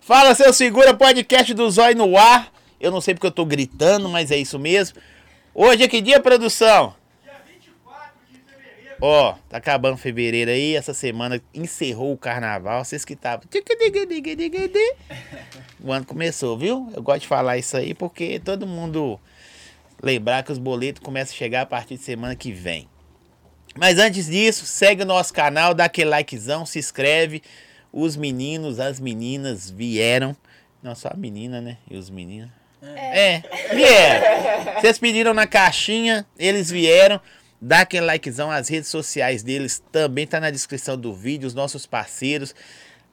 Fala, seu segura, podcast do Zói no ar. Eu não sei porque eu tô gritando, mas é isso mesmo. Hoje é que dia, produção? Ó, tá acabando fevereiro aí, essa semana encerrou o carnaval, vocês que estavam. O ano começou, viu? Eu gosto de falar isso aí porque todo mundo lembrar que os boletos começam a chegar a partir de semana que vem. Mas antes disso, segue o nosso canal, dá aquele likezão, se inscreve. Os meninos, as meninas vieram. Não, só a menina, né? E os meninos. É, vieram. Vocês pediram na caixinha, eles vieram. Dá aquele likezão, as redes sociais deles também tá na descrição do vídeo, os nossos parceiros.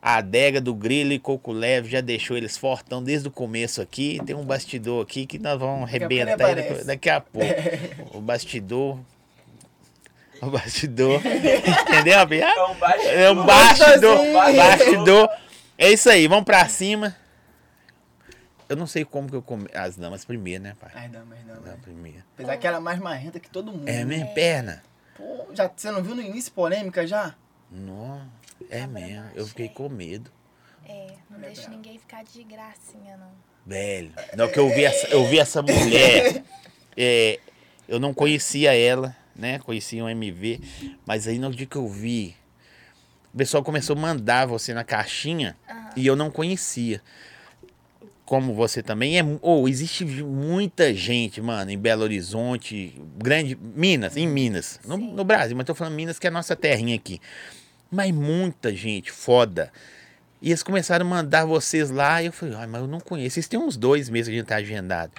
A adega do Grilo e Coco Leve já deixou eles fortão desde o começo aqui. Tem um bastidor aqui que nós vamos a pouco ele arrebentar ele aparece. daqui a pouco. O bastidor. O bastidor. Entendeu, Bia? É um baixo. É um bastidor. Bastidor. Bastidor. É isso aí, vamos pra cima. Eu não sei como que eu come. As damas primeiro, né, pai? Ai, não, mas não. Dama né? primeiro. Apesar que ela é mais marrenta que todo mundo. É né? mesmo, perna. Pô, já, você não viu no início polêmica já? Não, é mesmo. Eu fiquei com medo. É, não deixa ninguém ficar de gracinha, não. Velho. Não, que eu vi essa, eu vi essa mulher. é, eu não conhecia ela, né? Conhecia um MV. Mas aí no dia que eu vi, o pessoal começou a mandar você na caixinha e eu não conhecia. Como você também é. mu- Ou existe muita gente, mano, em Belo Horizonte, grande. Minas, em Minas. No, Sim. no Brasil, mas tô falando Minas, que é a nossa terrinha aqui. Mas muita gente foda. E eles começaram a mandar vocês lá. E eu falei, ai, mas eu não conheço. Vocês têm uns dois meses que a gente tá agendado.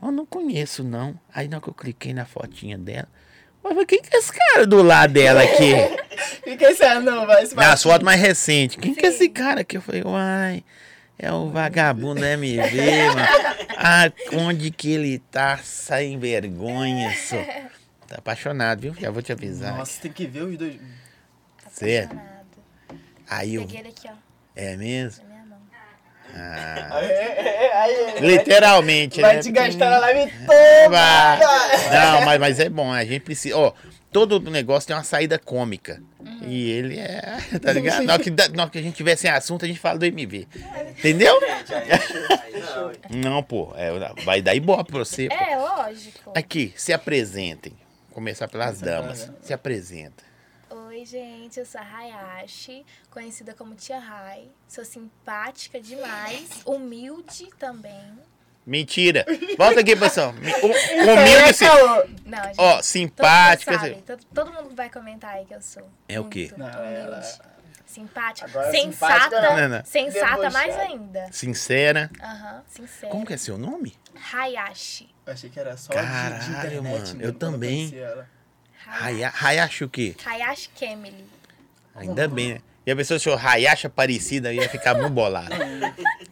Eu não conheço, não. Aí na hora que eu cliquei na fotinha dela. Mas eu falei, quem que é esse cara do lado dela aqui? Fica esse ano, é não, vai. esse vai- Nas fotos mais recentes. Quem que é Sim. esse cara aqui? Eu falei, uai, é o vagabundo MV, mano. Ah, onde que ele tá? Sem vergonha, só. Tá apaixonado, viu? Já vou te avisar. Nossa, tem que ver os dois. Sério? Tá Apaixonado. Aí é eu. Peguei ele aqui, ó, É mesmo? na minha mão. Ah, É, é, é, aí, literalmente, vai né? te gastar a live Vai. toda. Não, mas, mas é bom, a gente precisa. Ó, todo negócio tem uma saída cômica. Uhum. E ele é. Tá ligado? Na hora, que, dá- na hora que a gente tiver sem assunto, a gente fala do MV. É. Entendeu? Não, pô, é, vai dar ibope pra você. Pô. É, lógico. Aqui, se apresentem. Vou Começar pelas damas. Se apresenta. Oi, gente, eu sou a Hayashi, conhecida como Tia Rai. Sou simpática demais, humilde também. Mentira. Volta aqui, pessoal. Me- o- Aí Humilde, sim. acabou. Não, gente, Ó, todo mundo simpática. sabe, todo, todo mundo vai comentar aí que eu sou. É o quê? muito Não, ela- é humilde, Simpática. Agora, é sensata. simpática não. Não, não. Sensata mais Debochada. ainda. Sincera. Aham, sincera. Como que é seu nome? Hayashi. Eu achei que era só de- de Caralho, internet, mano, mano, eu quando também. conheci ela. Hayashi, Haya- Hayashi o quê? Hayashi Kemily. Ainda bem, né? E a pessoa se eu raiacha parecida ia ficar muito bolada.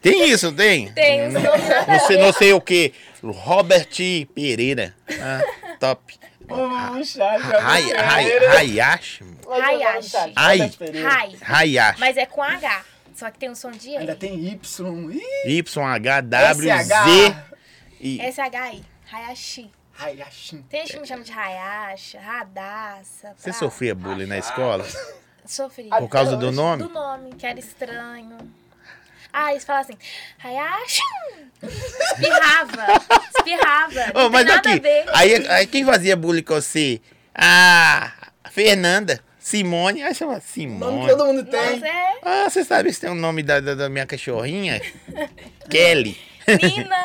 tem isso, tem? Tem os nomes nada Não a sei, ver. não sei o quê. Robert Pereira. Ah, top. Vamos puxar, já Hai- vou Hai- ver. Hayashi? Vai jogar no Hayashi. chat, Ai. Roberto Pereira. Rai. Hayashi. Mas é com H. Só que tem um som de Ainda E. tem Y. Ih, YHWZ. E É S-H-I. Hayashi. Hayashi. Tem gente que me chama de Hayashi, Radassa. você pra- sofria bullying Ah, na escola? Sofri. Por causa do Do nome? nome, que era estranho. Ah, eles falam assim, Hayashi. Espirrava. Espirrava. Não Ô, mas tem nada aqui, ah, a ver. aí, aí quem fazia bullying com você? Ah, Fernanda, Simone. Aí chama Nome que Simone. todo mundo tem. Mas é Ah, você sabe se tem o nome da, da, da minha cachorrinha? Kelly. Nina.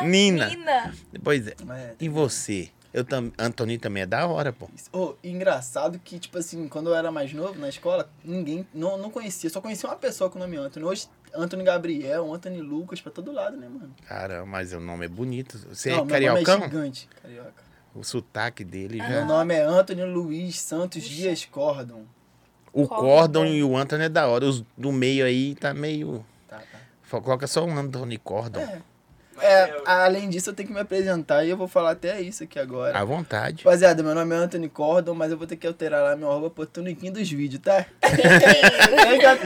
Nina. Nina. Pois é. Mas é- E você? Eu tam... Antônio também é da hora, pô. Ô, e engraçado que, tipo assim, quando eu era mais novo na escola, ninguém, não, não conhecia, só conhecia uma pessoa com o nome Anthony. Hoje, Anthony Gabriel, Anthony Lucas, pra todo lado, né, mano? Caramba, mas o nome é bonito. Você não, é meu nome cariocão? é gigante, carioca. O sotaque dele Ah, já. Meu nome é Anthony Luiz Santos Dias Cordon. O Cordon. Cordon e o Anthony é da hora. Os do meio aí tá meio. Tá, tá. Só Coloca só um Anthony Cordon. É. Mas É, eu- além disso, eu tenho que me apresentar e eu vou falar até isso aqui agora. À vontade. Rapaziada, meu nome é Anthony Cordon, mas eu vou ter que alterar lá meu arroba pro Toniquinho dos vídeos, tá?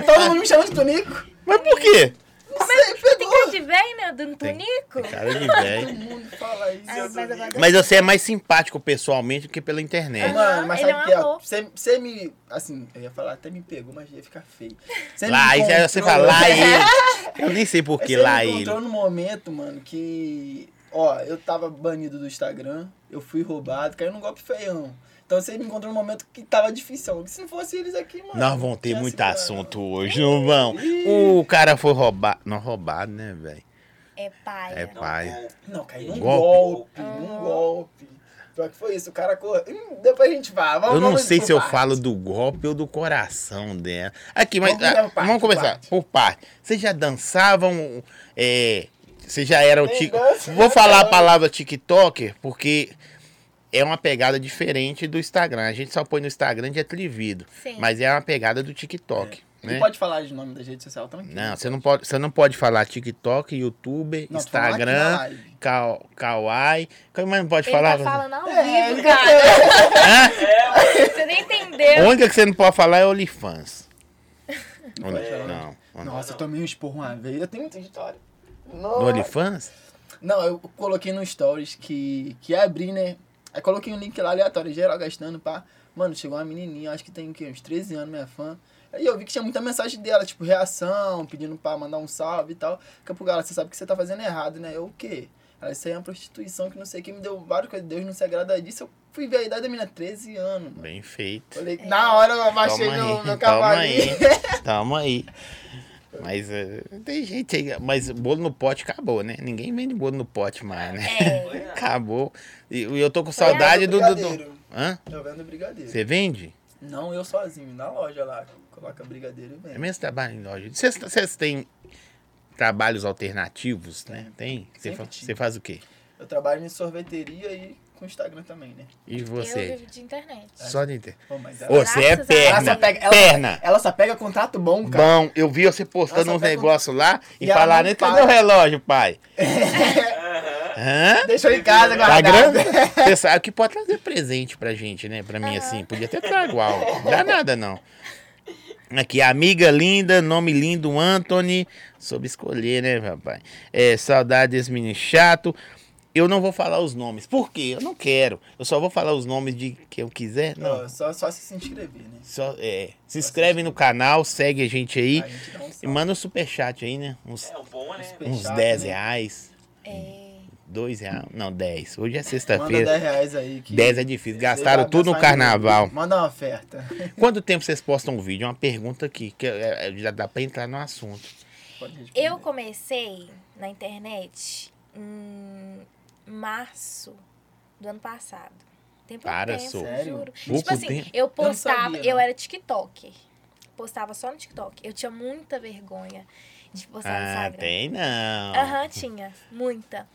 Todo mundo me chama de é Tonico. Mas por quê? Não sei, pegou. Tem que te ver, né? Do Tunico. Cara de Todo velho. mundo fala isso. Ah, mas agora Mas você é mais simpático pessoalmente do que pela internet. Mano, mas Ele sabe o é um que é? amor. Você- Você me. Assim, eu ia falar, até me pegou, mas ia ficar feio. Cê me Lá, aí você encontrou- fala, lá ele. Eu nem sei por Aí que você lá me ele. encontrou num momento, mano, que. Ó, eu tava banido do Instagram, eu fui roubado, caiu num golpe feião. Então você me encontrou num momento que tava difícil. Se não fosse eles aqui, mano. Nós vamos ter tinha muito sido, mano. assunto hoje, não vão. Ih. O cara foi roubado. Não roubado, né, velho? É paia. É paia. Não, caiu num Golpe. golpe, Ah. num golpe. Pior que foi isso, o cara correu. Hum, Depois a gente fala. Vamos, Eu não vamos sei pro se eu bar. falo do golpe ou do coração dela. Aqui, mas Vamos começar ah, vamos, por parte, por começar parte. por parte. Vocês já dançavam? É, vocês já eram Tem tic... dança, Vou né, falar a cara? palavra TikToker porque é uma pegada diferente do Instagram. A gente só põe no Instagram de atrevido, Sim. mas é uma pegada do TikTok, É. Não né? pode falar de nome da rede social tranquilo. Não, você não pode, você não pode falar TikTok, YouTube, Não, tô falando aqui na Instagram, live. Ka- Kawaii. Como é que não pode Ele falar? tá falando ao É, vivo, ele- tá cara. Hã? Você nem entendeu. A única que você não pode falar é OnlyFans. Não, pode falar. não. não. É. Nossa, eu tomei um esporro uma vez. Eu tenho muita história. No Nossa. OnlyFans? Não, eu coloquei no Stories que, que ia abrir, né? Aí coloquei um link lá aleatório, geral gastando, pá. Mano, chegou uma menininha, acho que tem o quê? Uns 13 anos, minha fã. Aí eu vi que tinha muita mensagem dela, tipo, reação, pedindo pra mandar um salve e tal. Campo Galo, você sabe que você tá fazendo errado, né? Eu, o quê? Ela, isso aí é uma prostituição que não sei o que, me deu várias coisas, Deus não se agrada disso. Eu fui ver a idade da menina, 13 anos, mano. Bem feito. Falei, na hora eu Toma abaixei meu, aí, meu toma cavalinho. aí. Toma aí. Mas eh, tem gente aí. Mas bolo no pote acabou, né? Ninguém vende bolo no pote mais, né? É. Acabou. E e eu tô com saudade do. do, do... Brigadeiro. Hã? Eu vendo brigadeiro. Você vende? Não eu sozinho, na loja lá. Coloca brigadeiro e vem. É mesmo trabalho em loja. Vocês- Vocês têm trabalhos alternativos, né? Tem? Você Sempre fa- tive. você faz o quê? Eu trabalho em sorveteria e com Instagram também, né? E Eu você? vivo de internet. Só de inter... Pô, mas Ô, Você é Graças a ela Deus. perna. só pega, ela, Perna. ela só pega contrato bom, Um cara. Bom, eu vi você postando Nossa, uns pega um- negócios lá e, E ela falaram, não "Né, cadê o para." relógio, pai? Hã? Deixou em Tá casa guardado. grande? Você sabe que pode trazer presente pra gente, né? Pra mim, assim. Podia até trazer igual. Não dá nada, não. Aqui, amiga linda, nome lindo, Anthony. Soube escolher, né, rapaz? É, saudade desse menino chato. Eu não vou falar os nomes. Por quê? Eu não quero. Eu só vou falar os nomes de quem eu quiser. Não. Ó, só, só se inscrever, né? Só, é, se inscreve no canal, segue a gente aí. A gente dá um E salve. manda um superchat aí, né? Uns, É o bom, né? Super uns chato, 10 né? reais, É. 2 reais. Não, 10. Hoje é Manda sexta-feira. 10 reais aí. Que 10 é difícil. Vocês Gastaram vão tudo no abençoar ninguém. carnaval. Manda uma oferta. Quanto tempo vocês postam um vídeo? É uma pergunta aqui, que é- é- já dá pra entrar no assunto. Pode responder. Eu comecei na internet em março do ano passado. Tem pouco Para, tempo, sou. Sério? juro. Pouco tipo assim, tempo? eu não postava, eu, sabia, não. era TikToker. Postava só no TikTok. Eu tinha muita vergonha de postar no Ah, Instagram. tem não. né? Aham, tinha. Muita.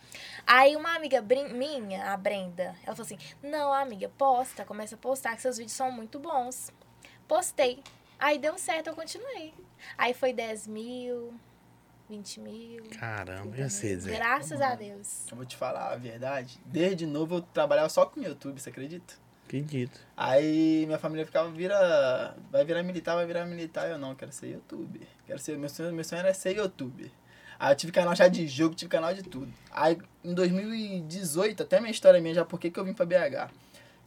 Aí uma amiga brin- minha, a Brenda, ela falou assim: Não, amiga, posta, começa a postar, que seus vídeos são muito bons. Postei. Aí deu certo, eu continuei. Aí foi 10 mil, 20 mil. Caramba, 30 eu mil. sei, Zé. Graças a Mano. Deus. Eu vou te falar a verdade. Desde novo eu trabalhava só com YouTube, você acredita? Acredito. Aí minha família ficava, vira. Vai virar militar, vai virar militar. Eu não, quero ser youtuber. Quero ser. Meu sonho, meu sonho era ser youtuber. Aí eu tive canal já de jogo, tive canal de tudo. Aí em 2018, até minha história minha já, por que que eu vim pra BH?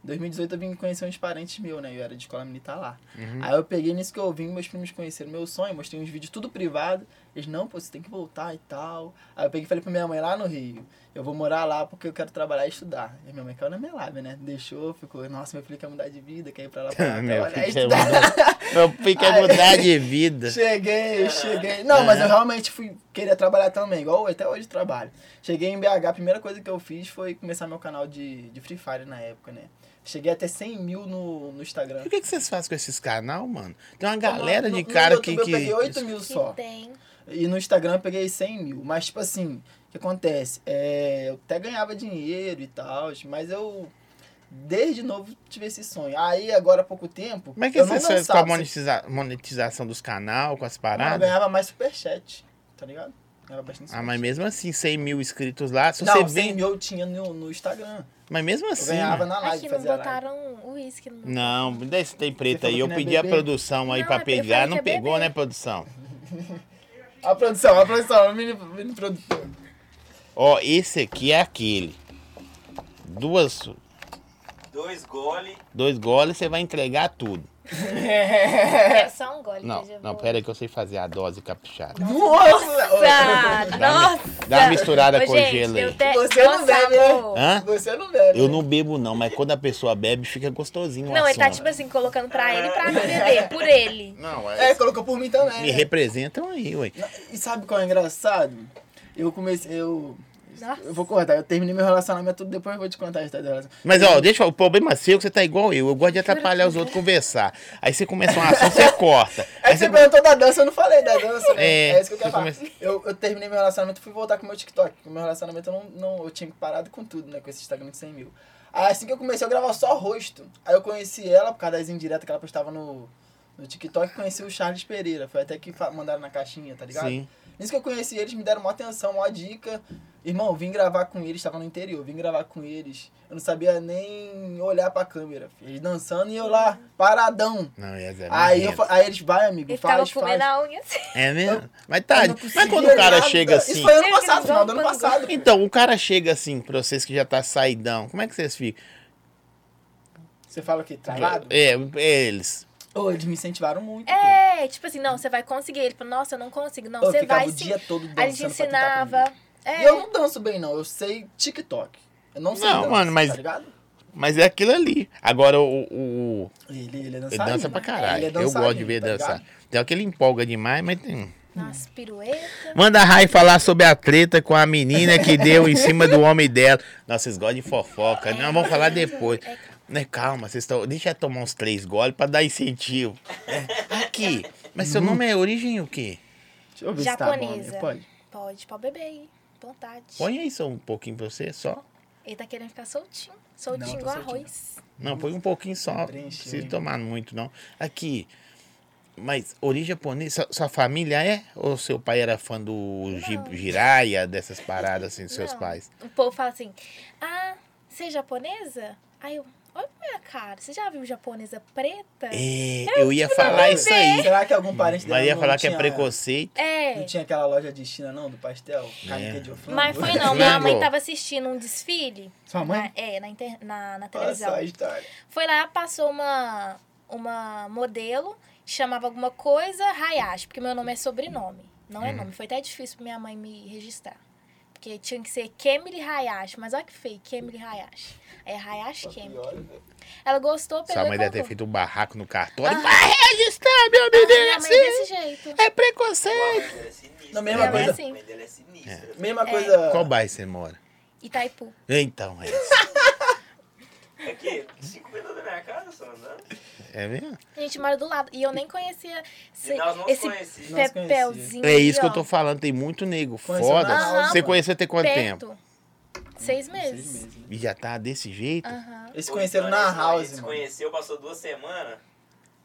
Em 2018 eu vim conhecer uns parentes meus, né? Eu era de escola militar lá. Uhum. Aí eu peguei nisso que eu vim, meus primos conheceram meu sonho, mostrei uns vídeos tudo privado. Eles, não, pô, você tem que voltar e tal. Aí eu peguei e falei pra minha mãe lá no Rio, eu vou morar lá porque eu quero trabalhar e estudar. E minha mãe caiu na minha lábia, né? Deixou, ficou, nossa, meu filho quer mudar de vida, quer ir pra lá pra Meu trabalhar e filho quer estudar. mudar- meu filho quer Ai. mudar de vida. É. Cheguei, cheguei. Não, mas eu realmente fui queria trabalhar também, igual eu até hoje trabalho. Cheguei em BH, a primeira coisa que eu fiz foi começar meu canal de, de Free Fire na época, né? Cheguei até 100 mil no, no Instagram. O que, que vocês fazem com esses canal, mano? Tem uma galera No- de no cara YouTube que... Eu peguei 8 que... mil Que só. tem. E no Instagram eu peguei 100 mil. Mas, tipo assim, o que acontece? É, eu até ganhava dinheiro e tal, mas eu, desde novo, tive esse sonho. Aí, agora há pouco tempo. Como é que eu não vocês fazem com a dançava, assim. monetiza- monetização dos canal, com as eu paradas? ganhava mais superchat, tá ligado? Ganhava bastante Ah, mas superchat. mesmo assim, 100 mil inscritos lá, se Não, você 100 vem. mil eu tinha no, no Instagram. Mas mesmo Eu assim. ganhava né? na live, Aqui não fazia live. botaram o uísque no Não, me dá esse tem Você preto falou aí. que Eu não é pedi a bebê? produção aí Não, pra eu falei pegar. que Não é pegou, bebê. né, produção? A produção, a produção, o mini, mini produtor. Ó, esse aqui é aquele. Duas. Dois gole. Dois goles, você vai entregar tudo. É só um gole. Não, que eu já não, vou- pera aí que eu sei fazer a dose caprichada. Nossa! Dá uma misturada com gelo aí. gente, aí. Você não bebe, né? Hã? Você não né? bebe. Eu não bebo, não, mas quando a pessoa bebe, fica gostosinho. o é Não, ele tá assunto. tipo assim, colocando pra ele e pra mim beber, por ele. Não, é. É, colocou por mim também. Me né? representam aí, ué. E sabe qual é engraçado? Eu comecei. Eu. Nossa. Eu vou cortar, eu terminei meu relacionamento, depois eu vou te contar a história da relação. Mas ó, deixa eu- o problema seu que você tá igual eu. Eu gosto de atrapalhar os outros conversar. Aí você começa um assunto, você corta. É Aí que você perguntou da dança, eu não falei da dança, né? É, É, isso que eu quero eu falar. comecei- Eu, eu terminei meu relacionamento e fui voltar com o meu TikTok. Porque meu relacionamento eu não, não. Eu tinha parado com tudo, né? Com esse Instagram de 100 mil. Aí, assim que eu comecei, eu gravava só rosto. Aí eu conheci ela por causa das indiretas que ela postava no, no TikTok e conheci o Charles Pereira. Foi até que fa- mandaram na caixinha, tá ligado? Sim. Nisso que eu conheci eles, me deram uma atenção, uma dica. Irmão, eu vim gravar com eles, tava no interior, eu vim gravar com eles. Eu não sabia nem olhar pra câmera. filho. Eles dançando e eu lá, paradão. Não, é zero. Aí, eu, mesmo. fa- aí eles, vai, amigo, Ele faz, ficava faz. comendo a unha assim. É mesmo? Mas Eu tá, não mas conseguia quando o cara nada. chega assim. Isso foi ano Ele passado, não final do ano quando- passado. Então, o cara chega assim, pra vocês que já tá saidão, como é que vocês ficam? Você fala o quê? Travado? É, eles. Ô, eles me incentivaram muito. pô. É, tipo assim, não, você vai conseguir. Ele falou, nossa, eu não consigo. Não, eu você ficava vai o sim. dia todo dançando Aí a gente pra tentar ensinava. aprender. É. E eu não danço bem, não. Eu sei TikTok. Eu não sei Não, dança, mano, mas- tá ligado? Mas é aquilo ali. Agora, o, o- o- Ele, ele é ele dançarino. dança pra caralho. Ele é eu gosto de dançarino, ver tá dançar. ligado? Tem aquele empolga demais, mas tem. Nossa, pirueta. Manda a Rai falar sobre a treta com a menina que deu em cima do homem dela. Nossa, vocês gostam de fofoca. Não, vamos falar depois. Né, calma, vocês estão. Deixa eu tomar uns três goles pra dar incentivo. É, Aqui. Mas seu nome é origem o quê? Deixa eu ver se tá bom, Japonesa. né? Pode. Pode, pode beber aí. Vontade. Põe aí só um pouquinho pra você, só. Ele tá querendo ficar soltinho. Soltinho Não, tô igual soltinho. arroz. Não, põe um pouquinho só. Não Preenche, precisa hein? tomar muito, não. Aqui. Mas origem japonesa, sua, sua família é? Ou seu pai era fã do gi- Jiraya, dessas paradas assim, dos seus Não. pais? O povo fala assim: Ah, você é japonesa? Aí eu, olha pra minha cara, você já viu japonesa preta? É, eu ia falar isso aí. Será que algum parente dela Mas ia não falar que é tinha- preconceito. É. Não tinha aquela loja de China, não, do pastel? É. Caneca de oflama? Mas foi não, minha mãe Lembro. tava assistindo um desfile. Sua mãe? Na, é, na, inter- na, na Olha televisão. só a história. Foi lá, passou uma, uma modelo, chamava alguma coisa Hayashi, porque meu nome é sobrenome, não Uhum. é nome. Foi até difícil pra minha mãe me registrar. Porque tinha que ser Kemily Hayashi, mas olha que feio, Kemily Hayashi. É Hayashi Kemily. Ela gostou, pegou Tá Sua mãe e deve ter colocou. feito um barraco no cartório. Ah. Vai registrar, meu Ah, menino! minha mãe é desse jeito. É preconceito! Ela é sinistra. Não, mesma né? coisa. assim. A mãe dela é sinistra. Mesma coisa. Qual bairro você mora? Itaipu. Então, é isso. É que cinco minutos da minha casa, só né? andando. É mesmo? A gente mora do lado. E eu nem conhecia esse, E nós não esse conhecíamos. Nós conhecíamos. pepelzinho. É isso que eu ó, tô falando, tem muito nego. Conheceu Foda. na aula. Você conheceu tem quanto tempo? Hum, perto. Seis meses. Seis meses, né? E já tá desse jeito? Aham. Eles se Ou conheceram então na eles- A house, gente se mano. conheceu, passou duas semanas,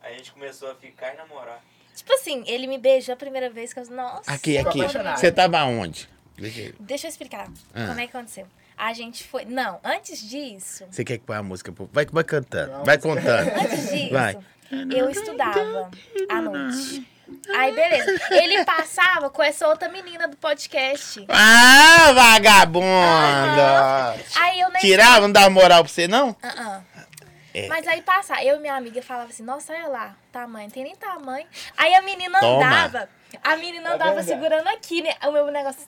a gente começou a ficar e namorar. Tipo assim, ele me beijou a primeira vez que eu. Nossa. Aqui, Ficou aqui. apaixonado. Você tava onde? Deixa eu- Deixa eu explicar Ah. como é que aconteceu. A gente foi. Não, antes disso. Você quer que põe a música? pô? Vai, vai cantando, vai contando. Antes disso, Vai. eu estudava à noite. Aí, beleza. Ele passava com essa outra menina do podcast. Ah, vagabunda! Aí eu nem. Tirar, não dá moral pra você, não? Ah, ah. É. Mas aí passa, eu e minha amiga falava assim, nossa, olha lá, tamanho, tem nem tamanho. Aí a menina Toma. andava, a menina É andava verdade. segurando aqui, né? O meu negócio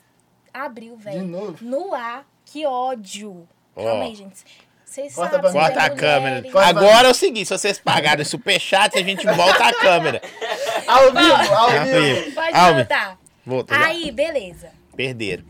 abriu, De velho. novo. No ar, que ódio. Ó. Calma aí, gente. Vocês Corta sabem. é pra vocês Corta são a mulheres. câmera. Vai, Agora é o seguinte, se vocês pagarem superchat, a gente volta a câmera. Ao vivo, ao Ah, vivo. foi. Pode Alves, voltar. Volta. já. Aí, beleza. Perderam.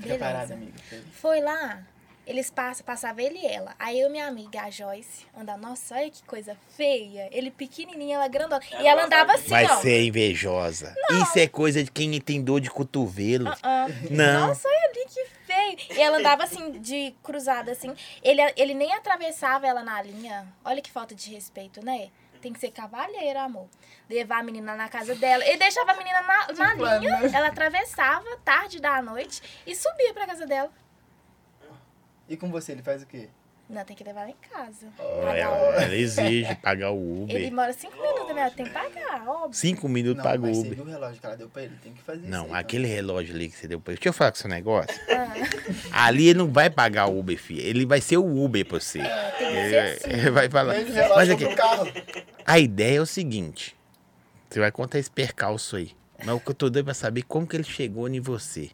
Fica parado, Beleza. amigo. Foi lá, eles passam, passava ele e ela. Aí eu e minha amiga, a Joyce, andava, nossa, olha que coisa feia. Ele pequenininho, ela grandona. E ela andava assim, Mas ó. você é invejosa. Isso é coisa de quem tem dor de cotovelo. Ah, Não. Nossa, olha ali que feio. E ela andava assim, de cruzada, assim. Ele, ele nem atravessava ela na linha. Olha que falta de respeito, né? Tem que ser cavalheiro, amor. Levar a menina na casa dela. Ele deixava a menina na, na Tipo, é, linha, ela atravessava tarde da noite e subia pra casa dela. E com você, ele faz o quê? Não, tem que levar ela em casa. Ela, Pagar o- ela exige pagar o Uber. Ele mora cinco minutos da minha tem que pagar, óbvio. Cinco minutos Não, paga mas o você Uber. viu o relógio que ela deu pra ele? Tem que fazer isso. Não, aí, aquele relógio ali que você deu pra ele. Deixa eu falar com seu negócio. Ah, Ali ele não vai pagar o Uber, filho. Ele vai ser o Uber pra você. tem que ser Ele- assim. ele vai falar. Ele Mas então. é relógio aqui, pro carro. a ideia é o seguinte. Você é vai contar esse percalço aí. Mas o que eu tô doido pra saber como que ele chegou em você.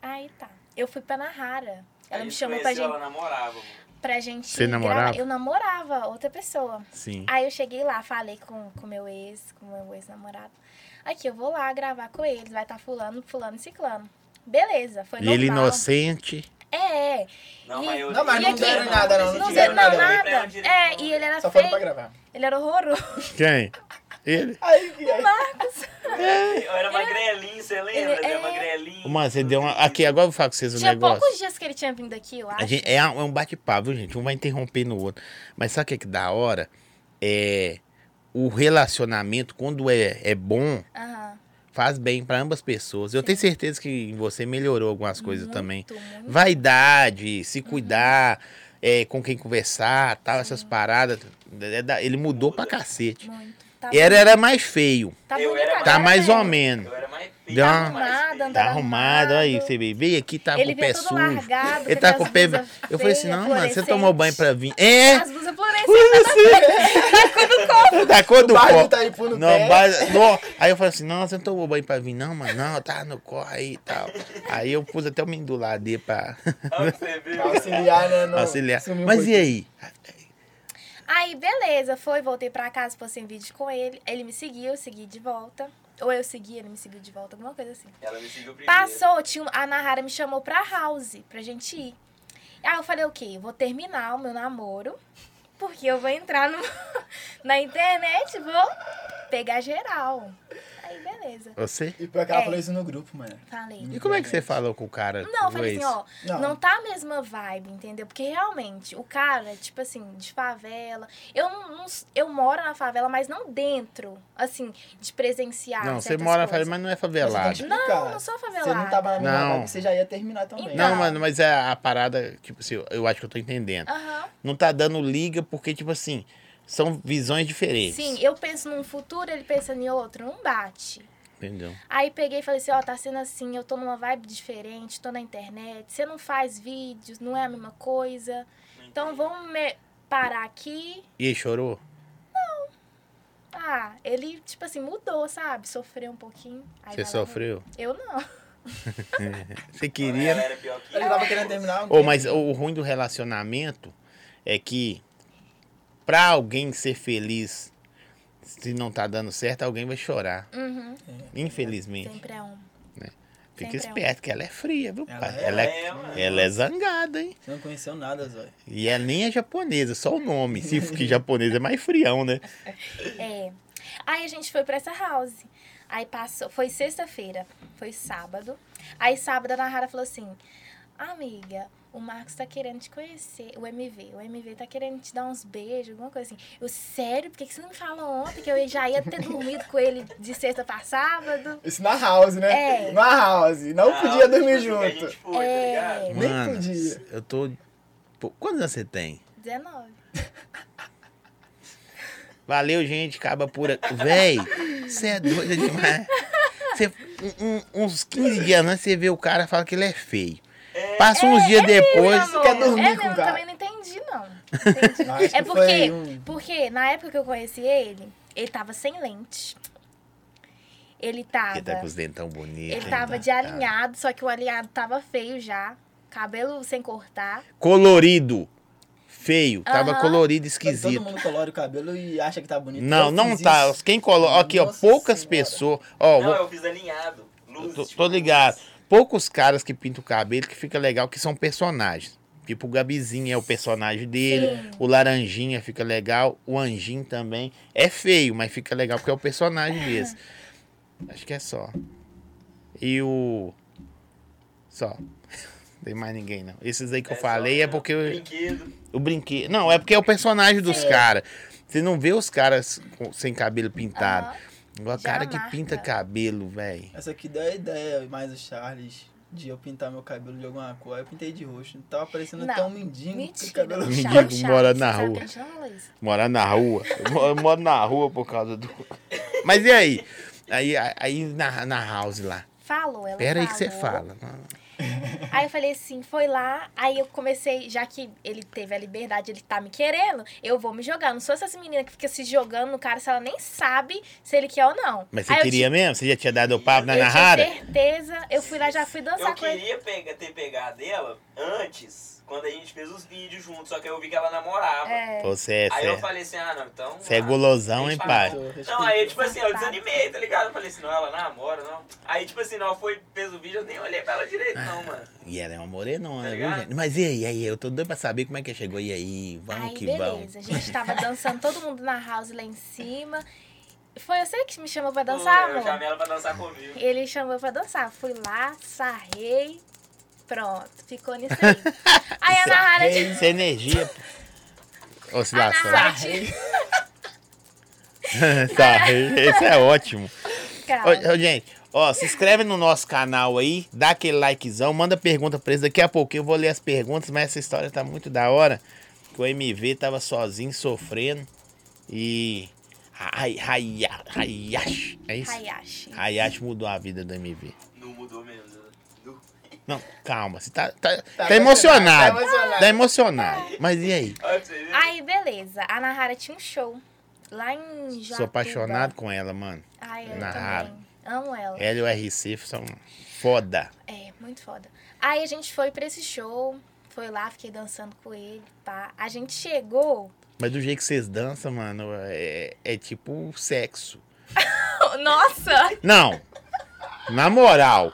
Aí tá. Eu fui pra Nahara. Ela Aí assim, me se chamou pra conheceu, gente, Ela namorava, mano. pra gente. Você namorava? Eu namorava outra pessoa. Sim. Aí eu cheguei lá, falei com o meu ex, com meu ex-namorado. Aqui, eu vou lá gravar com eles, vai estar fulano, fulano e ciclano. Beleza, foi E ele normal. inocente. É, é. Não, E- mas eu Não, mas E não aqui? deram em nada, não. Não, Não sei- tiveram não, nada. nada. Pra onde ele É, foi. e ele era Só foram pra feio, gravar. ele era horroroso. Quem? Ele. Aí, que aí. Eu era magrelinho, você É. lembra? Ele- Ele, é. era magrelinho. Mano, você deu uma. Aqui, agora eu vou falar com vocês um Tinha negócio. poucos dias que ele tinha vindo aqui, eu acho. A gente- é um é um bate-papo, viu, gente? Um vai interrompendo o outro. Mas sabe o que é que da hora? É o relacionamento, quando é, é bom, Aham. faz bem pra ambas pessoas. Eu tenho certeza que em você melhorou algumas coisas Muito, também. muito. Vaidade, Uhum. se cuidar, é, com quem conversar, tal, essas paradas. É da- Ele mudou pra cacete. Muito. Tá Era, bonito. era mais feio. Tá Eu bonito era agora, Tá mais né? ou menos. Eu era mais feio. Deu uma- mais Arrumada, Tá feio. Tá arrumado aí, arrumado. você vê. Veio aqui, tá com Ele o pé veio todo sujo. largado. Ele tá com o pé. aquelas blusas Eu falei assim: feias, não, mano, você fluorescentes. tomou banho pra vir. É! As blusas florescentes. Tá cor do Barba copo. tá do Taipu no Não, pé. mas- não. Aí eu falei assim, não, você não tomou banho pra vir, não, mano. Não, tá no corre aí e tal. Aí eu pus até o menino do lado dele pra Olha o que você viu. Auxiliar, né? Não. auxiliar. Sumiu um Mas e pouquinho. aí? Aí, beleza, foi, voltei pra casa, postei um vídeo com ele. Ele me seguiu, eu segui de volta. Ou eu segui, ele me seguiu de volta, alguma coisa assim. Ela me seguiu primeiro. Passou, tinha, um- a Nahara me chamou pra house, pra gente ir. Aí eu falei, ok, vou terminar o meu namoro, porque eu vou entrar no- na internet, vou pegar geral. Aí, beleza. Você? E pior que ela É. falou isso no grupo, mano. Falei. E como é que você falou com o cara? Não, eu do falei assim, ex? ó, não. Não. tá a mesma vibe, entendeu? Porque realmente, o cara, tipo assim, de favela. Eu não, não- eu moro na favela, mas não dentro, assim, de presenciar. Não, você certas mora na coisas. favela, mas não é Você favelado. tem que Não, explicar. eu não sou favelada. Você não tá tava na minha Não. vibe, você já ia terminar também. Então. Não, mano, mas a, a parada, tipo assim, eu acho que eu tô entendendo. Aham. Não tá dando liga porque, tipo assim, são visões diferentes. Sim, eu penso num futuro, ele pensa em outro, não bate. Entendeu? Aí peguei e falei assim, ó, tá sendo assim, eu tô numa vibe diferente, tô na internet, você não faz vídeos, não é a mesma coisa. Então vamos me- parar aqui. E ele chorou? Ah, ele, tipo assim, mudou, sabe? Sofreu um pouquinho. Aí Você vai lá, sofreu? Eu não. Você Ela queria, era pior que Ele eu. tava querendo terminar. um Ô, tempo. mas o ruim do relacionamento é que pra alguém ser feliz, se não tá dando certo, alguém vai chorar. Uhum. Infelizmente. Sempre é um. Fica sempre é um. esperto, que ela é fria, viu, Ela pai? é, Ela é, é, mano. ela é zangada, hein? Você não conheceu nada, Zóia. E ela nem é japonesa, só o nome. Se que japonesa é mais frião, né? É. Aí a gente foi pra essa house. Aí passou. Foi sexta-feira. Foi sábado. Aí sábado a Nahara falou assim: Amiga, o Marcos tá querendo te conhecer. O MV. O MV tá querendo te dar uns beijos, alguma coisa assim. Eu, sério? Por que que você não me falou ontem que eu já ia ter dormido com ele de sexta pra sábado? Isso na house, né? É. Na house. um Não Ah, podia tipo dormir assim, que A junto. gente foi, tá ligado? É. Nem Mano, podia. eu tô. Pô, quantos anos você tem? 19. Valeu, gente. Acaba por aqui. Véi, você é doida demais. Cê- um- um- uns 15 dias antes, você vê o cara e fala que ele é feio. Passa uns dias depois. Meu quer amor, dormir é, com mesmo, o cara. também não entendi, não. Entendi. Acho É que foi porque, um- porque na época que eu conheci ele, ele tava sem lente. Ele tava. Ele tá com os dentão bonitos. Ele hein? tava Tá, de tá. alinhado, só que o alinhado tava feio já. Cabelo sem cortar. Colorido. Feio. Tava Aham. colorido, Todo esquisito. mundo colore o cabelo e acha que tá bonito. Não, Eu não fiz tá. isso. Quem coloca. Aqui, ó. Nossa Poucas Senhora. pessoas. Ó, Não, vou- eu fiz alinhado. Luzes, tô, tipo, tô ligado. Poucos caras que pintam o cabelo que fica legal, que são personagens. Tipo, o Gabizinho é o personagem dele, Sim. o Laranjinha fica legal, o Anjinho também. É feio, mas fica legal porque é o personagem desse. Acho que é só. E o. Só. Não tem mais ninguém, não. Esses aí que eu É, falei só, é né, porque. eu- Brinquedo. o brinquedo. Não, é porque é o personagem dos caras. Você não vê os caras com- sem cabelo pintado. Aham. Igual o Já cara que marca. pinta cabelo, velho. Essa aqui deu a ideia, mais o Charles, de eu pintar meu cabelo de alguma cor. Aí Eu pintei de roxo. Não tava parecendo Não, até um mendigo com Mentira. cabelo. Mendigo Chato, chato. mora na Sabe rua. que a gente não fala isso? Morar na rua. Eu mo- eu moro na rua por causa do. Mas e aí? Aí, aí na, na house lá. Falou, ela Pera aí que falou. você fala. Aí eu falei assim, foi lá, aí eu comecei, já que ele teve a liberdade, ele tá me querendo, eu vou me jogar. Não sou essas meninas que ficam se jogando no cara se ela nem sabe se ele quer ou não. Mas você Aí eu queria mesmo? Você já tinha dado o papo na Eu tinha narrada? certeza. Eu fui lá, já fui dançar Eu com ele. queria pega- ter pegado ela antes, quando a gente fez os vídeos juntos, só que eu vi que ela namorava. É. Pô, Você é, Aí você eu é, falei assim, ah, não, então... você é ah, golosão, hein, pai? Não, aí tipo assim, eu desanimei, tá ligado? Eu falei assim, não, ela namora, não. Aí tipo assim, não, foi, fez o vídeo, eu nem olhei pra ela direito, não, mano. E ela é uma morenona, Tá viu, ligado? gente? Mas e aí, e aí? Eu tô doido pra saber como é que chegou. E aí, vamos Aí, que vamos. beleza. A gente tava dançando, todo mundo na house lá em cima. Foi você que me chamou pra dançar, Pô, Eu amor? chamei ela pra dançar comigo. Ele chamou pra dançar. Fui lá, sarrei. Pronto, ficou nisso aí. Aí a Nahara... de- Essa é energia. a Oscilação. Nahara de- tá, esse é ótimo. Calma. Ô, ô, gente, ó, se inscreve no nosso canal aí, dá aquele likezão, manda pergunta pra eles. Daqui a pouquinho eu vou ler as perguntas, mas essa história tá muito da hora. Que o MV tava sozinho, sofrendo. E. Hai- Haya- Hayashi. É isso? Hayashi. Hayashi mudou a vida do MV. Não mudou mesmo. né? Du- Não, calma, você tá, tá, tá, tá emocionado. emocionado, tá emocionado. Tá emocionado. Mas e aí? Olha pra você ver. Aí, beleza. A Nahara tinha um show. Lá em Joatuba. Sou apaixonado com ela, mano. Ai, eu Nahara. também. Amo ela. Ela e o RC são foda. É, muito foda. Aí a gente foi pra esse show, foi lá, fiquei dançando com ele, pá. A gente chegou. Mas do jeito que vocês dançam, mano, é, é tipo sexo. Nossa! Não! Na moral,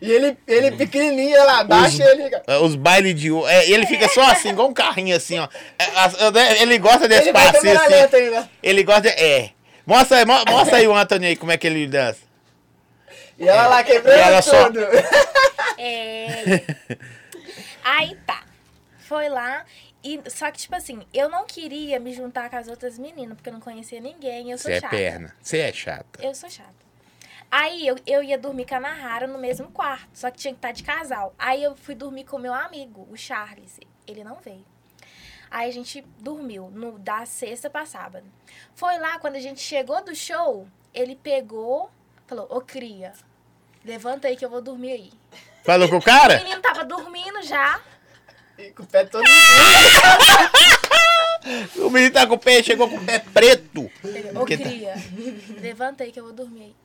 E ele, ele Hum. pequenininho, ela abaixa e Ah, ele fica... os bailes de. o- é, ele fica só assim, igual um carrinho assim, ó. É, as- Ele gosta desse Ele vai passinho câmera assim. lenta ainda. Ele gosta. de- É. Mostra, aí, mo- mostra aí o Anthony aí como é que ele dança. E ela lá quebrando É. E ela só- tudo. É. Aí tá. Foi lá. E, só que, tipo assim, eu não queria me juntar com as outras meninas, porque eu não conhecia ninguém. Eu sou Você é chata. perna. Você é chata. Eu sou chata. Aí eu, eu ia dormir com a Nahara no mesmo quarto, só que tinha que estar de casal. Aí eu fui dormir com o meu amigo, o Charles. Ele não veio. Aí a gente dormiu no, da sexta pra sábado. Foi lá, quando a gente chegou do show, ele pegou, falou: Ô cria, levanta aí que eu vou dormir aí. Falou com o O cara? menino tava dormindo já. E com o pé todo no O menino tá com o pé, chegou com o pé preto. Ele, Ô Que tá- cria, levanta aí que eu vou dormir aí.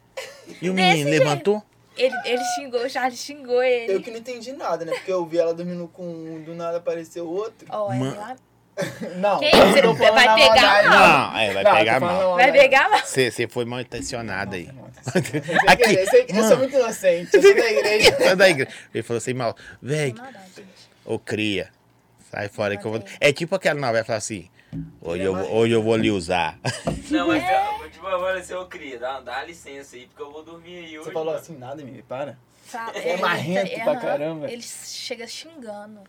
E o Desse menino jeito. levantou? Ele, ele xingou, o Charles xingou Eu ele. que não entendi nada, né? Porque eu vi ela dormindo com um, do nada apareceu outro. Ó, é Man- lá- Não. Que eu isso? tô falando Vai na pegar, maldade. Não, é, vai Não, eu tô pegar mal. falando na vai maldade. pegar lá. Você você foi mal intencionado aí. Aqui. Eu, sei que- eu sou muito inocente, eu sou da igreja. Sai da igreja. Ele falou assim, mal, Sem velho, maldade, gente. ô cria, sai fora que eu vou. É tipo aquela novela, fala assim, hoje eu, vou- hoje eu vou lhe usar. Não, mas É. calma, tipo, agora assim, ô Cria, dá, dá licença aí, porque eu vou dormir aí hoje. Você falou mano. assim, nada, me para. Fala- É ele- marrento ele- pra aham, caramba. Ele chega xingando.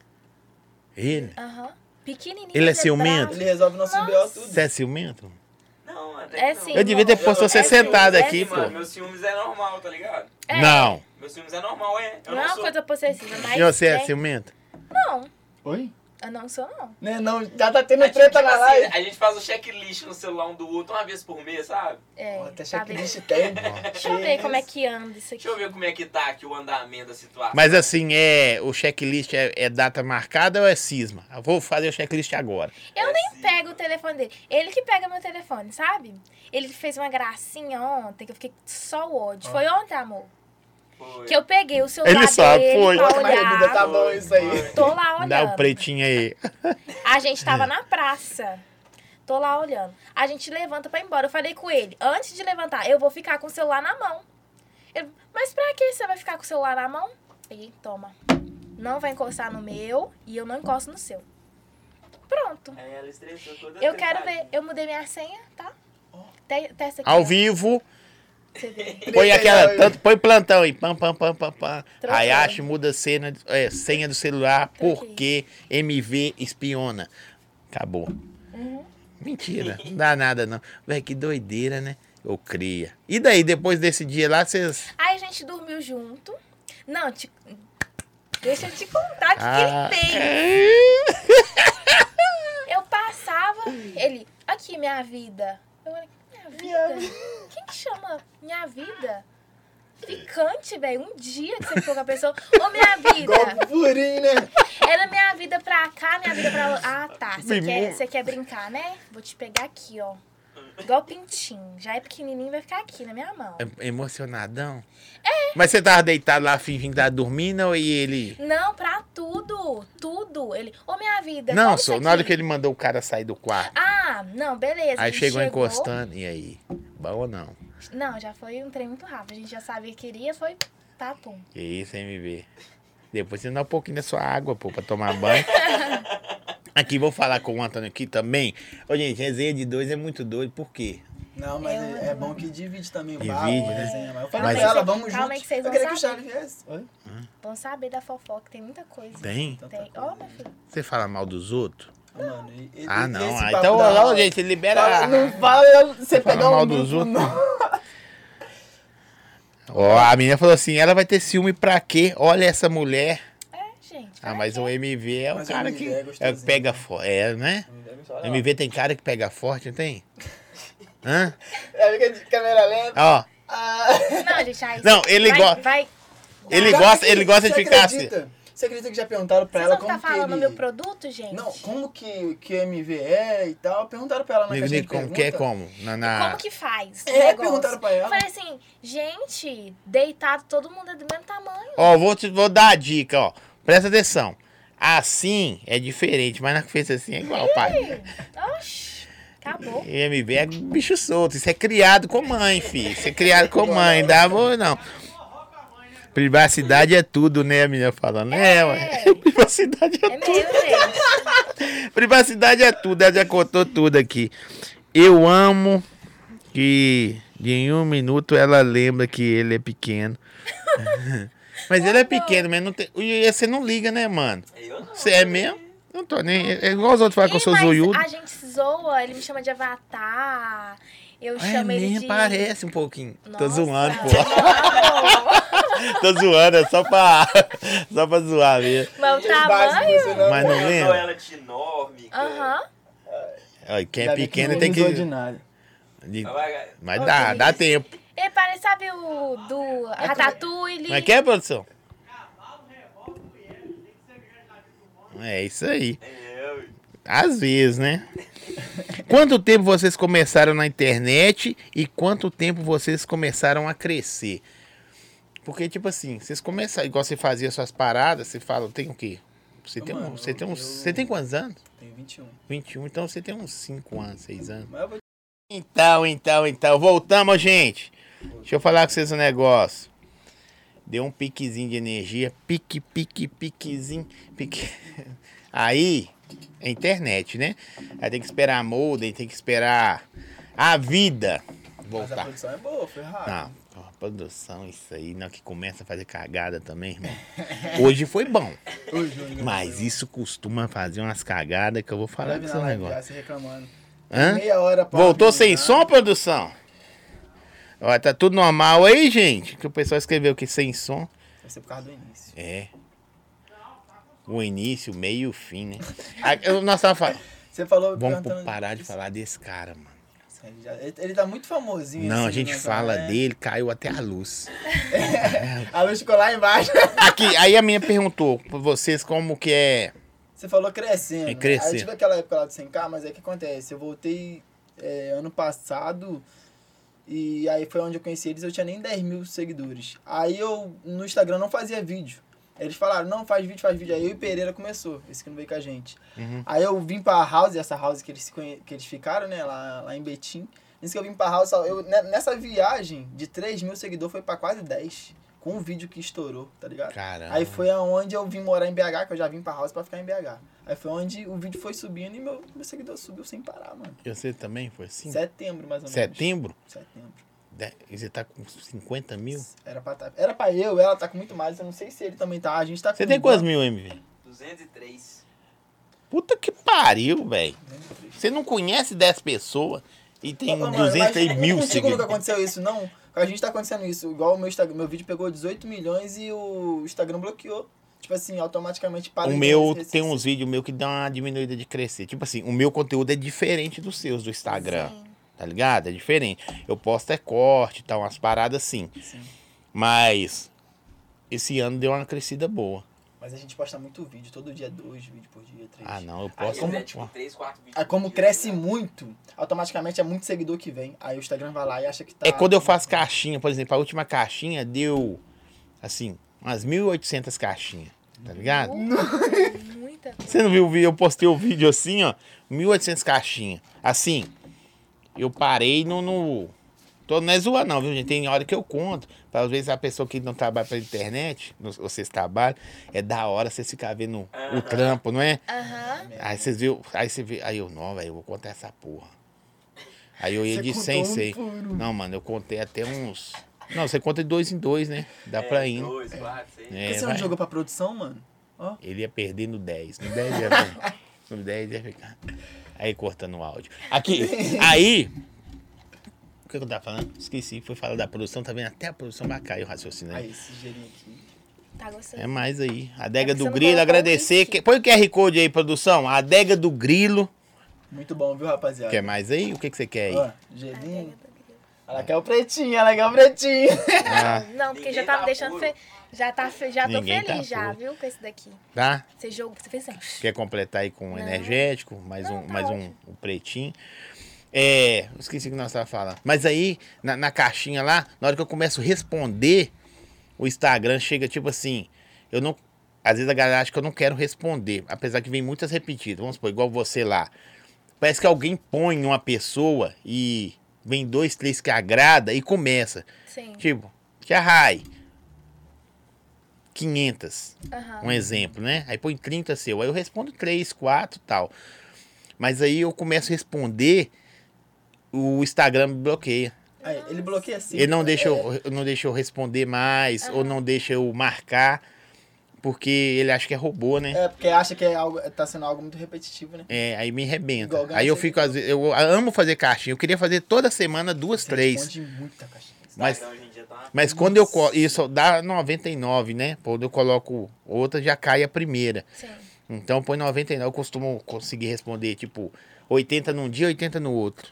Ele? Aham. Pequenininho. Ele é bravo. ciumento? Ele resolve nosso B.O. tudo. Você é ciumento? Não, até É que não. sim. Eu devia ter irmão. posto Eu- você é sentado ciúmes, aqui, é pô. Mano, meus ciúmes é normal, tá ligado? É. Não. Meus ciúmes é normal, é. Eu Não, não, é uma sou. coisa possessiva, mas. E você é tem- ciumento? Não. Oi? Eu não sou, não. Né, não, já tá tendo É tipo, treta tipo na assim, live. a gente faz um checklist no celular um do outro uma vez por mês, sabe? É, Ó, Até tá vendo? checklist tem. Deixa eu ver como é que anda isso aqui. Deixa eu ver como é que tá aqui o andamento da situação. Mas assim, é o checklist é, é data marcada ou é cisma? Eu vou fazer o checklist agora. Eu É nem sim. pego o telefone dele. Ele que pega meu telefone, sabe? Ele fez uma gracinha ontem que eu fiquei só o ódio. Foi ontem, amor? Foi. Que eu peguei o celular Ele sabe, dele foi. pra Nossa, mas olhar. vida tá bom isso aí. Tô lá Me olhando. Dá o pretinho aí. A gente tava na praça. Tô lá olhando. A gente levanta pra ir embora. Eu falei com ele, antes de levantar, eu vou ficar com o celular na mão. Ele, mas pra que você vai ficar com o celular na mão? Peguei, toma. Não vai encostar no meu e eu não encosto no seu. Pronto. Aí ela estressou toda Eu quero ver. tretadinha. Eu mudei minha senha, tá? Te- Testa aqui. ó. Ao vivo, Você vê. põe Legal, aquela. hein? Tanto, põe plantão aí. Pam, pam, pam, pam, pam. Troquei. Hayashi muda a cena, é, senha do celular Troquei. porque MV espiona. Acabou. Uhum. Mentira, não dá nada não. Véi, que doideira, né? Eu cria. E daí, depois desse dia lá, vocês. Aí a gente dormiu junto. Não, te... deixa eu te contar o que, Ah. que ele fez. Eu passava, ele, aqui, minha vida. Eu falei, minha vida? Quem que chama minha vida? insignificante, velho. Um dia que você ficou com a pessoa. Ô, minha vida! Igual purinho, né? Era minha vida pra cá, minha vida pra lá. Ah, tá. Você Menino. quer, você quer brincar, né? Vou te pegar aqui, ó. Igual pintinho. Já é pequenininho, vai ficar aqui na minha mão. É- Emocionadão. É. Mas você tava deitado lá fingindo que tava dormindo e ele. Não, pra tudo. Tudo. Ele, ô, minha vida. Não, sabe só isso na hora aqui? que ele mandou o cara sair do quarto. Ah, não, beleza. aí Ele chegou, encostando. E aí? Bom ou não? Não, já foi um trem muito rápido. A gente já sabia que queria, foi papum. Que isso, MB. Depois você dá um pouquinho da sua água, pô, pra tomar banho. Aqui, vou falar com o Antônio aqui também. Ô, gente, resenha de dois é muito doido, por quê? Não, mas Eu- é, é bom que divide também o Divide, barro, né? resenha. Mas eu falei Mas- pra ela, vamos Calma aí juntos. que vocês eu vão queria que o saber. Charlie viesse. Oi? Vão saber da fofoca, tem muita coisa. Tem? Então tá. Tem. Ó, meu filho. Você fala mal dos outros? Ah, Mano, e, e- Ah, e não. esse Ah, papo então, da- ó, gente, libera. Fala, Não fala, eu- você Fala pegar mal um dos grupo, outros. não. Ó, a menina falou assim: ela vai ter ciúme pra quê? Olha essa mulher. É, gente. Ah, pra mas quê? o MV é o Mas o cara MV que, é é o que gostosinho. pega forte. É, né? O MV tem cara que pega forte, não tem? Hã? É, fica de câmera lenta. Ó, Ah. Não, gente, aí. Não, ele vai, gosta- Vai. ele Já gosta, acredita- ele gosta de você ficar assim. acredita? Você acredita que já perguntaram pra Vocês ela vão como ficar que tá falando ele... meu produto, gente? Não, como que, que MV é e tal. Perguntaram pra ela na Nico, caixinha de Nico, como que é pergunta. como? Na, na- Como que faz? o É, negócio? perguntaram pra ela. Eu falei assim, gente, deitado, todo mundo é do mesmo tamanho. Ó, vou, te, vou dar a dica, ó. Presta atenção. Assim é diferente, mas na que fez assim é igual, pai. Oxi, acabou. E MV é bicho solto. Isso é criado com mãe, filho. Isso é criado com mãe. Dá amor, não. Privacidade é tudo, né? A menina falando. É, ué. Privacidade é É mesmo, gente. Privacidade é tudo, ela já contou tudo aqui. Eu amo que de em um minuto ela lembra que ele é pequeno. mas ele é pequeno, mas não tem. e Você não liga, né, mano? Eu não. Você é mesmo? Não tô nem. É igual os outros falam que eu sou zoiudo. A gente zoa, ele me chama de avatar. Eu É, chamo ele nem de. parece um pouquinho. Tô Nossa. zoando, pô. Tô zoando, é só pra, só pra zoar mesmo. Mas o Ele bate tamanho. você né? na- Mas não eu dou lembra? ela de enorme. cara. Aham. Olha, Quem é Ainda bem pequeno não tem usou de que. nada. de- Vai, Mas dá, dá tempo. Ele parece, sabe, o do Ratatouille. Como é que é, produção? É isso aí. Eu, Às vezes, né? Quanto tempo vocês começaram na internet e quanto tempo vocês começaram a crescer? Porque, tipo assim, vocês começaram, igual você fazia suas paradas, você fala, tem o quê? Você tem, um- Mano, você tem, um, eu- você tem quantos anos? Tenho 21. 21, então você tem uns 5 anos, 6 anos. Mas eu vou Então, então, então, voltamos, gente. Deixa eu falar com vocês um negócio. Deu um piquezinho de energia, pique, pique, piquezinho, pique. Aí, é internet, né? Aí tem que esperar a molda, aí tem que esperar a vida Mas a voltar. Tá. produção é boa, foi rápido. Não, a produção, isso aí, não, que começa a fazer cagada também, irmão. Hoje foi bom, Ô, Júnior, mas isso costuma fazer umas cagadas que eu vou falar vai com vir na vocês um live já negócio. se reclamando. Hã? Meia hora pra né? Voltou avisar. sem som, produção? Ó, tá tudo normal aí, gente? Que o pessoal escreveu que sem som. Vai ser por causa do início. É. O início, o meio e o fim, né? Ah, eu- nós tava falando. Você falou... Vamos perguntando- parar de falar desse cara, mano. Ele, já- ele- ele tá muito famosinho. Não, assim, a gente né, fala cara? É. dele, caiu até a luz. A luz ficou lá embaixo. Aqui, aí a minha perguntou pra vocês como que é. Você falou crescendo. né? É, crescendo. Aí eu tive aquela época lá do 100k, mas aí o que acontece? Eu voltei é, ano passado e aí foi onde eu conheci eles. Eu tinha nem 10 mil seguidores. Aí eu no Instagram não fazia vídeo. Eles falaram, não, faz vídeo, faz vídeo. Aí eu e Pereira começou, esse que não veio com a gente. Aí eu vim pra House, essa House que eles, se conhe- que eles ficaram, né, lá, lá em Betim. Nisso que eu vim pra House, eu, ne- nessa viagem de 3 mil seguidores foi pra quase 10. Com um vídeo que estourou, tá ligado? Caramba. Aí foi aonde eu vim morar em BH, que eu já vim pra house pra ficar em BH. Aí foi onde o vídeo foi subindo e meu, meu seguidor subiu sem parar, mano. E Você também foi assim? Setembro, mais ou menos. Setembro? Setembro. De- e Você tá com 50 mil? Era pra, tá- era pra eu, ela tá com muito mais, eu não sei se ele também tá. A gente tá com. Você tem quantos mil, MV? 203. Puta que pariu, velho. Você não conhece 10 pessoas e tem 200 e mil Contigo nunca seguidores. aconteceu isso, não? Com A gente tá acontecendo isso. Igual o meu Instagram, meu vídeo pegou 18 milhões e o Instagram bloqueou. Tipo assim, automaticamente para O de meu aparecer tem um assim. uns vídeos meu que dá uma diminuída de crescer. Tipo assim, o meu conteúdo é diferente dos seus do Instagram. Sim. Tá ligado? É diferente. Eu posto é corte e tal, umas paradas assim. Mas esse ano deu uma crescida boa. Mas a gente posta muito vídeo, todo dia dois vídeos por dia, três. Ah, não, eu Aí posso. é, tipo, três, quatro vídeos Ah, Aí por como dia, cresce né? muito, automaticamente é muito seguidor que vem. Aí o Instagram vai lá e acha que tá. É quando eu faço caixinha, por exemplo, a última caixinha deu, assim, umas 1.800 caixinhas, tá ligado? Muita. Você não viu o vídeo? Eu postei o vídeo assim, ó. 1.800 caixinha. Assim, eu parei no. no... Tô, não é zoar, não, viu, gente? Tem hora que eu conto. pra, Às vezes a pessoa que não trabalha pela internet, no- vocês trabalham, é da hora vocês ficar vendo o Aham. trampo, não é? Aham. Aí vocês viu, aí você vê, aí eu, não, velho, eu vou contar essa porra. Aí eu ia Você de contou 100 um sei. por um. Não, mano, eu contei até uns. Não, você conta de dois em dois, né? Dá É, pra ir. né? Dois, quatro, seis. É, Porque você não vai. jogou pra produção, mano? Ó. Ele ia perder no 10. No 10 ia, ficar- no 10 ia ficar. Aí cortando o áudio. Aqui, aí. O que que eu tava falando? Esqueci, fui falar da produção, tá vendo? Até a produção vai cair o raciocínio. aí. Aí, esse gerinho aqui. Tá gostoso. É mais aí. Adega É porque você do não Grilo, colocou o agradecer. link. Que- põe o QR Code aí, produção. Adega do Grilo. Muito bom, viu, rapaziada? Quer mais aí? O que, que você quer aí? Ó, Ah, pega, gelinho. pega. Ela quer é o pretinho, ela quer o pretinho. Ah, Não, porque já Ninguém tá tá me deixando. puro. Fe... Já, tá fe... já tô Ninguém tá feliz, já, puro. viu, com esse daqui. tá? Você jogo, você fez assim. Quer completar aí com um Não. energético, mais Não, um, tá mais um, ótimo. um pretinho. É, eu esqueci o que nós tava falando. Mas aí, na, na caixinha lá, na hora que eu começo a responder, o Instagram chega tipo assim, eu não. Às vezes a galera acha que eu não quero responder, apesar que vem muitas repetidas. Vamos supor, igual você lá. Parece que alguém põe uma pessoa e vem dois, três que agrada e começa. Sim. Tipo, Tia Rai, 500. Aham. Um exemplo, né? Aí põe 30 seu. Aí eu respondo 3, 4 tal. Mas aí eu começo a responder, o Instagram me bloqueia. Aí, ele bloqueia assim. Ele não deixa, eu, não deixa eu responder mais, ou não deixa eu marcar, porque ele acha que é robô, né? É, porque acha que é algo, tá sendo algo muito repetitivo, né? É, aí me arrebenta. Igual o aí eu Ganso, fico, às vezes, eu amo fazer caixinha. Eu queria fazer toda semana duas, Você três. responde muita caixinha. Mas- Instagram hoje em dia tá uma Mas quando eu colo. Isso dá 99, né? Quando eu coloco outra, já cai a primeira. Sim. Então põe 99, eu costumo conseguir responder, tipo, 80 num dia, 80 no outro.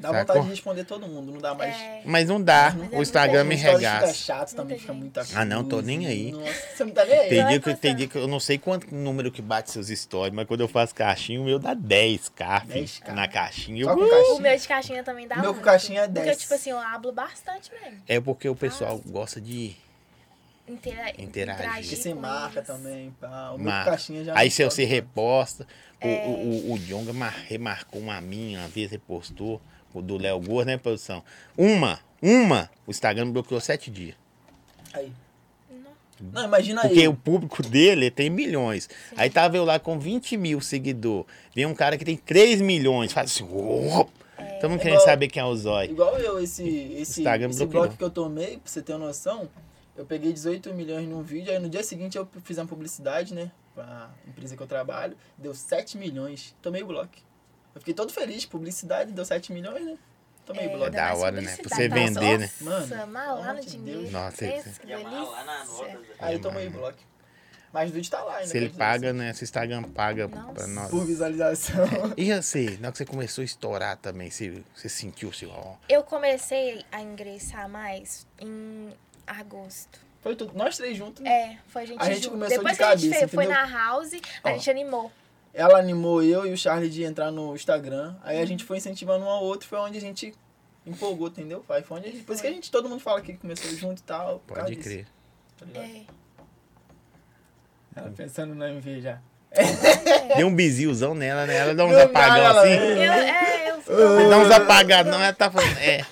Dá Sacou? vontade de responder todo mundo, não dá mais. É. Mas não dá, Mas é o muita Instagram gente, me Os stories Fica regaça. chato também, Muita fica gente. muita Ah, não, tô nem aí. Nossa, você não tá nem aí. Tem Vai dia, que, tem passar. dia que eu não sei quanto número que bate seus stories, mas quando eu faço caixinha, o meu dá 10k, filho, 10K. na caixinha. Só Eu- com O caixinha. meu é de caixinha também dá Meu com muito. caixinha é Porque, 10. tipo assim, eu hablo bastante mesmo. É porque o pessoal gosta de. Intera Interagir. Porque interagir você com marca eles. também, pá. O meu Marca. com caixinha já. Aí não né? se sobe, você mano. reposta, o, É. o, o, o Djonga mar- remarcou uma minha, uma vez repostou, o do Léo Gordo, né, produção? Uma, uma, o Instagram me bloqueou sete dias. Aí. Não. Não, imagina Porque aí. o público dele tem milhões. Aí tava eu lá com 20 mil seguidor. Vem um cara que tem 3 milhões. Faz assim. Uou! Tamo querendo Igual- saber quem é o Zói. Igual eu, esse, esse, Instagram esse bloqueou. bloco que eu tomei, pra você ter uma noção, eu peguei 18 milhões num vídeo, aí no dia seguinte eu fiz uma publicidade, né? Pra empresa que eu trabalho, deu 7 milhões. Tomei o bloco. Eu fiquei todo feliz, publicidade deu 7 milhões, né? Tomei o É, bloco. dá mais hora, né? Pra você publicidade. vender, né? Nossa, Mano, pelo malar amor no de dinheiro. Deus. É Nossa, Pensa, que Ia lá na nota. delícia. velho. Aí eu tomei o bloco. Mas o vídeo tá lá, ainda. Se ele quer dizer, paga, né? Se o Instagram paga Nossa. pra nós. Por visualização. E você, na hora que você começou a estourar também, você, você sentiu assim, ó. Eu comecei a ingressar mais em agosto. Foi tudo. Nós três juntos, né? É, foi a gente, A gente junto. começou Depois de que a gente cabeça, fez, foi entendeu? na house, a Ó. gente animou. Ela animou eu e o Charlie de entrar no Instagram. Aí a gente foi incentivando um ao outro, foi onde a gente empolgou, entendeu? Foi foi onde a gente- Por isso que a gente, todo mundo fala que começou junto e tal. por causa Pode disso, crer. tá ligado? É. Ela É. pensando no MV já. é Deu um bizilzão nela, né? Ela dá uns Não, apagão ela- Eu, assim. É. é, eu Ah. Ela Dá uns apagão, não. Ela tá falando. É.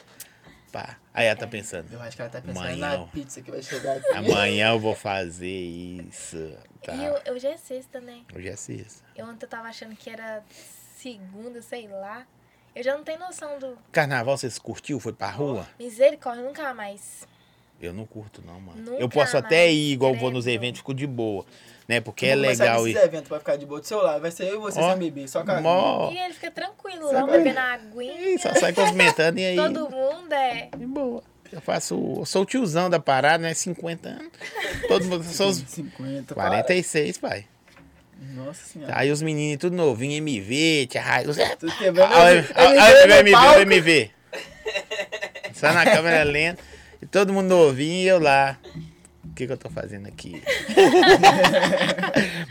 Pá. Aí ela tá pensando. Eu acho que ela tá pensando Amanhã. na pizza que vai chegar É, aqui. Amanhã eu vou fazer isso. Tá. E eu, hoje é sexta, né? Hoje é sexta. Eu ontem eu tava achando que era segunda, sei lá. Eu já não tenho noção do. Carnaval, vocês curtiu? Foi pra rua? Misericórdia, nunca mais. Oh. Eu não curto, não, mano. Nunca eu posso até mais, ir, igual eu vou nos credo. eventos, fico de boa. Né? Porque Eu é vou começar legal nesses ir. eventos pra ficar de boa do seu lado. Vai ser eu e você Ó, sem bebê, só carinho. Mó. E ele fica tranquilo Sabe? lá, bebendo a aguinha. Ih, Só sai cumprimentando e aí. Todo mundo é. De boa. Eu faço. Eu sou o tiozão da parada, né? 50 anos. Todo mundo. eu Sou os 50, 46, pai. para. Nossa senhora. Aí os meninos, tudo novinho, MV, tia Raio. Tô Olha quebrando. o Ele veio no MV, olha o palco. MV. Só na câmera é lenta. E todo mundo novinho e eu lá. O que, que eu tô fazendo aqui?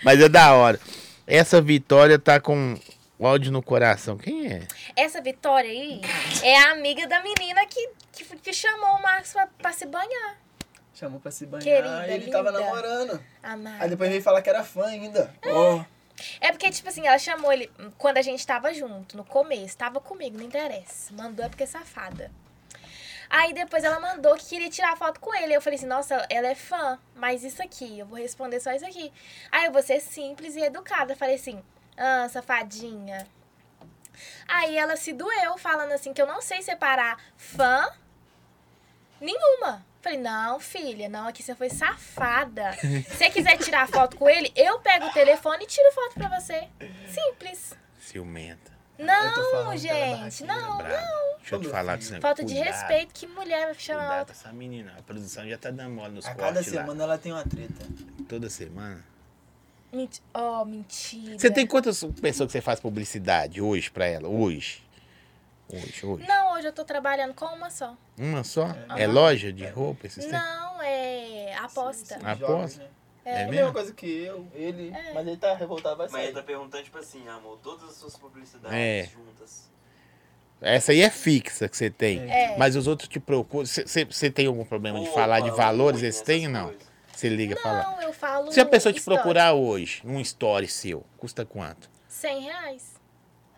Mas é da hora. Essa vitória tá com ódio no coração. Quem é? Essa Vitória aí é a amiga da menina que, que, que chamou o Marcos pra, pra se banhar. Chamou pra se banhar Querida, e ele tava linda. namorando. Amada. Aí depois veio falar que era fã ainda. Ó, É porque, tipo assim, ela chamou ele quando a gente tava junto, no começo. Tava comigo, não interessa. Mandou é porque é safada. Aí depois ela mandou que queria tirar foto com ele. Eu falei assim, nossa, ela é fã, mas isso aqui, eu vou responder só isso aqui. Aí eu vou ser simples e educada. Eu Falei assim, ah, safadinha. Aí ela se doeu, falando assim, que eu não sei separar fã nenhuma. Falei, não, filha, não, aqui você foi safada. Se você quiser tirar foto com ele, eu pego o telefone e tiro foto pra você. Simples. Ciumenta. Eu tô Não, falando que ela é gente, barraqueira, não. Brava. Deixa eu te Ô, falar meu disso. filho. Falta de respeito, que mulher vai chamar Cuidado com outra. essa menina. A produção já tá dando mole nos a cortes cada lá. semana ela tem uma treta. Toda semana. Menti- Oh, mentira. Você tem quantas pessoas que você faz publicidade hoje pra ela? Hoje? Hoje, hoje. Não, hoje eu tô trabalhando com uma só. Uma só? É loja de roupa? Esses tempos? Não, é aposta. Ah, Jovens, posso? né? É É a mesmo? mesma coisa que eu, ele. Mas ele tá revoltado, vai Mas sair. ele tá perguntando, tipo assim, amor, todas as suas publicidades É. juntas. Essa aí é fixa que você tem. É. Mas os outros te procuram. Você- Você você tem algum problema de Opa, falar de valores? muito Eles têm ou nessas não? coisas. Você liga pra lá. Não, eu falo. Se a pessoa te história. procurar hoje, um story seu, custa quanto? 100 reais,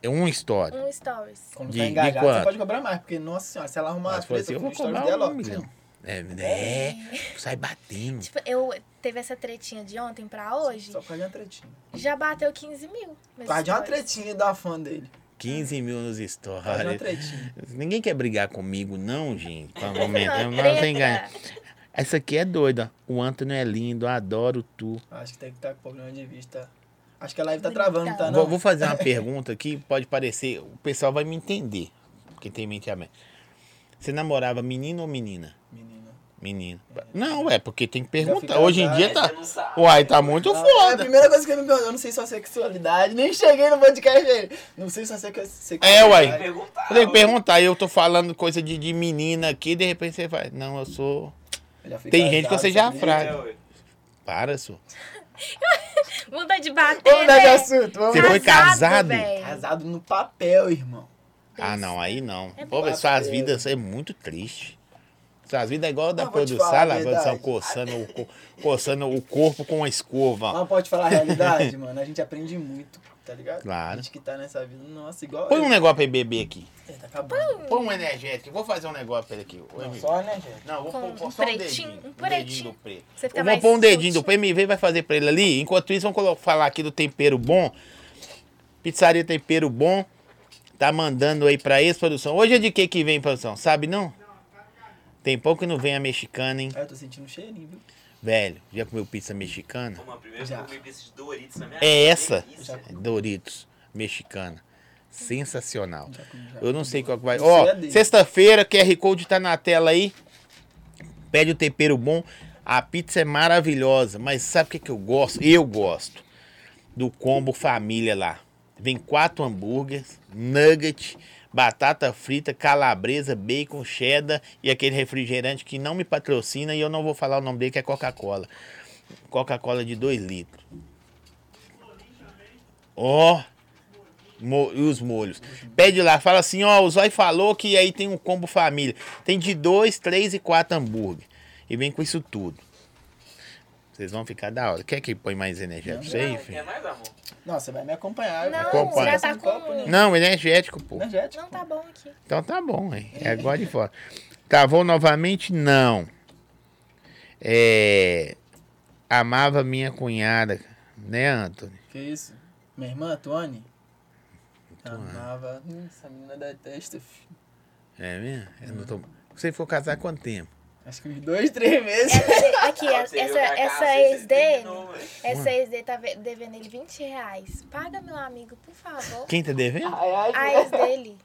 É um story. um stories. Quando De- tá de engajado, quanto? você pode cobrar mais, porque, nossa senhora, se ela arrumar uma Mas treta você, eu com vou o stories cobrar dela, um milhão. É, né? Sai batendo. É. Tipo, eu teve essa tretinha de ontem pra hoje, Só por causa de uma tretinha. já bateu 15 mil. Por meus causa de uma stories. tretinha da fã dele. 15 mil nos Por causa de uma stories. tretinha. Ninguém quer brigar comigo, não, gente. Pra um momento. Uma Não, sem treta. ganhar. Essa aqui é doida. O Antônio é lindo, adoro tu. Acho que tem que estar com problema de vista. Acho que a live tá travando, tá? Vou, Não? vou fazer uma pergunta aqui, pode parecer. O pessoal vai me entender. Porque tem mente aberta. Você namorava menino ou menina? Menina. Menino. Não, é porque tem que perguntar. fica Hoje em já, dia Mas tá. você não sabe. Uai, tá muito É a foda. primeira coisa que ele me perguntou, eu não sei sua sexualidade, nem cheguei no podcast dele. Não sei sua sex- É, sexualidade. uai. Perguntar. Eu tenho que perguntar, eu tô falando coisa de, de menina aqui, de repente você fala, não, eu sou. Eu já fui Tem gente casado, que você já sabia? fraga. É, ué. Para, sou. Muda de bater, Vamos mudar de né? assunto, vamos Você foi casado? velho. Casado no papel, irmão. Ah, não, aí não. É Pô, bem mas suas bacana. vidas é muito triste. Suas vidas é igual a da Não, vou te produção, falar a lá, a produção verdade. coçando o, co- coçando o corpo com a escova. Mas pode falar a realidade, mano. A gente aprende muito, tá ligado? Claro. A gente que tá nessa vida, nossa, igual. Põe eu. um negócio pra ele beber aqui. É, tá acabando. Põe um energético. Vou fazer um negócio pra ele aqui. Ô, Não, amigo. só, né, gente? Não, vou Com pôr um pôr só um pretinho, dedinho. um Um pretinho. dedinho do preto. Você fica Eu vou mais pôr um dedinho do soltinho. PMV vai fazer pra ele ali. Enquanto isso, vamos colo- falar aqui do tempero bom. Pizzaria Tempero Bom. Tá mandando aí pra eles, produção. Hoje é de que que vem, produção? Sabe não? Tem pouco que não vem a mexicana, hein? Ah, eu tô sentindo um cheirinho, viu? Velho, já comeu pizza mexicana? Uma primeira vez que Já. eu comi desses Doritos na minha É vida, essa? delícia. Doritos, mexicana. Sensacional. Já comi, Tá já Eu não sei qual que vai. Isso Ó, é dele. sexta-feira, QR Code tá na tela aí. Pede o tempero bom. A pizza é maravilhosa, mas sabe o que, que eu gosto? Eu gosto do combo família lá. Vem quatro hambúrgueres, nugget, batata frita, calabresa, bacon, cheddar e aquele refrigerante que não me patrocina e eu não vou falar o nome dele, que é Coca-Cola. Coca-Cola de 2 litros. Ó, mo- e os molhos. Pede lá, fala assim, ó, o Zói falou que aí tem um combo família. Tem de 2, 3 e 4 hambúrguer. E vem com isso tudo. Vocês vão ficar da hora. Quer que põe mais energético? pra Você, Não, filho? Quer mais, amor? Não, você vai me acompanhar. Não, Acompanha. já tá Um com- copo, né? Não, energético, pô. Energético. Não tá bom aqui. Então tá bom, hein? É agora de fora. Cavou novamente? Não. É. Amava minha cunhada, né, Anthony? Que isso? Minha irmã, Tuane? Amava. Hum, Essa menina detesta, filho. É mesmo? Eu não Uhum. tô... Você ficou casado há quanto tempo? Acho que uns dois, três meses. Aqui, Pode essa, ser, eu cagar, essa você ex se dele, terminou, mano. essa ex dele tá ve- devendo ele 20 reais. Paga, meu amigo, por favor. Quem tá É. devendo? Ai, ai, A ex dele.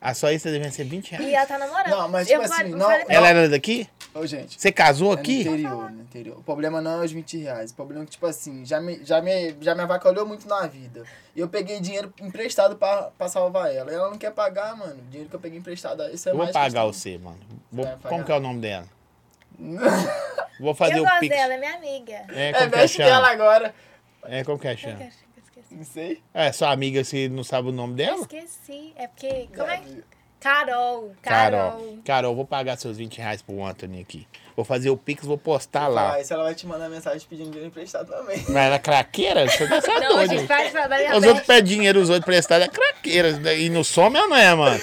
A sua Ah, isso devendo ser 20 E reais. ela tá namorando. Não, mas tipo Eu assim, falei- não- falei pra Ela era daqui? Ô, gente. Você casou É No aqui? interior, no interior. O problema não é os 20 reais. O problema é que, tipo assim, já me, já me, já me avacalhou muito na vida. E eu peguei dinheiro emprestado pra, pra salvar ela. E ela não quer pagar, mano. O dinheiro que eu peguei emprestado, isso é Eu vou mais pagar questão. você, mano. Vou- Vai pagar. Como que é o nome dela? Vou fazer eu o gosto pix. dela, é minha amiga. É, É, como que é mexe dela chama? agora. É, como que é Como que chama? eu esqueci? Não sei. É, sua amiga, se não sabe o nome Eu dela? esqueci. É porque. Como é? Carol. Carol. Carol. Carol, vou pagar seus 20 reais pro Anthony aqui. Vou fazer o pix, vou postar Ah lá. Aí se ela vai te mandar mensagem pedindo dinheiro emprestado também. Mas ela é craqueira? Você tá Não, a doido. gente vai trabalhar Os outros pedem dinheiro, os outros prestados é craqueira. E não some ela não é, mano.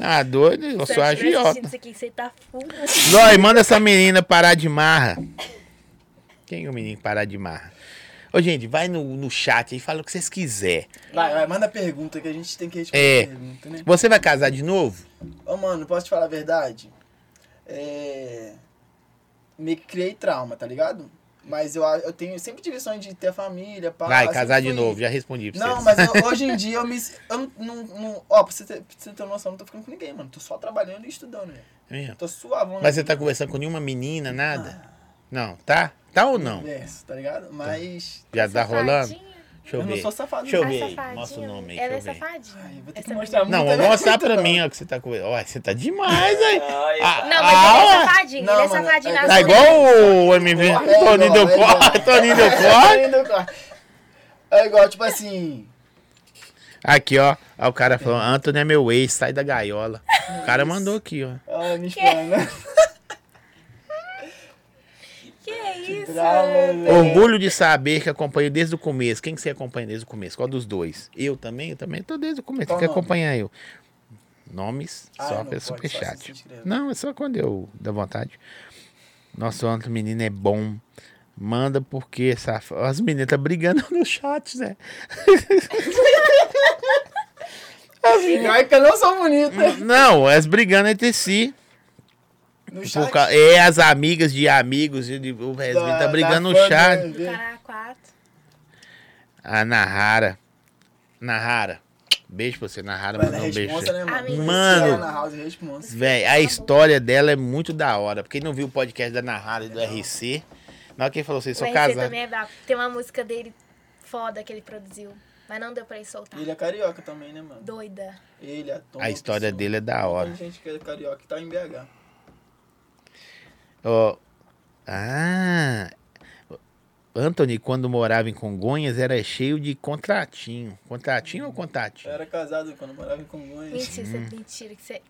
Ah, doido, eu sou agiota. tá Isso aqui, você tá full. Zói, manda essa menina parar de marra. Quem é o menino que parar de marra? Ô, gente, vai no, no chat e fala o que vocês quiserem. Vai, vai, manda pergunta que a gente tem que responder É. pergunta, né? Você vai casar de novo? Ô, mano, posso te falar a verdade? É... Me criei trauma, tá ligado? Mas eu, a- eu tenho sempre tive sonho de ter família, pá. Vai eu casar de sempre fui- novo, já respondi pra Não, vocês. mas eu- hoje em dia eu me... Eu não, não, não- ó, pra você, ter, pra você ter noção, eu não tô ficando com ninguém, mano. Tô só trabalhando e estudando, né? É Mesmo? Tô suavão. Mas você tá conversando com nenhuma menina, Ah. nada? Não, tá? Tá ou não? Isso, tá ligado? Mas... Já tá rolando? Safadinha. Deixa eu eu não ver. sou safado. Deixa eu não. Ah, ver aí, safadinha. mostra o nome aí, Ela é deixa eu ver. safadinha. Ai, vou ter Essa que é mostrar Não, muito, vou mostrar pra Não. mim, ó, que você tá com. Ó, você tá demais, aí. Ai, Ah, bonita. ah, Não, mas ele é ó, safadinho. Não, ele é mano, safadinho. é- nas Tá outras. igual o MV É Toninho igual, deu é igual. corte, Toninho deu corte. Ainda corre. É igual, tipo assim. Aqui, ó. Ó, o cara falou, Antônio é meu ex, sai da gaiola. O cara mandou aqui, ó. Ai, me espana. Que isso? é, Drama, Orgulho de saber que acompanho desde o começo. Quem que você acompanha desde o começo? Qual dos dois? Eu também? Eu também tô desde o começo. Quem Qual que nome? acompanha eu? Nomes, Ah, só não pelo pode, só se superchat. inscreve. Não, é só quando eu dá vontade. Nosso outro menino é bom. Manda porque safa. As meninas tá brigando no chat, né? Ai, que eu não sou Hum. bonita. Não, elas brigando entre si. No Por chat. ca- É, as amigas de amigos, de, de, o as meninas tá da brigando no fã chat. do Do MV. Cará 4. A Nahara. Nahara. Beijo pra você, Nahara. Mas a Mandou um beijo. pra responsa, você. né, mano? Amiga. Mano. Ela na house, a responsa. Véi, a história dela é muito da hora. Pra Quem não viu o podcast da Nahara e do RC, na hora que ele falou assim, O sou RC casado. também é brabo. Tem uma música dele foda que ele produziu. Mas não deu pra ele soltar. E Ele é carioca também, né, mano? Doida. Ele, a Tom. A história Pessoa. dele é Uhum. da hora. Tem gente que é carioca que tá em BH. Ó, ah, Anthony, quando morava em Congonhas, era cheio de contratinho. Contratinho ou Eu contatinho? era casado quando morava em Congonhas. Mentira, você- mentira que você.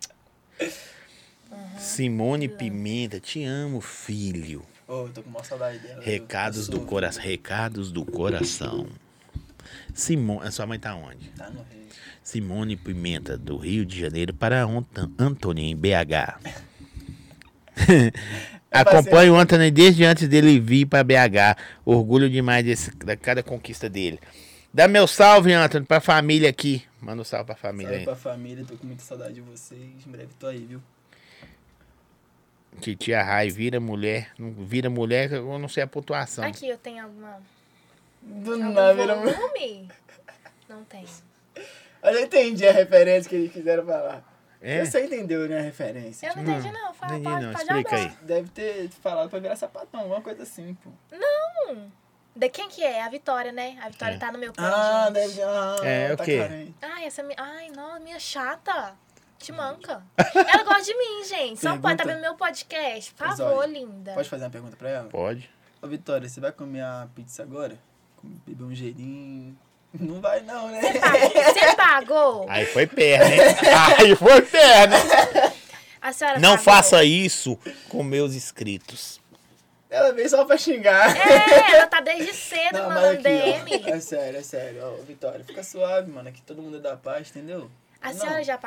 Simone Pimenta, te amo, filho. Ô, eu tô com uma saudade dela. viu? Recados do Sua, coração. Recados do coração. Simone, sua mãe tá onde? Tá no rei. Simone Pimenta, do Rio de Janeiro para Ant- Anthony, em BH. Acompanho o Anthony desde antes dele vir para BH. Orgulho demais desse, da cada conquista dele. Dá meu salve, Anthony, pra família aqui. Manda um salve pra família Salve aí. pra família, tô com muita saudade de vocês. Em breve tô aí, viu? Titia Rai, vira mulher. Não- Vira mulher, eu não sei a pontuação. Aqui eu tenho alguma. Do Tá Algum nada, era muito. volume? Não tem. Eu já entendi a referência que eles quiseram falar. É? Você entendeu, né, a referência? Eu não entendi, não. Fala, Entendi, pode, não. pode Explica abrir. aí. Deve ter falado pra virar sapatão, alguma coisa assim, pô. De quem que é? A Vitória, né? A Vitória É. tá no meu pé, Ah, gente. deve. Ah, É, tá o quê? carente. Ai, essa minha. Ai, não, minha chata. Te manca. Ela gosta de mim, gente. Só Pergunta. pode tá vendo meu podcast. Por Pois favor, olha, linda. Pode fazer uma pergunta pra ela? Pode. Ô, Vitória, você vai comer a pizza agora? Com- Beber um gelinho? Não vai, não, né? Você tá- pagou? Aí foi perna, hein? Aí foi perna. hein? A senhora Não pagou? faça isso com meus inscritos. Ela veio só pra xingar. É, um ela tá desde cedo Não, mas aqui, mandando ó. DM. É sério, é sério. Ó, Vitória, fica suave, mano. Aqui todo mundo é da paz, entendeu? A Não. senhora já pagou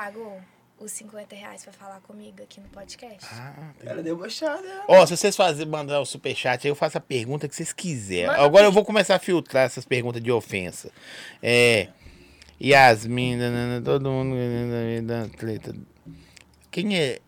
os 50 reais pra falar comigo aqui no podcast? Ah, Ela é debochada. Ó, se vocês fazerem, mandar o superchat, aí eu faço a pergunta que vocês quiserem. Manda Agora eu vou começar a filtrar essas perguntas de ofensa. É. Yasmin, nanana, todo mundo. nanana, da atleta. Quem é.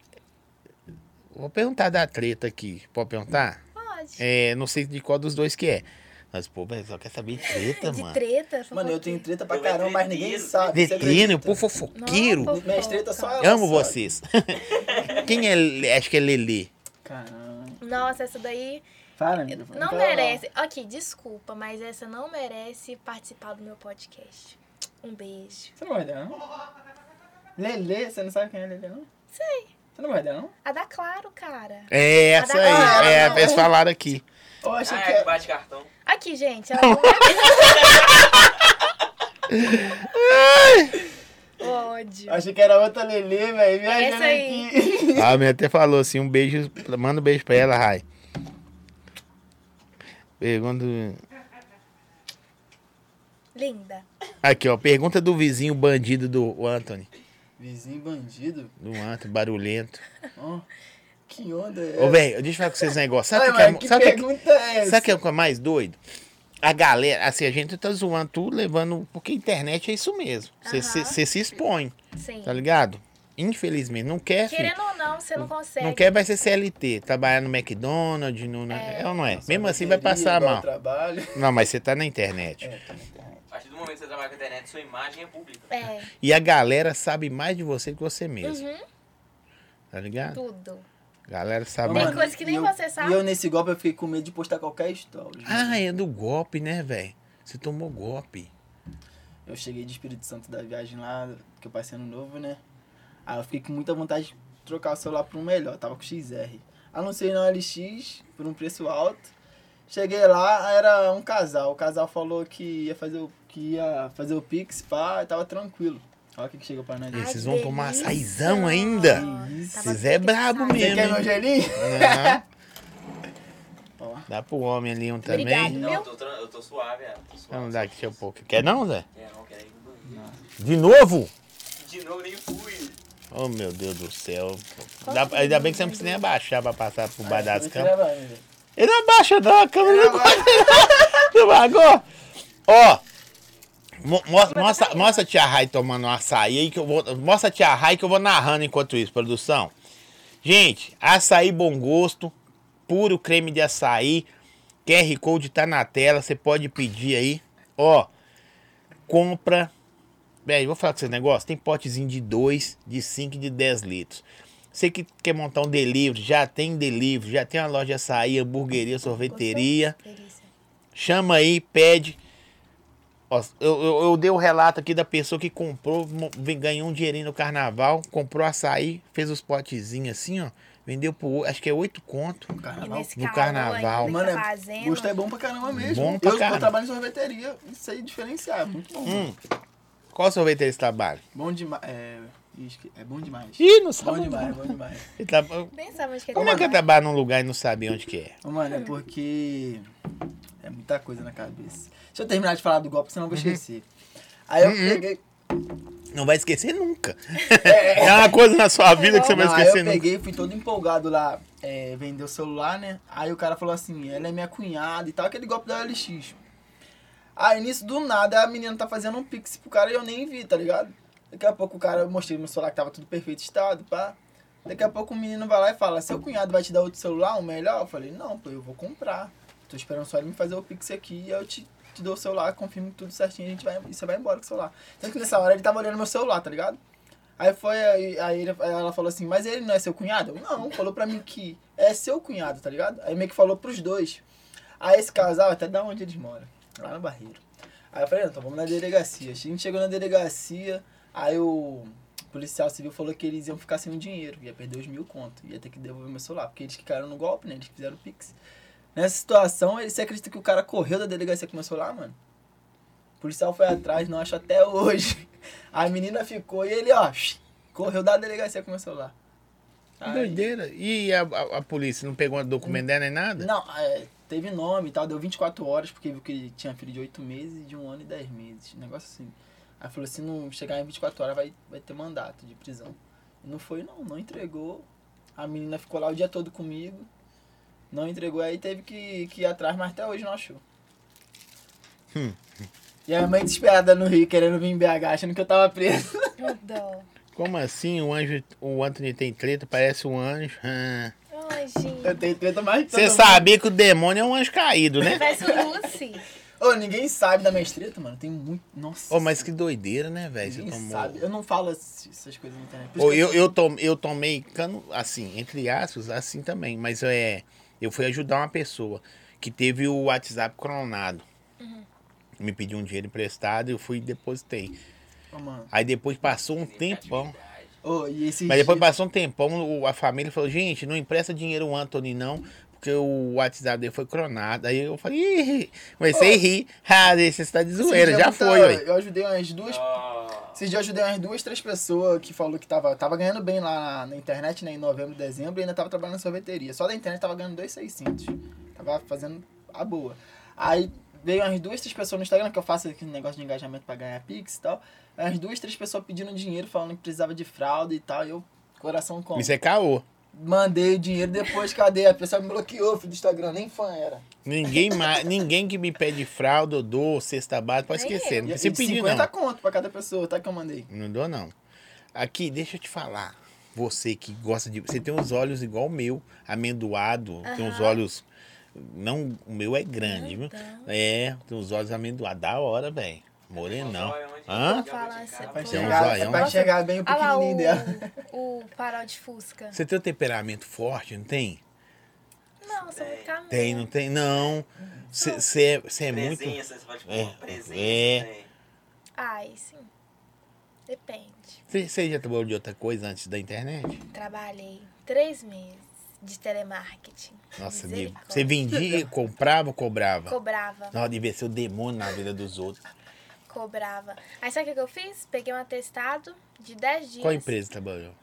Vou perguntar da atleta aqui. Pode perguntar? Pode. É, não sei de qual dos dois que é. Mas, pô, velho, só quer saber de treta, de mano. treta? só Mano, eu pode- tenho treta Eu pra entrei caramba, mas ninguém nisso. sabe. você Detrino, acredita? pô, fofoqueiro. Não, pô. Minhas tretas só ela Amo sabe. vocês. Quem é. Le- Acho que é Lelê. Caramba. Nossa, essa daí Para, amiga. fala, Então não fala. merece. Ok, desculpa, mas essa não merece participar do meu podcast. Um beijo. Você não vai olhar, não? Lelê, você não sabe quem é Lelê, não? Sei. Você não vai dar, não? A da Claro, cara. É essa aí. Ah, é, não. eles falaram aqui. Eu achei Ah, que é, era... bate cartão. Aqui, gente. Ela não Ódio. Achei que era outra Lelê, velho. Viajando Essa aí. aqui. A minha até falou assim, um beijo, manda um beijo pra ela, Rai. Pergunta... Linda. Aqui, ó, pergunta do vizinho bandido do Anthony. Vizinho bandido. Do Anthony, barulhento. Ó, que onda é Ô, velho, deixa eu falar com vocês um negócio. Sabe o que, Ai, que, é, mano, que sabe o que, que- pergunta é essa? sabe o que é o que é mais doido? A galera, assim, a gente tá zoando tudo, levando... Porque a internet é isso mesmo. Você Aham. você se expõe, Sim. tá ligado? Infelizmente, não quer, filho. Querendo ou não, você não consegue. Não quer vai ser CLT, trabalhar no McDonald's, no, na- é. ou não é? Mesmo assim vai passar Igual mal. trabalho. Não, mas você tá na internet. É, tá na internet. A partir do momento que você trabalha com a internet, sua imagem é pública. É, E a galera sabe mais de você que você mesmo, uhum, tá ligado? tudo. A galera sabe Tem mais. coisa que nem e eu- você sabe. E eu nesse golpe eu fiquei com medo de postar qualquer story. Ah, é do golpe, né, velho? Você tomou golpe. Eu cheguei de Espírito Santo da viagem lá, que eu passei no novo, né? Aí eu fiquei com muita vontade de trocar o celular por um melhor, tava com XR. Anunciei na LX por um preço alto. Cheguei lá, era um casal. O casal falou que ia fazer o, que ia fazer o Pix, pá, e tava tranquilo. Olha o que que chegou pra nós. E Ai, vocês que vão tomar delícia. açaizão ainda? Isso. Tava Vocês é tudo brabo pensado. Você mesmo. quer hein? meu gelinho? Não, Ó, dá pro homem ali um Obrigada. também. Não, Meu- eu tô, tran- eu tô suave, é. Tô suave. Vamos dar aqui um pouco. Quer não, Zé? É, não quero ir no banheiro. De novo? De novo, nem fui. Oh, meu Deus do céu. Qual Dá- que é ainda o bem que você não precisa nem abaixar pra passar por Ah, baixo das eu câmeras. tirava ele. Ele é não abaixa, não, a câmera não Tirava ele. Você pagou? é um Ó. mo- mo- pra Mostra, cá, mostra a tia Rai tomando um açaí aí que eu vou. Mostra a tia Rai que eu vou narrando enquanto isso, produção. Gente, açaí bom gosto, puro creme de açaí. QR Code tá na tela, você pode pedir aí. Ó, compra. Bem, vou falar com vocês um negócio. Tem potezinho de 2, de 5 e de 10 litros. Você que quer montar um delivery, já tem delivery, já tem uma loja de açaí, hamburgueria, sorveteria. Delícia. Chama aí, pede. Ó, eu, eu, eu dei o relato aqui da pessoa que comprou, mo- vem- ganhou um dinheirinho no carnaval, comprou açaí, fez os potezinhos assim, ó. Vendeu por, o- acho que é oito conto. E Carnaval. nesse No calor carnaval. ainda Mano, que tá é, fazendo, gosto é bom pra caramba mesmo. Bom pra eu, caramba. eu trabalho em sorveteria, isso aí é diferenciado, muito bom. Hum. Qual sorvete é esse trabalho? Bom demais. É, isque- é bom demais. Ih, não Bom sabe. demais, bom demais. Ele traba- Nem sabe onde que Como é que eu tá. trabalho num lugar e não sabe onde que é? Ô, Mano, é porque é muita coisa na cabeça. Deixa eu terminar de falar do golpe, senão eu vou Uhum. esquecer. Aí eu peguei. Não vai esquecer nunca. É uma coisa na sua vida que você vai Não, aí eu esquecer nunca. peguei, fui todo empolgado lá, é, vender o celular, né? Aí o cara falou assim, ela é minha cunhada e tal, aquele golpe da LX. Aí nisso, do nada, a menina tá fazendo um pix pro cara e eu nem vi, tá ligado? Daqui a pouco o cara, eu mostrei meu celular que tava tudo perfeito estado, pá. Daqui a pouco o menino vai lá e fala, seu cunhado vai te dar outro celular, um melhor? Eu falei, não, pô, eu vou comprar. Tô esperando só ele me fazer o pix aqui e eu te, te dou o celular, confirmo tudo certinho a gente vai, e você vai embora com o celular. Tanto que nessa hora ele tava olhando meu celular, tá ligado? Aí foi, aí, aí ele- aí ela falou assim, mas ele não é seu cunhado? Eu, não, falou pra mim que é seu cunhado, tá ligado? Aí meio que falou pros dois. Aí esse casal, até da onde eles moram, lá no Barreiro. Aí eu falei, não, então vamos na delegacia. A gente chegou na delegacia, aí o policial civil falou que eles iam ficar sem o dinheiro, ia perder os mil contos, ia ter que devolver meu celular, porque eles que caíram no golpe, né? Eles que fizeram o pix. Nessa situação, ele- você acredita que o cara correu da delegacia com meu celular, mano? O policial foi atrás, não acho até hoje. A menina ficou e ele, ó, correu da delegacia com meu celular. Que Aí- doideira. E a, a- a polícia não pegou documento dela nem nada? não, é, teve nome e tal, deu 24 horas, porque viu que ele tinha filho de 8 meses e de 1 ano e 10 meses. Um negócio assim. Aí falou, se não chegar em 24 horas, vai, vai ter mandato de prisão. E não foi não, não entregou. A menina ficou lá o dia todo comigo. Não entregou, aí teve que, que ir atrás, mas até hoje não achou. E a mãe desesperada no Rio, querendo vir em BH, achando que eu tava preso. Tudo. Como assim? O anjo, o Anthony tem treta, parece um anjo. Ah. Ai, gente. Eu tenho treta mais que todo Você mundo. sabia que o demônio é um anjo caído, né? Parece o Lucy. Ô, ninguém sabe da minha treta, mano. Tem muito... Nossa. Oh, mas que doideira, né, velho? Você Ninguém tomou. sabe. Eu não falo ess- essas coisas na internet. Por Ô, isso que eu, eu, tom- eu tomei cano, assim, entre aspas, assim também. Mas é, eu fui ajudar uma pessoa que teve o WhatsApp clonado. Uhum. Me pediu um dinheiro emprestado e eu fui e depositei. Ô, mano, Aí depois passou um tempão. Atividade. Ô, e esse Mas depois dia- passou um tempão, o- a família falou, gente, não empresta dinheiro o Anthony, não, porque o WhatsApp dele foi cronado. Aí eu falei, "Ih", comecei a rir. Ah, você está de esse zoeira, dia já muita- foi, ué. Eu ajudei umas duas. Esses dias eu ajudei umas duas, três pessoas que falou que tava, tava ganhando bem lá na, na internet, né? Em novembro, dezembro, e ainda tava trabalhando na sorveteria. Só da internet tava ganhando 2,600. Tava fazendo a boa. Aí veio umas duas, três pessoas no Instagram, que eu faço aquele negócio de engajamento pra ganhar Pix e tal. Umas duas, três pessoas pedindo dinheiro, falando que precisava de fralda e tal. E eu, coração como? Me você caô. Mandei o dinheiro depois, cadê? A pessoa me bloqueou, filho do Instagram, nem fã era. Ninguém, ma- ninguém que me pede fralda, eu dou cesta básica, pode Nem esquecer. eu. Não E, precisa e pedir, 50 não. conto pra cada pessoa, tá? Que eu mandei. Não dou, não. Aqui, deixa eu te falar. Você que gosta de. Você tem uns olhos igual o meu, amendoado. Tem uns Aham. olhos. Não, o meu é grande, viu? Então, É, tem uns olhos amendoados. Da hora, velho. Morenão. é Hã? Hã? Falar essa Pra Tem um enxergar, é zoião. pra enxergar bem o olha lá pequenininho dela. o, o farol de Fusca. Você tem um temperamento forte, não tem? Não, eu sou muito caminho. Tem, não tem? Não. Você é muito. Presença, você pode É. pôr presença. É. né? Ai, sim. Depende. Você já trabalhou de outra coisa antes da internet? Trabalhei três meses de telemarketing. Nossa, Misericórdia. você vendia, comprava ou cobrava? Cobrava, Nossa, devia ser o demônio na vida dos outros. cobrava. Aí sabe o que que eu fiz? Peguei um atestado de 10 dias. Qual empresa trabalhou?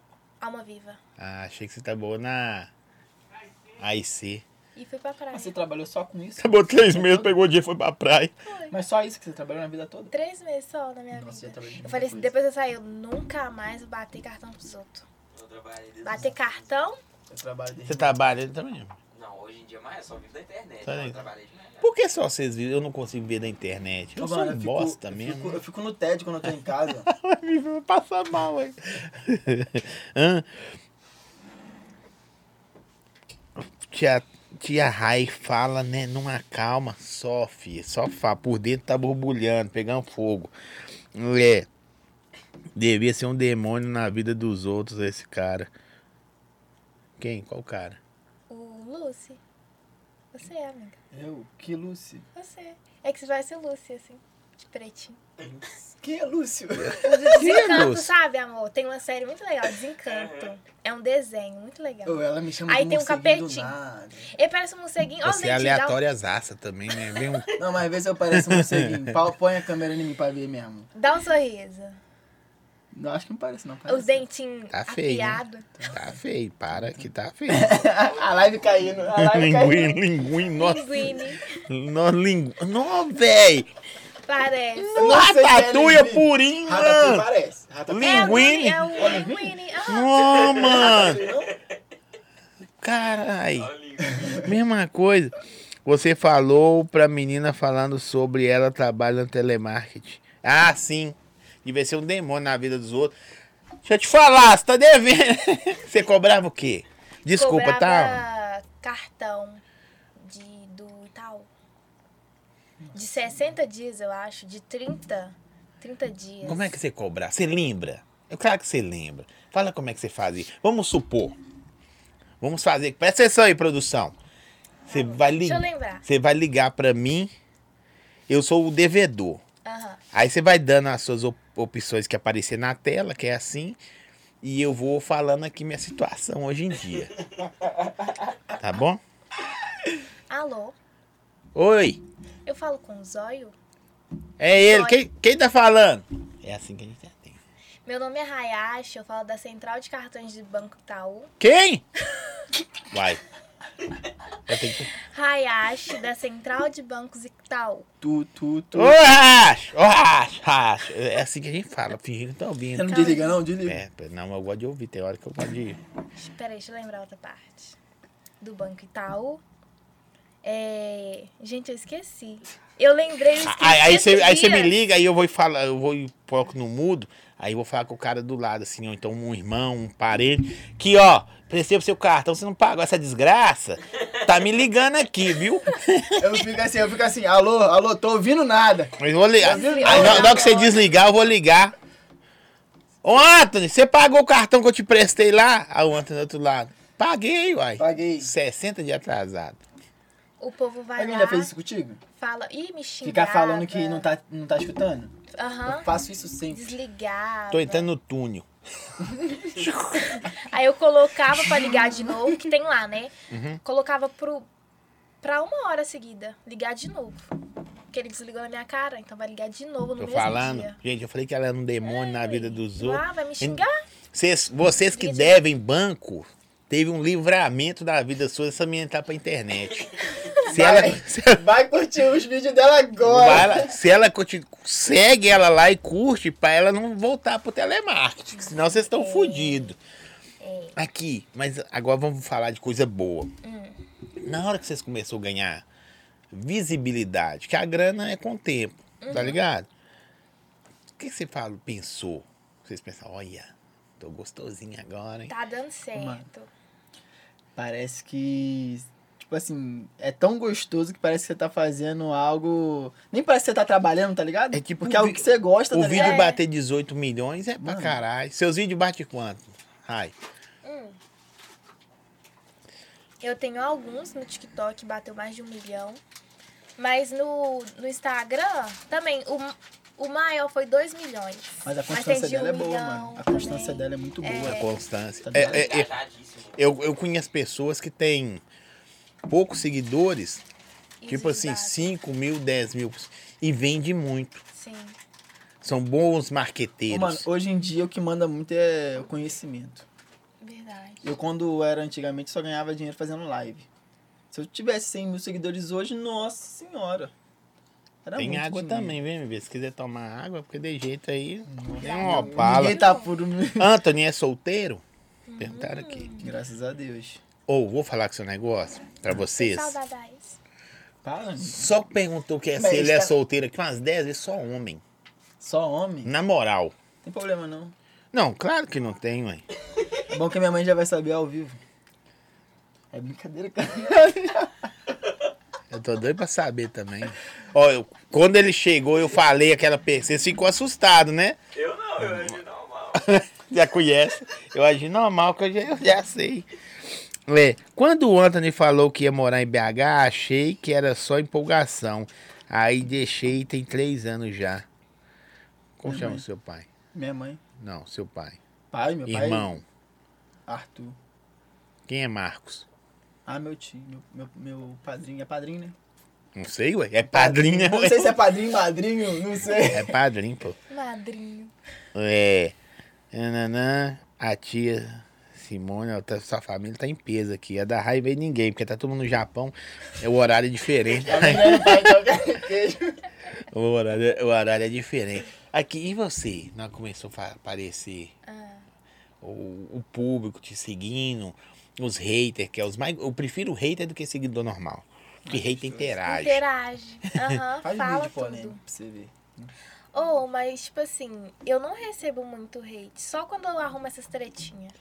Alma Viva. Ah, achei que você trabalhou na AIC. E fui pra praia. Mas Você trabalhou só com isso? Trabalhou Tá três meses, pegou o dia e foi pra praia. Foi. Mas só isso que você trabalhou na vida toda? Três meses só na minha Nossa, eu vida. trabalhei Eu falei assim, depois eu saí, eu nunca mais vou bater cartão pros outros. Eu trabalhei desde- Bater cartão? Eu trabalho desde... Você trabalha também? Não, hoje em dia mais eu só vivo da internet. Tá mas aí. Eu trabalhei demais. Por que só vocês viram? Eu não consigo ver na internet. Eu sou Mano, um fico- bosta eu mesmo. fico- eu fico no tédio quando eu tô em casa. Vai passar mal, hein? Hã? Tia, tia Rai fala, né? Numa calma só, filha. Só fala. Por dentro tá borbulhando, pegando fogo. É. Devia ser um demônio na vida dos outros, esse cara. Quem? Qual cara? O Lucy. Você, é, amiga. Eu? Que Lúcio? Você. É que você vai ser Lucy, assim. De pretinho. Quem é Lúcio? É. Desencanto, Lucy? sabe, amor? Tem uma série muito legal, Desencanto. É um desenho muito legal. Ô, ela me chama Aí de tem um morceguinho do capetinho. nada. Ele parece um morceguinho. Olha o Você é dente aleatória zaça também, né? Vem um... Não, mas às vezes eu pareço um morceguinho. Pau- Põe a câmera em mim pra ver mesmo. Dá, dá um sorriso. Não, acho que não parece, não. Parece. Os dentinhos Tá feio, né? afiados. Tá feio, para que tá feio. a live caindo. A live linguim, caindo. linguim, nossa. Linguine. Nó, lingu... Nó, véi! Parece. sei se é Ratatouille é linguim. purinha! Ratatouille parece. Ratatouille. É o Linguine? Winnie, É o Linguine. Ah, Nó, mano! Não? Carai, Olha, mesma coisa. Você falou pra menina falando sobre ela trabalha no telemarketing. Ah, sim. Devia ser um demônio na vida dos outros. Deixa eu te falar, você tá devendo. Você cobrava o quê? Desculpa, tá? cobrava cartão de, do Itaú. De 60 dias, eu acho. De 30. 30 dias. Como é que você cobra? Você lembra? É claro que você lembra. Fala como é que você fazia. Vamos supor. Vamos fazer. Presta atenção aí, produção. Você vai Deixa eu ligar. lembrar. Você vai ligar pra mim. Eu sou o devedor. Aham. Aí você vai dando as suas op- opções que aparecer na tela, que é assim. E eu vou falando aqui minha situação hoje em dia. Tá bom? Alô? Oi, Eu falo com o Zóio? é ele. Oi. Quem, quem tá falando? É assim que a gente atende. Meu nome é Hayashi, eu falo da Central de Cartões de Banco Itaú. Quem? Vai. Eu tenho que... Hayashi, da Central de Bancos Itaú. Tu, tu, tu. Ô, racho, ô, racho, racho. É assim que a gente fala, fingindo que tá Você ouvindo. não desliga, não? Desliga. É, não, eu gosto de ouvir, tem hora que eu gosto de... Peraí, deixa eu lembrar outra parte. Do Banco Itaú. É... Gente, eu esqueci. Eu lembrei, eu esqueci. Aí- Aí você esses aí você me dias. liga, aí eu vou e falar, eu vou e coloco no mudo, aí eu vou falar com o cara do lado, assim, ou então um irmão, um parente, que ó, prestei pro seu cartão, você não pagou essa desgraça, tá me ligando aqui, viu? Eu fico assim, eu fico assim. Alô, alô, tô ouvindo nada. Mas eu vou ligar. Aí, Desligou é na- na na hora que você hora. desligar, eu vou ligar. Ô, Anthony, você pagou o cartão que eu te prestei lá? Aí o Anthony do outro lado. Paguei, uai. Paguei. 60 de atrasado. O povo vai Alguém lá, já fez isso contigo? fala... Ih, me Ficar xingava. falando que não tá, não tá escutando? Aham. Eu faço isso sempre. Desligava. Tô entrando no túnel. Aí eu colocava pra ligar de novo, que tem lá, né? Uhum. Colocava pro, pra uma hora seguida, ligar de novo. Porque ele desligou na minha cara, então vai ligar de novo no Tô mesmo falando. dia. Gente, eu falei que ela era um demônio na vida dos outros. Ah, vai me xingar? Vocês, vocês que Entendi. devem banco, teve um livramento da vida sua, essa menina tá pra internet. Se ela, se ela- Vai curtir os vídeos dela vai agora. lá- se ela conti- segue ela lá e curte, pra ela não voltar pro telemarketing, senão vocês É. estão fodidos. Aqui, mas agora vamos falar de coisa boa. Hum. Na hora que vocês começaram a ganhar visibilidade, que a grana é com o tempo, tá Uhum. ligado? O que que você fala, pensou? Vocês pensam, olha, tô gostosinho agora, hein? Tá dando certo. Parece que. Tipo assim, é tão gostoso que parece que você tá fazendo algo. Nem parece que você tá trabalhando, tá ligado? É tipo Porque um é algo vi- que você gosta, O tá vídeo ligado? É. bater 18 milhões é pra Mano. caralho. Seus vídeos batem quanto? Ai, Eu tenho alguns no TikTok, bateu mais de um milhão. Mas no, no Instagram, também, o, o maior foi 2 milhões. Mas a tem constância de dela é um boa, milhão mano. A constância também. dela é muito boa. a constância. Tá É, ligado? é, é, Engajadíssimo. eu, eu conheço pessoas que têm poucos seguidores, E tipo assim, desbate. 5 mil, 10 mil, e vende muito. Sim. São bons Ô, marqueteiros. Mano, hoje em dia o que manda muito é o conhecimento. Verdade. Eu, quando era antigamente, só ganhava dinheiro fazendo live. Se eu tivesse 100 mil seguidores hoje, nossa senhora. Era Tem é muito água dinheiro. também, vem me ver. Se quiser tomar água, porque de jeito aí, tem Não, uma ninguém opala. Ninguém tá puro. Anthony é solteiro? Uhum. Perguntaram aqui. Graças a Deus. Ou, vou falar com seu negócio pra vocês. Saudades. Para, amigo. Só perguntou que é, se Mas ele é tá- solteiro aqui umas 10 vezes, só homem. Só homem? Na moral. Não tem problema, não. Não, claro que não tem, ué. É bom que minha mãe já vai saber ao vivo. É brincadeira, cara. Eu tô doido pra saber também. Ó, eu- quando ele chegou, eu falei aquela pessoa. Vocês ficou assustado, né? Eu não, eu agi normal. Já conhece. Eu agi normal, que eu já, eu já sei. É, quando o Anthony falou que ia morar em BH, achei que era só empolgação. Aí deixei tem três anos já. Como Minha chama mãe. seu pai? Minha mãe. Não, seu pai. Pai, meu pai. Irmão. Arthur. Quem é Marcos? Ah, meu tio. Meu, meu, meu padrinho. É padrinho, né? Não sei, ué. É padrinho, né? Não sei se é padrinho, madrinho, não sei. É padrinho, pô. Madrinho. É. Nananã, a tia Simone, ela tá- sua família tá em peso aqui. A da raiva em ninguém, porque tá todo mundo no Japão. É o horário é diferente. Ela não é pai, então eu queijo. o, horário, é- o horário é diferente. Aqui, e você? Não começou a fa- aparecer Ah. o, o público te seguindo, os haters, que é os mais. Eu prefiro hater do que seguidor normal. Porque hater interage. Interage. Aham, Faz fala vídeo né? polêmico tudo. pra você ver. Ou, mas, tipo assim, eu não recebo muito hate. Só quando eu arrumo essas tretinhas.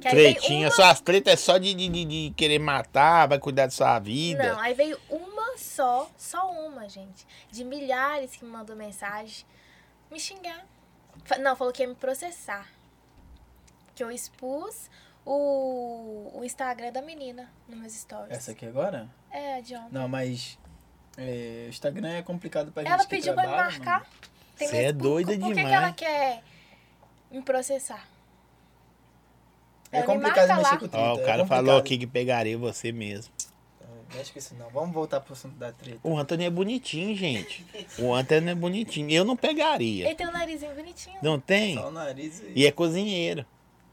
Que aí um vem Tretinha, uma- só as tretas é só de, de, de- de querer matar, vai cuidar da sua vida. Não, aí veio uma só, só uma, gente. De milhares que me mandou mensagem me xingar. Fa- Não, falou que ia me processar. Que eu expus o, o Instagram da menina nos meus stories. Essa aqui agora? É, John. Não, mas. é, o Instagram é complicado pra gente. Ela que pediu pra me trabalha, marcar. mano. Tem Cê vezes- é por- doida por, que, que demais. ela quer me processar? É Ela me complicado marca mexer lá. com tudo. Ó, o é cara complicado. falou aqui que pegaria você mesmo. Não mexe com isso, não. Vamos voltar pro assunto da treta. O Anthony é bonitinho, gente. O Anthony é bonitinho. Eu não pegaria. Ele tem um narizinho bonitinho. Não tem? Só o nariz e, E é cozinheiro.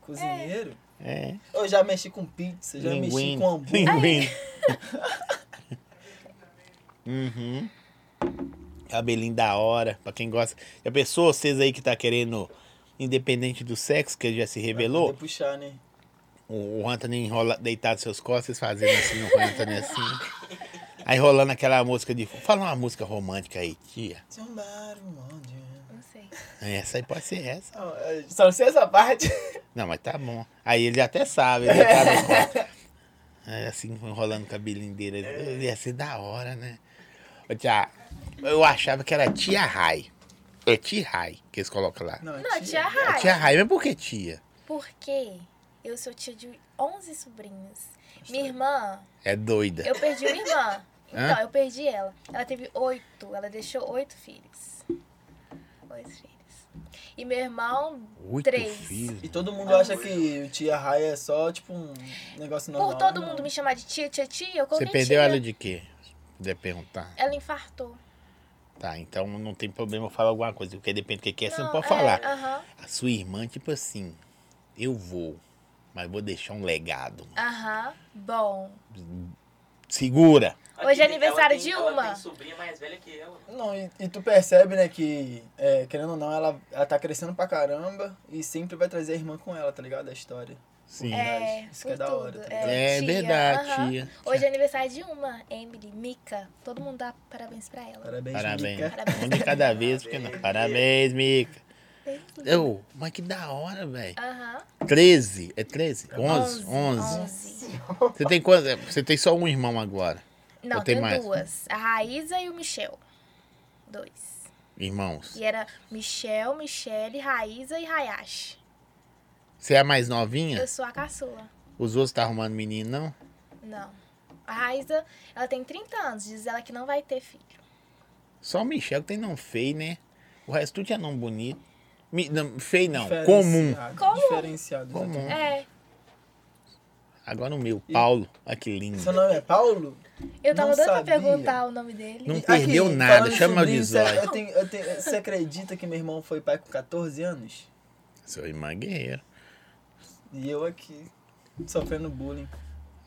cozinheiro. É. Eu já mexi com pizza, já mexi Linguine. com hambúrguer. Linguine. uhum. Cabelinho da hora, pra quem gosta. Já pensou vocês aí que tá querendo, independente do sexo, que ele já se Vou revelou? puxar, né? O, o Anthony enrola, deitado nas suas costas, fazendo assim no Anthony assim. Aí rolando aquela música de. Fala uma música romântica aí, tia. Te amaram, mano. Não sei. Essa aí pode ser essa. Só- né? é, Só não sei essa parte. Não, mas tá bom. Aí ele até sabe, ele já tá no quarto. Aí, assim, enrolando o cabelinho dele. Ele Ia ser da hora, né? Ô, tia, eu achava que era tia Rai. É tia Rai que eles colocam lá. Não, tia É Rai. tia Rai, mas por que tia? Porque eu sou tia de 11 sobrinhos. Minha irmã, É doida. eu perdi minha irmã. Hã? Então, eu perdi ela. Ela teve oito. Ela deixou oito filhos. Oito filhos. E meu irmão, Oito Três. E filhos. todo mundo acha que o tia Raia é só, tipo, um negócio normal. né? por todo não. mundo me chamar de tia, tia, tia, eu Você coloquei perdeu tia. ela de quê? Se puder perguntar. Ela infartou. Tá, então não tem problema eu falar alguma coisa, porque depende do que que é, você não pode é, falar. Aham, A sua irmã, tipo assim, eu vou, mas vou deixar um legado. aham, bom. Segura. Hoje é tem- aniversário ela de tem, Ela uma. tem sobrinha mais velha que ela. Não, e, e tu percebe, né, que, é, querendo ou não, ela, ela tá crescendo pra caramba e sempre vai trazer a irmã com ela, tá ligado? A história. Sim. É, Isso que por é da hora, tudo. tá ligado? É, tia, verdade, aham. tia. Hoje é aniversário de uma, Emily, Mica. Todo mundo dá parabéns pra ela. Parabéns, Parabéns. Mica. Parabéns. Um de cada vez, porque não. Parabéns, Mica. Eu, mas que da hora, velho. Aham. 13, é 13? 11, 11. Onze. Você tem quanto? Você tem só um irmão agora, Não, Ou tem tem mais? duas. A Raíza e o Michel. Dois. irmãos. E era Michel, Michele, Raíza e Hayashi. Você é a mais novinha? Eu sou a caçula. Os outros tá arrumando menino, não? Não. A Raíza, ela tem 30 anos. Diz ela que não vai ter filho. Só o Michel que tem não feio, né? O resto tudo é não bonito. Mi- não, feio não, Diferenciado, comum. Comum. Diferenciado. Comum. É. Agora o meu, Paulo. Olha que lindo. Seu nome é Paulo? Eu tava Não doida sabia. pra perguntar o nome dele. Não E- perdeu aqui, nada, falando chama sobre o isso, é, design. eu tenho- eu tenho- Você acredita que meu irmão foi pai com 14 anos? Sou irmã guerreira. E eu aqui, sofrendo bullying.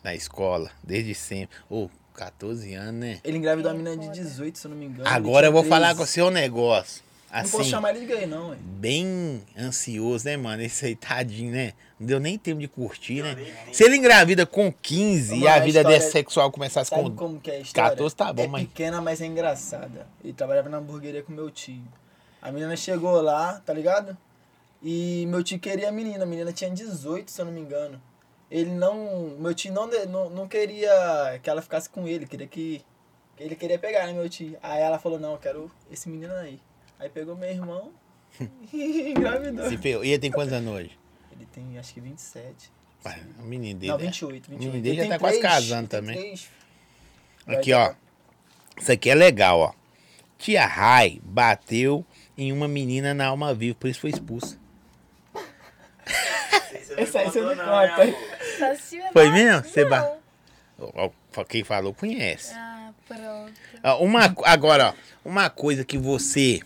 Na escola, desde sempre. Ô, 14 anos, né? Ele engravidou É, a menina de foda. 18, se eu não me engano. Ah, Agora eu vou falar com com o seu negócio. Não posso Assim, chamar ele de gay, não, hein? bem ansioso, né, mano? Esse aí, tadinho, né? Não deu nem tempo de curtir, né? Nem tem- Se ele engravida com 15 e Mano, a a vida história- desse sexual começasse Sabe com... como que é a história? 14 tá bom, é mãe. pequena, mas é engraçada. Ele trabalhava na hamburgueria com meu tio. A menina chegou lá, tá ligado? E meu tio queria a menina. A menina tinha 18, se eu não me engano. Ele não... Meu tio não, de- não, não queria que ela ficasse com ele. Queria que... Ele queria pegar, né, meu tio? Aí ela falou, não, eu quero esse menino aí. Aí pegou meu irmão e engravidou. Se ferrou. E ele tem quantos anos hoje? Ele tem, acho que 27. Pai, O menino dele. Não, né? 28, 28. Menino dele já Ele tá tem quase três, casando ele tem também. três. um, Aqui, ó. Isso aqui é legal, ó. Tia Rai bateu em uma menina na alma viva, por isso foi expulsa. é Esse aí você não contou, conta. né, amor? Só assistiu a Foi live? mesmo? Você Não. ba- Ó, ó, Quem falou conhece. Ah, pronto. Ó, Uma, co- agora, ó, uma coisa que você.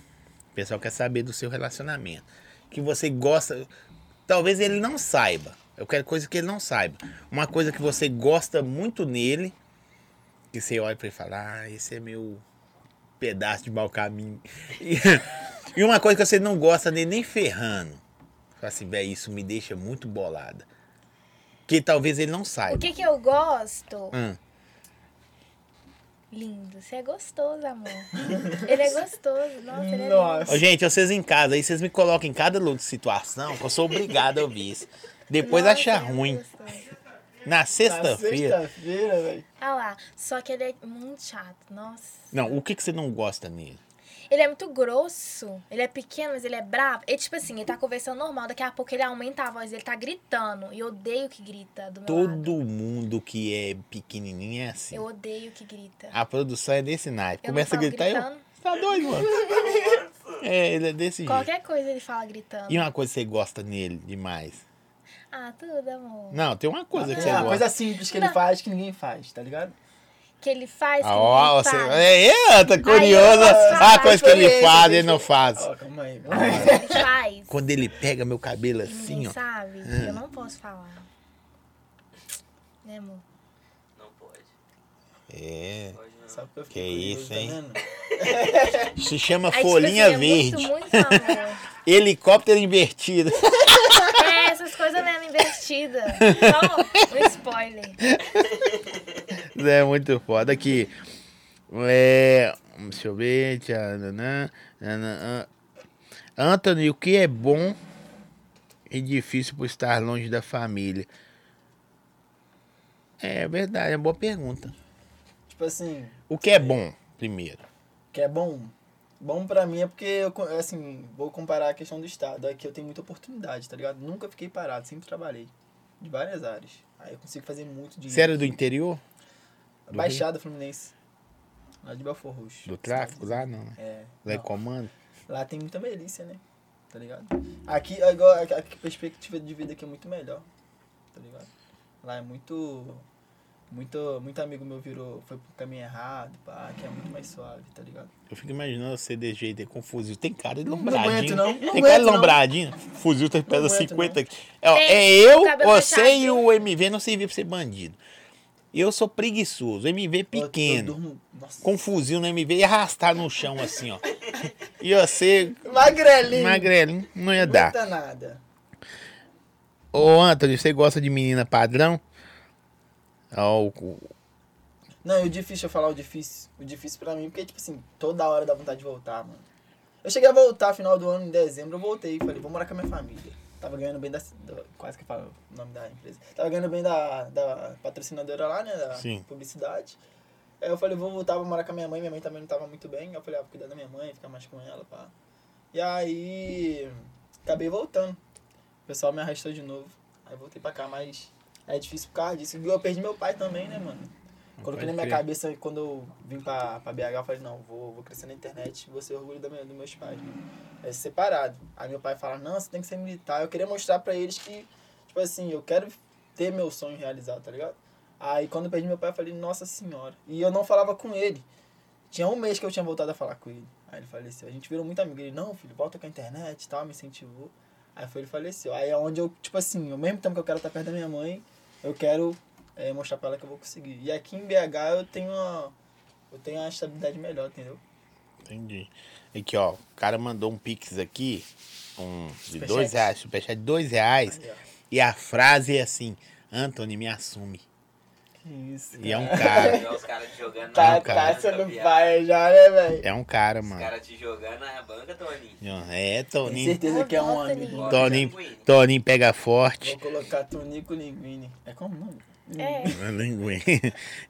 O pessoal quer saber do seu relacionamento. Que você gosta. Talvez ele não saiba. Eu quero coisa que ele não saiba. Uma coisa que você gosta muito nele. Que você olha pra ele e fala: Ah, esse é meu pedaço de mau caminho. E, e uma coisa que você não gosta dele nem ferrando. Fala assim, velho, isso me deixa muito bolada. Que talvez ele não O saiba. que que eu gosto? Hum. Lindo. Você é gostoso, amor. ele é gostoso. Nossa, ele é lindo. Nossa. Ô, gente, vocês em casa, aí vocês me colocam em cada lu- situação que eu sou obrigado a ouvir isso. Depois Nossa, acha ele é ruim. gostoso. Na Na sexta-feira. sexta-feira, velho. Ah lá. Só que ele é muito chato. Nossa. não, o que, que você não gosta nele? Ele é muito grosso, ele é pequeno, mas ele é bravo. Ele, tipo assim, ele tá conversando normal, daqui a pouco ele aumenta a voz, ele tá gritando. E eu odeio que grita do meu lado. Todo mundo que é pequenininho é assim. Eu odeio que grita. A produção é desse naipe. Eu não Começa a falo gritar, eu. gritando. Você tá doido, mano? é, ele é desse jeito. Qualquer coisa ele fala gritando. E uma coisa que você gosta nele demais? Ah, tudo, amor. Não, tem uma coisa que você É Ah, uma gosta. Ah, coisa simples que ele faz que ninguém faz, tá ligado? Que ele faz, que Ah, ó, ele você... faz. É, é, tá curiosa. posso falar, Ah, coisa que foi ele esse, faz, deixa ele não eu- faz. Ó, calma aí. calma aí. que ele faz. Quando ele pega meu cabelo E assim, Ninguém ó. sabe, eu não posso falar. Né, amor? Não pode. É. Pode não. Só porque eu Que fiquei isso, curioso, hein? Tá vendo? Se chama Aí, tipo folhinha assim, é verde. Muito, muito amor. Helicóptero invertido. é, essas coisas mesmo, investida. Só um spoiler. é muito foda aqui. É, deixa eu ver. tchá, nanã, nanã, an- Anthony, o que é bom e difícil por estar longe da família? É verdade, é uma boa pergunta. Tipo assim, O que é bom, primeiro? que é bom. Bom pra mim é porque, eu, co- assim, vou comparar a questão do estado. Aqui eu tenho muita oportunidade, tá ligado? Nunca fiquei parado, sempre trabalhei. De várias áreas. Aí eu consigo fazer muito dinheiro. Você era do interior? do Rio? Baixada Fluminense. Lá de Belfort Roxo. Do tráfico lá, não? né? É. Lá é não. comando? Lá tem muita milícia, né? tá ligado? Aqui, agora, a, a perspectiva de vida aqui é muito melhor, tá ligado? Lá é muito. Muito, muito amigo meu virou, foi pro caminho errado, pá, que é muito mais suave, tá ligado? Eu fico imaginando você desse jeito aí, com fuzil. Tem cara de Não aguento, lombradinho. não. Não Tem cara de aguento, não. lombradinho. Fuzil tá pesa aguento, 50 aqui. É, ó, Tem, é eu, cabelo você e fechadinho. o MV não servia pra ser bandido. Eu sou preguiçoso. O MV Eu, eu pequeno. durmo, nossa. Com um fuzil no MV e arrastar no chão assim, ó. E você, Magrelinho. magrelinho, não ia Não dar. aguenta nada. Ô, Anthony, você gosta de menina padrão? Ó, o cu- Não, e o difícil, eu falar o difícil. O difícil pra mim, porque, tipo assim, toda hora dá vontade de voltar, mano. Eu cheguei a voltar final do ano, em dezembro, eu voltei e falei, vou morar com a minha família. Tava ganhando bem da. da- quase que eu falo o nome da empresa. Tava ganhando bem da, da patrocinadora lá, né? Da Sim. publicidade. Aí eu falei, vou voltar, vou morar com a minha mãe. Minha mãe também não tava muito bem. Eu falei, ah, vou cuidar da minha mãe, ficar mais com ela, pá. E aí. Acabei voltando. O pessoal me arrastou de novo. Aí eu voltei pra cá, mas é difícil por causa disso. E Eu perdi meu pai também, né, mano? Coloquei pode na minha crer. cabeça quando eu vim pra, pra BH, eu falei, não, vou, vou crescer na internet, vou ser orgulho da minha, dos meus pais. Mano. É separado. Aí meu pai fala, não, você tem que ser militar. Eu queria mostrar pra eles que, tipo assim, eu quero ter meu sonho realizado, tá ligado? Aí quando eu perdi meu pai, eu falei, nossa senhora. E eu não falava com ele. Tinha um mês que eu tinha voltado a falar com ele. Aí ele faleceu. A gente virou muito amigo. Ele, não, filho, volta com a internet e tal, me incentivou. Aí foi, ele faleceu. Aí é onde eu, tipo assim, ao mesmo tempo que eu quero estar perto da minha mãe, eu quero eh, mostrar pra ela que eu vou conseguir. E aqui em BH eu tenho uma, eu tenho uma estabilidade melhor, entendeu? Entendi. Aqui, ó, o cara mandou um pix aqui, um de Superchat. dois reais, superchat de dois reais, Aí, ó. e a frase é assim, Anthony, me assume. Que isso. E é um cara. cara, Pegar os caras te jogando Tá, Não, cara. tá, banca, você não viado. vai já, né, velho? é um cara, Os mano. caras te jogando na banca, Toninho. É, Tenho Toninho, certeza que é um Nossa, amigo. lindo. Toninho, Toninho pega forte. Vou colocar Tonico Linguini. É como o nome? É, Hum. Linguine.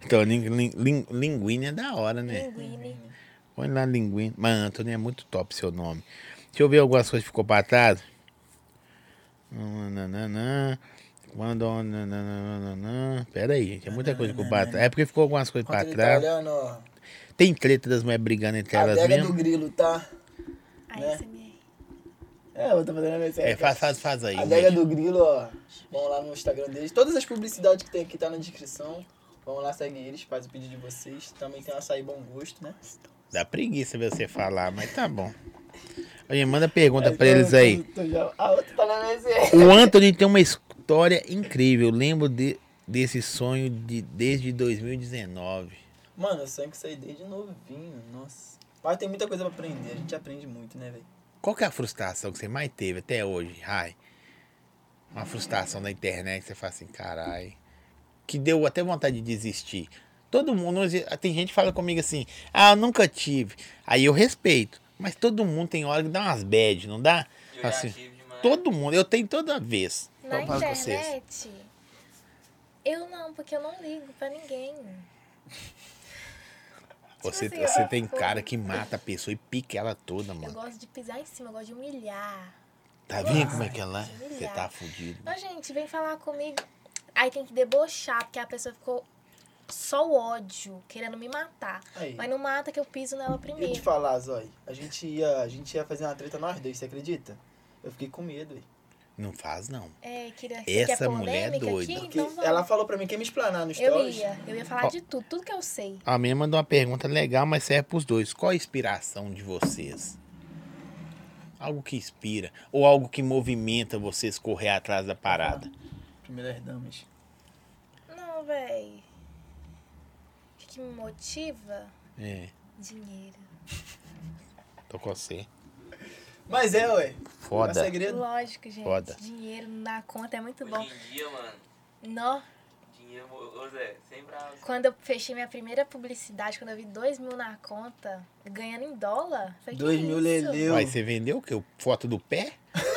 Toninho, lin, lin- linguine é da hora, né? linguine. Põe lá linguine. Mano, Antônio é muito top seu nome. Deixa eu ver algumas coisas que ficou pra trás. Nananana. Quando. nananana. Pera aí, gente. É muita coisa que ficou pra trás. É porque ficou algumas coisas pra Enquanto ele tá trás. olhando, ó. Tem treta das mulheres brigando entre A elas adega do mesmo. grilo, tá? Né? ASMR. É, eu tô fazendo a mensagem. É, faz, faz, faz aí. A Adega gente. do Grilo, ó. Vão lá no Instagram deles. Todas as publicidades que tem aqui tá na descrição. Vão lá, seguem eles, faz o pedido de vocês. Também tem um açaí bom gosto, né? Dá preguiça ver você falar, mas tá bom. Aí, manda pergunta pra Então, eles aí. tô- tô já- A outra tá na mesa. O Anthony tem uma história incrível. Eu lembro de- desse sonho de, desde 2019. Mano, eu sonho que saí desde novinho, nossa. Mas tem muita coisa pra aprender, a gente aprende muito, né, velho? Qual que é a frustração que você mais teve até hoje, Rai? Uma frustração da internet que você fala assim, carai. Que deu até vontade de desistir. Todo mundo, tem gente que fala comigo assim, ah, eu nunca tive. Aí eu respeito. Mas todo mundo tem hora que dá umas bad, não dá? Eu já Assim, tive né? demais. Todo mundo, eu tenho toda vez. Na Falo pra Então vocês. internet, eu não, porque eu não ligo pra ninguém. Você, assim, você eu- tem cara que mata a pessoa e pica ela toda, Eu mano. gosto de pisar em cima, eu gosto de humilhar. Tá vendo como é que ela é? Nossa, Você tá fudido. Mas, gente, vem falar comigo. Aí tem que debochar, porque a pessoa ficou só o ódio, querendo me matar. Aí. Mas não mata que eu piso nela E eu te primeiro. falar, Zói, a gente ia, a gente ia fazer uma treta nós dois, você acredita? Eu fiquei com medo, velho. Não faz, não. É, queria, Essa quer mulher é polêmica doida. Aqui, Porque então vamos. ela falou pra mim que ia me explanar no Eu stories. ia, eu ia falar de tudo, tudo que eu sei. A minha mandou uma pergunta legal, mas serve pros dois. Qual a inspiração de vocês? Algo que inspira. Ou algo que movimenta vocês correr atrás da parada. Primeiras damas. Não, véi. O que, que me motiva? É, Dinheiro. tô com você. Mas é, ué. É Foda. segredo. Lógico, gente. Foda. Dinheiro na conta é muito Hoje bom. em dia, mano, Nó, dinheiro, ô Zé, sem bravos. quando eu fechei minha primeira publicidade, quando eu vi dois mil na conta, ganhando em dólar, eu falei, Dois que mil isso? leleu. Mas você vendeu o quê? Foto do pé?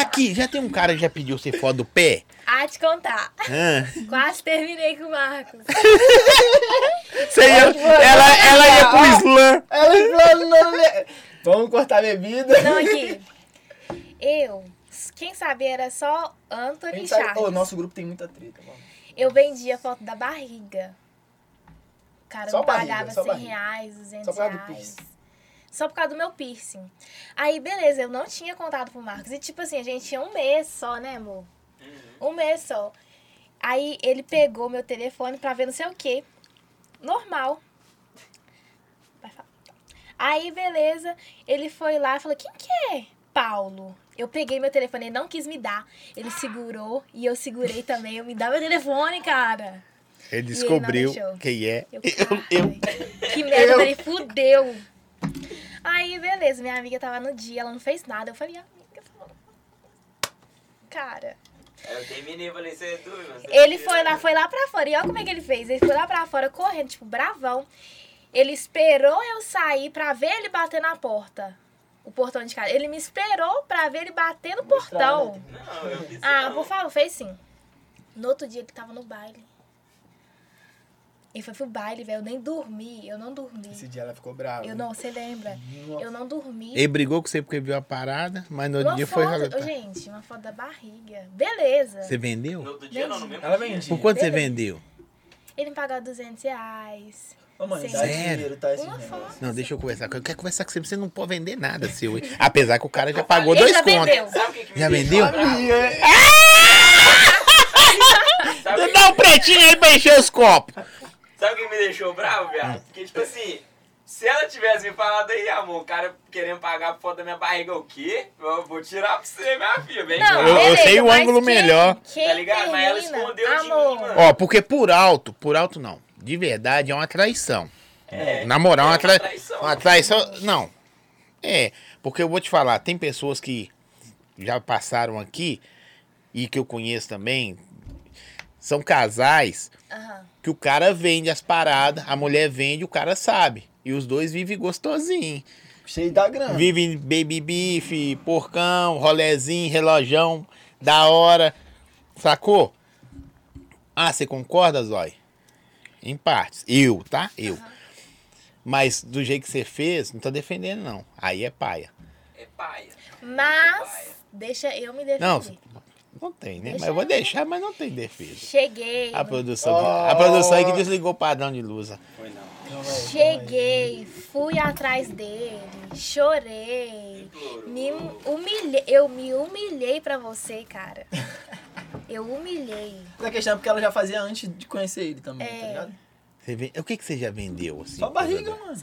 Aqui, já tem um cara que já pediu você foto do pé? Ah, te contar. Hã? Quase terminei com o Marcos. Você ia- ela, ela ia pro slam. Ela explanou, né? Vamos cortar a bebida. Não, Então, aqui. Eu, quem sabia era só A Anthony gente e sabe- Charles. Ô, nosso grupo tem muita treta, mano. Eu vendia foto da barriga. O cara Só me barriga, pagava só 100 barriga. reais, 200 Só por causa do reais. Só por causa do meu piercing. Aí, beleza, eu não tinha contado pro Marcos. E tipo assim, a gente tinha um mês só, né, amor? Um mês só. Aí ele pegou meu telefone pra ver não sei o quê. Normal. Vai falar. Aí, beleza, ele foi lá e falou: Quem que é? Paulo. Eu peguei meu telefone, ele não quis me dar. Ele segurou e eu segurei também. Eu me dá meu telefone, cara. Ele não descobriu deixou. quem é. Eu, Eu, eu, eu, que merda, eu falei, fudeu. Aí, beleza, minha amiga tava no dia, ela não fez nada. Eu falei, "Ah, amiga, falou. Cara. Aí eu terminei, falei, você é doido, mas você Ele tá foi lá, foi lá pra fora. E olha como é que ele fez. Ele foi lá pra fora correndo, tipo, bravão. Ele esperou eu sair pra ver ele bater na porta. O portão de casa. Ele me esperou pra ver ele bater no portão. né? Não, eu fiz Ah, não. por favor, fez sim. No outro dia ele tava no baile. Ele foi pro baile, velho. Eu nem dormi. Eu não Esse dormi. dia ela ficou brava. Eu não, você lembra? Eu não dormi. ele brigou com você porque viu a parada, mas no outro Uma dia foi foto, relatar. Ô, gente, uma foto da barriga. Beleza. Você vendeu? No outro dia, não, no mesmo Ela dia. vendia. Por quanto você Beleza. vendeu? Ele me pagou 200 reais. Ô, mãe, dá Sério? dinheiro, tá? Esse Uma foto. negócio. Não, deixa eu conversar com ele. Eu quero conversar com você, você não pode vender nada seu. hein? Apesar que o cara já pagou Ele dois já contos. vendeu. Sabe o que, que me Já deixou vendeu? bravo? é Sabe o que- Dá um pretinho aí pra encher os copos. Sabe o que me deixou bravo, Hum. viado? Porque, tipo assim, se ela tivesse me falado aí, amor, o cara querendo pagar por foto da minha barriga, o quê? Eu vou tirar pra você, minha filha. Vem Não, cá. eu beleza, sei o mas ângulo quem- melhor. quem Tá ligado? Mas ela termina? escondeu de mim, Amor, mano. Ó, porque por alto, por alto não. De verdade, é uma traição. É. Na moral, É uma, uma tra... traição. uma traição. Não. É, porque eu vou te falar, tem pessoas que já passaram aqui e que eu conheço também. São casais Aham. que o cara vende as paradas, a mulher vende, o cara sabe. E os dois vivem gostosinho. Cheio da grana. Vivem baby beef, porcão, rolezinho, relojão, da hora. Sacou? Ah, você concorda, Zói? Em partes. Eu, tá? Eu. Mas do jeito que você fez, não tô defendendo, não. Aí é paia. É paia. Mas, deixa eu me defender. Não, não tem, né? Mas eu vou deixar, mas não tem defesa. Cheguei. A no- produção, a produção aí que desligou o padrão de luz. ó. Foi não. Calma aí, Cheguei, fui atrás dele, chorei, Implorou. me humilhei, eu me humilhei pra você, cara. Eu humilhei. Essa questão é porque ela já fazia antes de conhecer ele também, É. tá ligado? Você vê, o que, que você já vendeu? Assim, Só barriga, mano.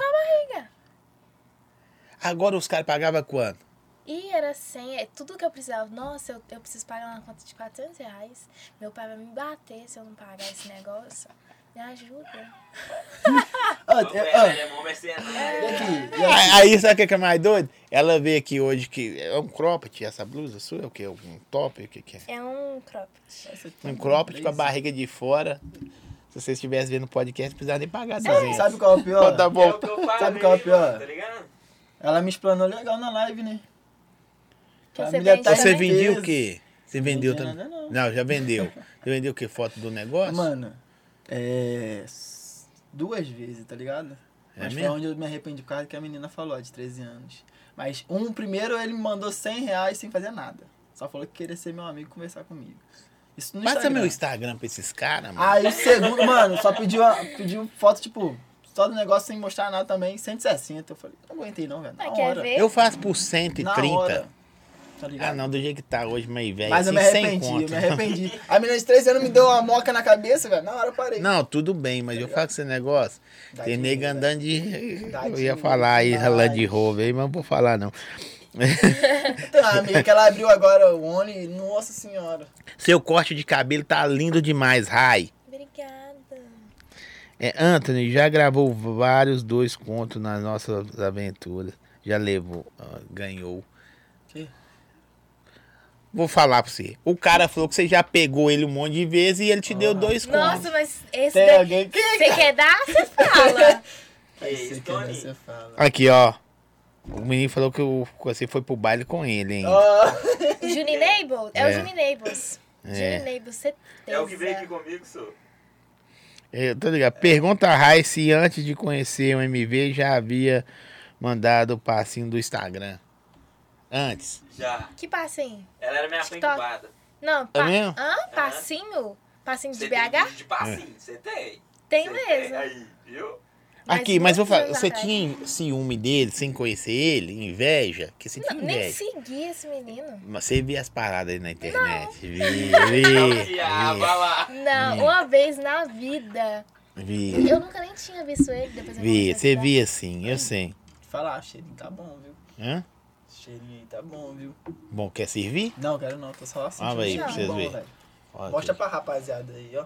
Agora os caras pagavam quanto? E era 100, é tudo que eu precisava. Nossa, eu, eu preciso pagar uma conta de 400 reais. Meu pai vai me bater se eu não pagar esse negócio. Me ajuda. Ah, Vamos é- ver, ah, ela é mó mercenária. e aqui? E aqui? Aí, aí, sabe o que que é mais doido? Ela veio aqui hoje que é um cropped, essa blusa sua, é o quê? Um top, o que que é? É um cropped. Essa aqui. Um cropped com a barriga de fora. Se vocês estivessem vendo o podcast, não precisava nem pagar Sabe, 200. sabe qual é o Então tá pior? É bom. o que eu falo, Sabe qual é o pior? Tá ligado? Ela me explanou legal na live, né? Que A você mulher vende tá- Você também? vendia o Beleza. quê? Você vendeu vendi também? nada, Não. não. já vendeu. Você vendeu o quê? Foto do negócio? Mano, é. s- Duas vezes, tá ligado? É Mas foi mesmo? onde eu me arrependi por causa que a menina falou, de 13 anos. Mas um, primeiro ele me mandou 100 reais sem fazer nada. Só falou que queria ser meu amigo e conversar comigo. Isso no Passa Instagram. é meu Instagram pra esses caras, mano. Aí o segundo, mano, só pediu, a- pediu foto, tipo, só do negócio sem mostrar nada também, 160. Eu falei, não aguentei não, velho. Na Ah, quer hora. ver? Eu faço por Na 130. hora. Tá ligado? Ah, não, do jeito que tá hoje, mas velho, Mas assim, eu me sem arrependi, conta. eu me arrependi. A menina de 3 anos me deu uma moca na cabeça, velho. Na hora eu parei. Não, tudo bem, mas eu falo que esse negócio. Dá tem nego dinheiro, né? andando de. Dá Eu ia dinheiro, falar aí, vai. Land Rover aí, mas não vou falar não. Tem uma amiga que ela abriu agora o Oni, nossa senhora. Seu corte de cabelo tá lindo demais, Rai. Obrigada. É, Anthony já gravou vários dois contos nas nossas aventuras. Já levou, ah, ganhou. Que? Vou falar pra você. O cara falou que você já pegou ele um monte de vezes e ele te Ah. deu dois contos. Nossa, mas esse Tem daqui. alguém que. Você quer dar? Você fala. Que isso, Tony? você fala. Aqui, ó. O menino falou que o- que você foi pro baile com ele, hein? Ó, O Juni Neighbors? É, É. o Juni Neighbors. É. Juni Neighbors, certeza. É o que veio aqui comigo, sou. É, Eu tô ligado. Pergunta a Rai se antes de conhecer o MV já havia mandado o passinho do Instagram. Antes. Já. Que passinho? Ela era minha fã Tá. incubada. Não, É mesmo? Hã? Passinho? Passinho de Você um BH? É. tem vídeo de passinho, você tem. Tenho Você mesmo. Aí, viu? Aqui, mas vou muitos falar, anos você atrás. tinha ciúme dele sem conhecer ele? Inveja? Porque você é, Não, tinha nem inveja. segui esse menino. Mas Você via as paradas aí na internet. Não, Via, diaba ah, lá. Não, É. uma vez na vida. via, via. Eu nunca nem tinha visto ele. Depois eu comecei Via, a você estudar. via sim, eu sei. Falar, ah, cheirinho tá bom, viu? Hã? Cheirinho aí tá bom, viu? Bom, quer servir? Não, quero não, tô só assim. Ah, vai aí, pra vocês verem. Olha Mostra aqui. pra rapaziada aí, ó.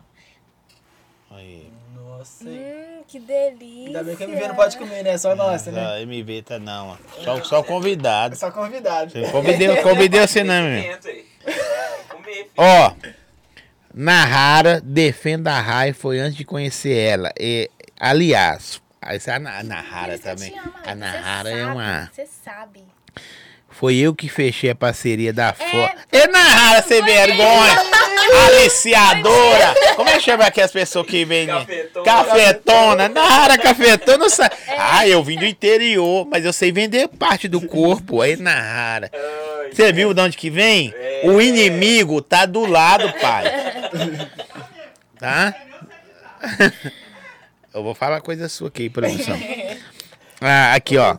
Aí. Nossa, hein? Hum, que delícia. Ainda bem que a MV não pode comer, né? Só nossa, né? Essa MV tá não, ó. só, só convidado. Só convidado. Eu convidei, eu convidei você não, meu. Pimenta aí. É, Comer, filho. Ó, Nahara defenda a Rai foi antes de conhecer ela. E, aliás, essa é a Na- a Nahara Eles que também. te amam, A você Nahara é sabe, uma. Você sabe. Foi eu que fechei a parceria da Ford. foi- É Nahara, sem foi vergonha! Aliciadora! Como é que chama aqui as pessoas que vêm? Cafetona. Cafetona! Nahara, cafetona! sa- É. Ah, eu vim do interior, mas eu sei vender parte do corpo. Aí, Nahara. Ai, Você viu de onde que vem? É. O inimigo tá do lado, pai. tá? Eu vou falar coisa sua aqui, produção. Ah, aqui, ó.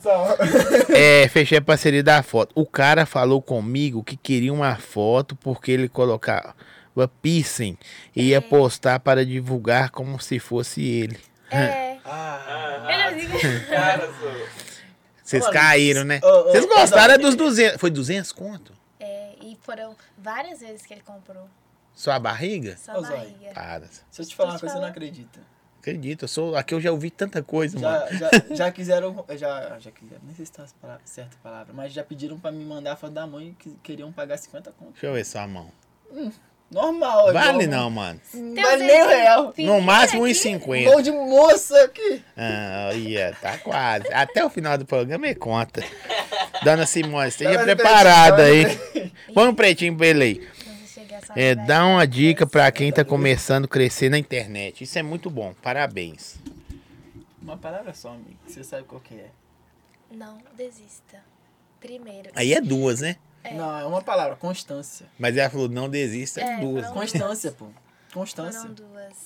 É, fechei a parceria da foto. O cara falou comigo que queria uma foto porque ele colocava piercing e ia postar para divulgar como se fosse ele. É. Ah, Ah, Ele- cara, sou. Vocês Olha, caíram, né? ô, ô, Vocês gostaram ô, dos 200. Foi 200 conto? É, e foram várias vezes que ele comprou Sua barriga? sua Ô, Zóia. barriga. Para. Se eu te falar uma Tô coisa, te você não falando. acredita. Acredito, eu sou. Aqui eu já ouvi tanta coisa, mano. Já, já, já quiseram. Já, já quiseram, nem sei se tá as pala- certa a palavra, mas já pediram pra me mandar a foto da mãe que queriam pagar 50 conto. Deixa eu ver sua mão. Normal, é Vale igual- não, mano. Não Tem vale uns nem o aqui, real. pequeno No máximo aqui. 1,50. Mão de moça aqui. Ah, ia, tá quase. Até o final do programa é conta. Dona Simone, esteja Tá mais preparada aí. pertinho, Põe um pretinho pra ele aí. Quando chegar, só É, vai- dá uma dica pra quem tá começando a crescer na internet. Isso é muito bom. Parabéns. Uma palavra só, amigo. que Você sabe qual que é. Não desista. Primeiro. um- Aí é duas, né? Não, é uma palavra, constância. Mas ela falou, não desista, é É, duas. não. Constância, pô. Constância. Foram duas.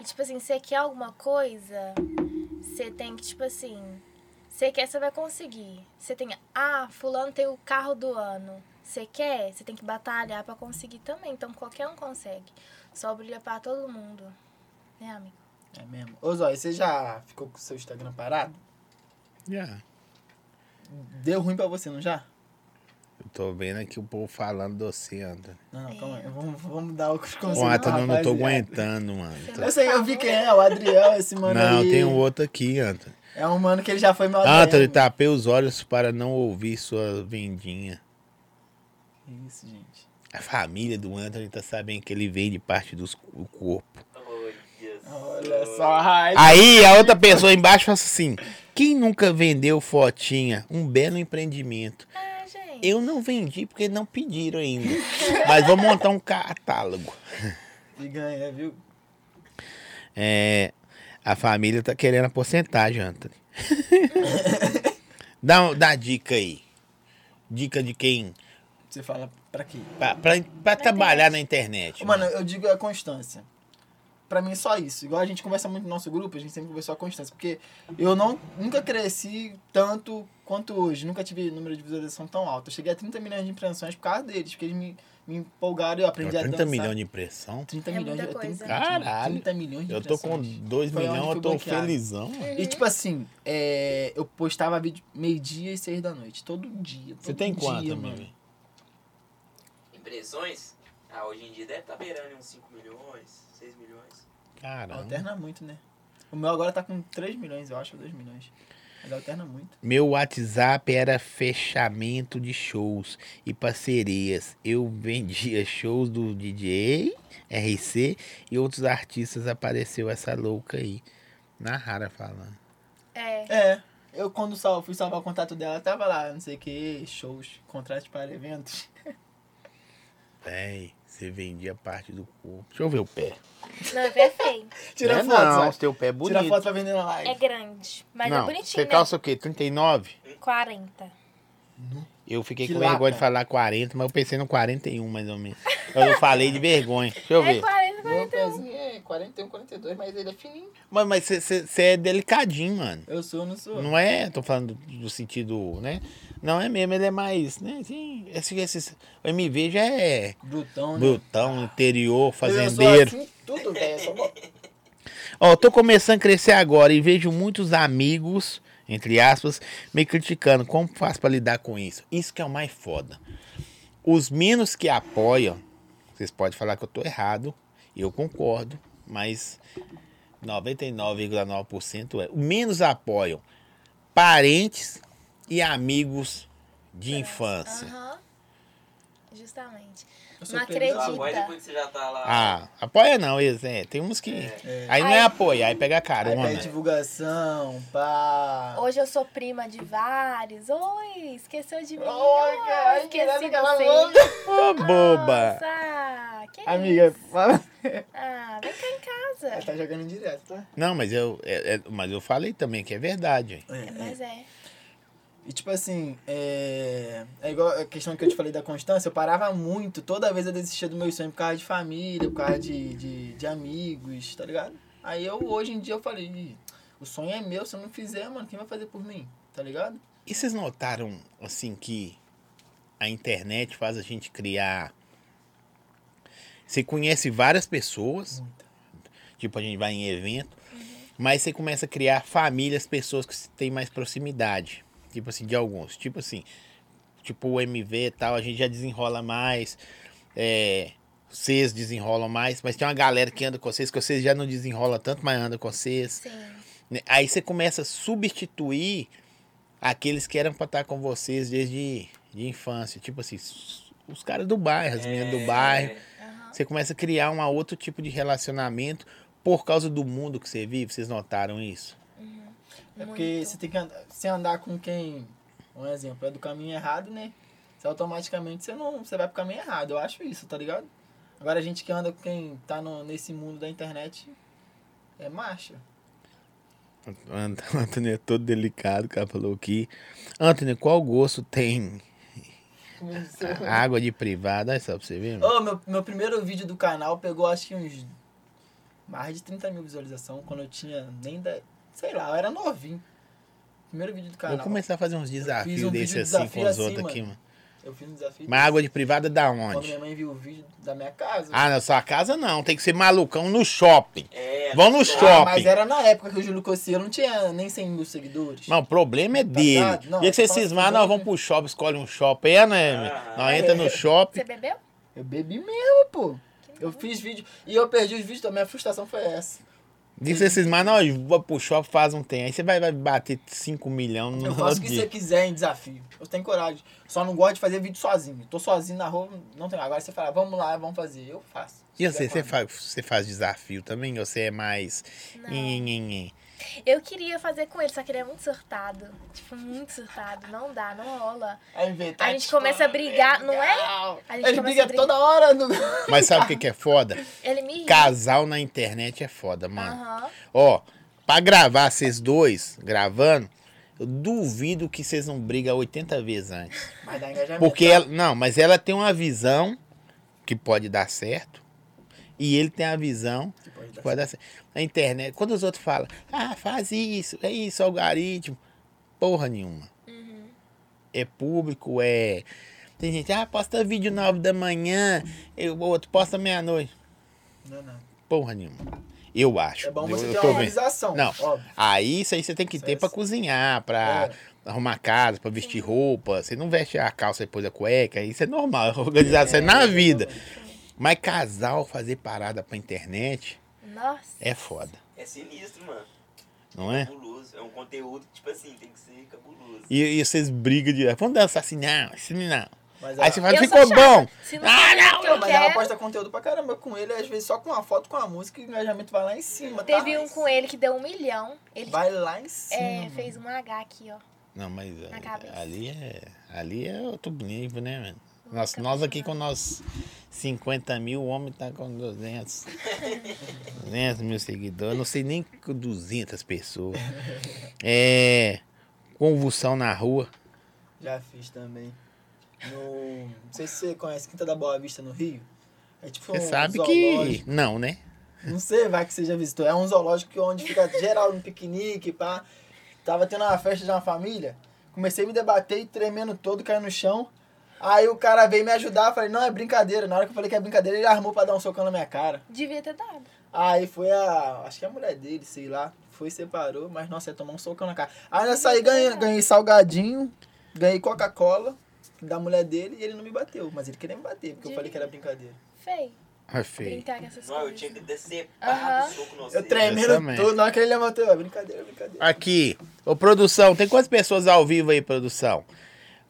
E tipo assim, você quer alguma coisa, você tem que, tipo assim, você quer, você vai conseguir. Você tem, ah, fulano tem o carro do ano. Você quer, você tem que batalhar pra conseguir também. Então qualquer um consegue. Só brilha pra todo mundo. Né, amigo? É mesmo. Ô, Zóia, você já ficou com o seu Instagram parado? Já. Deu ruim pra você, não já? Eu tô vendo aqui o povo falando do oceano. Não, não, calma aí. Vamos, vamos dar os conselhos. Com a pro eu não tô rapaziada. aguentando, mano. Tô- Eu sei, eu vi quem é, o Adriel, esse mano Não, aí. tem um outro aqui, Antônio. É um mano que ele já foi meu Antônio, ADM. tapei os olhos para não ouvir sua vendinha. tá. Isso, gente. A família do Anthony tá sabendo que ele vem de parte dos- do corpo. Olha só. Olha só a raiva. Aí a outra pessoa embaixo fala assim: quem nunca vendeu fotinha? Um belo empreendimento. Ah, gente. Eu não vendi porque não pediram ainda. Mas vou montar um catálogo. E ganha, viu? É, a família tá querendo a porcentagem, Anthony. dá, um- dá dica aí. Dica de quem? Você fala pra quê? Pra, pra- pra trabalhar na internet. Mano, eu digo é a constância. Pra mim, é só isso. Igual a gente conversa muito no nosso grupo, a gente sempre conversou a constância. Porque eu não, nunca cresci tanto quanto hoje. Nunca tive número de visualização tão alto. Eu cheguei a 30 milhões de impressões por causa deles. Porque eles me, me empolgaram e eu aprendi Tem a 30 dançar. milhões de impressão. 30 É milhões muita de coisa. 30, mano, Caralho. 30 milhões de Eu tô com impressões. 2 Foi milhões, onde eu foi tô bloqueado. felizão. Uhum. E tipo assim, é, eu postava vídeo meio-dia e seis da noite, todo dia. Você todo tem um dia, quanto, mano? mano? Impressões? Ah, hoje em dia deve estar beirando uns 5 milhões, 6 milhões. Caramba. Alterna muito, né? O meu agora tá com 3 milhões, eu acho, ou 2 milhões. Mas alterna muito. Meu WhatsApp era fechamento de shows e parcerias. Eu vendia shows do DJ, RC e outros artistas. Apareceu essa louca aí. Na rara falando. É. É, eu quando sal, fui salvar o contato dela, tava lá, não sei o que, shows, contratos para eventos. Véi, você vendia parte do corpo. Deixa eu ver o pé. Não, é perfeito. Tira Não é foto, não, Zé. teu pé é bonito. Tira foto pra vender na É live. grande. Mas é não, bonitinho, Você né? calça o quê? 39? 40. Eu fiquei Que com lata. um, vergonha de falar 40, mas eu pensei no 41 mais ou menos. Eu falei de vergonha. Deixa eu É ver. 40, Meu pezinho é 41, 42, mas ele é fininho. Mano, mas você é delicadinho, mano. Eu sou, não sou. Não é, tô falando do, do sentido, né? Não é mesmo, ele é mais, né? Assim, esse, esse, o MV já é Brutão, né? brutão, interior, Eu fazendeiro. sou assim, tudo, velho. Só bo- Ó, tô começando a crescer agora e vejo muitos amigos, entre aspas, me criticando. Como faço pra lidar com isso? Isso que é o mais foda. Os menos que apoiam, vocês podem falar que eu tô errado, eu concordo, mas 99,9% é. O menos apoiam parentes e amigos de infância. Ah. Aham. Justamente. Eu sou Não preso. Só acredita. apoia Ah, depois que você já tá lá. Ah, apoia não, eles, é, tem uns que. É. Aí não é Aí- apoia, aí pega Aí carona. pede divulgação, pá. Hoje eu sou prima de vários. Oi, esqueceu de mim. Oi, Oi, cara, ai, esqueci querendo que é, ela você. Ô, boba! Nossa, que Amiga, isso? fala. Ah, vem cá em Ela casa. tá jogando direto, tá? Não, mas eu, é- é- mas eu falei também que é verdade. hein? É, Mas é. E tipo assim, é... é igual a questão que eu te falei da constância, eu parava muito, toda vez eu desistia do meu sonho por causa de família, por causa de, de, de amigos, tá ligado? Aí eu, hoje em dia, eu falei, "Ih, o sonho é meu, se eu não fizer, mano, quem vai fazer por mim? Tá ligado? E vocês notaram, assim, que a internet faz a gente criar. Você conhece várias pessoas, tipo, a gente vai em evento, mas você começa a criar famílias, pessoas que você tem mais proximidade. Tipo assim, de alguns. Tipo assim, tipo o MV e tal, a gente já desenrola mais. É, vocês desenrolam mais, mas tem uma galera que anda com vocês, que vocês já não desenrola tanto, mas anda com vocês. Sim. né? Aí você começa a substituir aqueles que eram pra estar com vocês desde de infância. Tipo assim, s- os caras do bairro, as meninas É. é, do bairro. Aham. Você começa a criar um outro tipo de relacionamento por causa do mundo que você vive. Vocês notaram isso? É porque Muito. você tem que andar, se andar com quem, um exemplo, é do caminho errado, né? Você automaticamente você não, você vai pro caminho errado. Eu acho isso, tá ligado? Agora a gente que anda com quem tá no, nesse mundo da internet é marcha. Ant- Antônio é todo delicado, o cara falou aqui. Antônio, qual gosto tem a água de privada? Olha só pra você ver. mano. Ô, meu, meu primeiro vídeo do canal pegou acho que uns mais de 30 mil visualizações quando eu tinha nem da. Sei lá, eu era novinho. Primeiro vídeo do canal. Vou começar a fazer uns desafios um vídeo desse assim desafio com os assim, outros mano. aqui, mano. Eu fiz um desafio. Mas água de privada é da quando onde? minha mãe viu o vídeo da minha casa. Ah, na sua casa não, tem que ser malucão no shopping. É, Vão no show. shopping. mas era na época que o Júlio Cossielo não tinha nem 100 mil seguidores. Não, o problema é dele. ligado? Tá Não, o dia que você só cismar, estudante. nós vamos pro shopping, escolhe um shopping, é, né? meu? Ah, nós entra no shopping. Você bebeu? Eu bebi mesmo, pô. Eu fiz vídeo. E eu perdi os vídeos, a minha frustração foi essa. O dia que você cismar, nós vamos pro shopping, faz um tempo. Aí você vai, vai bater 5 milhões no Eu outro faço o que você dia. quiser em desafio. Eu tenho coragem. Só não gosto de fazer vídeo sozinho. Tô sozinho na rua, não tenho. Agora você fala, vamos lá, vamos fazer. Eu faço. E Se você, tiver você coragem. faz, você faz desafio também? Ou você é mais... Não. Nhin, nhin, nhin? Eu queria fazer com ele, só que ele é muito surtado. Tipo, muito surtado. Não dá, não rola. Aí inventar. A gente começa a brigar, não é? A gente Ele começa a briga brigar. toda hora no. Mas sabe o que, que é foda? Ele me irrita. Casal na internet é foda, mano. Aham. Ó, pra gravar vocês dois, gravando, eu duvido que vocês não brigam 80 vezes antes. Mas dá engajamento. Porque ela, não, mas ela tem uma visão que pode dar certo. E ele tem a visão Que pode que dar pode dar certo. Na internet, quando os outros falam, ah, faz isso, é isso, algoritmo. Porra nenhuma. Uhum. É público, é. Tem gente, ah, posta vídeo 9 da manhã, eu, o outro posta meia-noite. certo. assim, Não, não. Porra nenhuma. Eu acho. É bom Tipo, eu, você eu ter tô uma vendo. organização. Não. Óbvio. Aí isso aí você tem que Isso ter é pra sim. cozinhar, pra arrumar casa, pra vestir roupa. Você não veste a calça e depois a cueca. Isso é normal, organização é, né? na vida. Mas casal fazer parada pra internet Nossa. é foda, É sinistro, mano. não é? Cabuloso. É um conteúdo, tipo assim, tem que ser cabuloso. E, e vocês brigam de. Vamos dançar assim, não, assim não. Mas, Aí ela- você fala, Eu sou ficou chata. bom. Se não Ah, não! eu mas ela quero. posta conteúdo pra caramba com ele, às vezes só com uma foto, com a música, e o engajamento vai lá em cima, tá? Teve um com ele que deu um milhão. Ele Vai lá em cima. é, mano. fez um H aqui, ó. Não, mas eh, Na cabeça. ali é. Ali é outro nível, né, mano? Nós, nós aqui com nós 50 mil, o homem tá com 200. 200 mil seguidores. Eu não sei nem com 200 pessoas. É. Convulsão na rua. Já fiz também. No, não sei se você conhece Quinta da Boa Vista, no Rio. É tipo Você um sabe que. zoológico. Não, né? Não sei, vai que você já visitou. É um zoológico que onde fica geral no piquenique, pá. Tava tendo uma festa de uma família. Comecei a me debater e tremendo todo, caí no chão. Aí o cara veio me ajudar, falei, não, é brincadeira. Na hora que eu falei que é brincadeira, ele armou pra dar um socão na minha cara. Devia ter dado. Aí foi a. Acho que é a mulher dele, sei lá. Foi, separou, mas nossa, ia tomar um socão na cara. Aí eu saí, ganhei, ganhei salgadinho, ganhei Coca-Cola da mulher dele e ele não me bateu. Mas ele queria me bater, porque eu falei que era brincadeira. Feio. Ah, feio. Brincar com essas Não, eu coisas. tinha que decepar Aham. o soco no Eu oceano. tremendo Exatamente. tudo, na hora que ele levantou, eu, brincadeira, é brincadeira. Aqui. Ô, produção, tem quantas pessoas ao vivo aí, produção?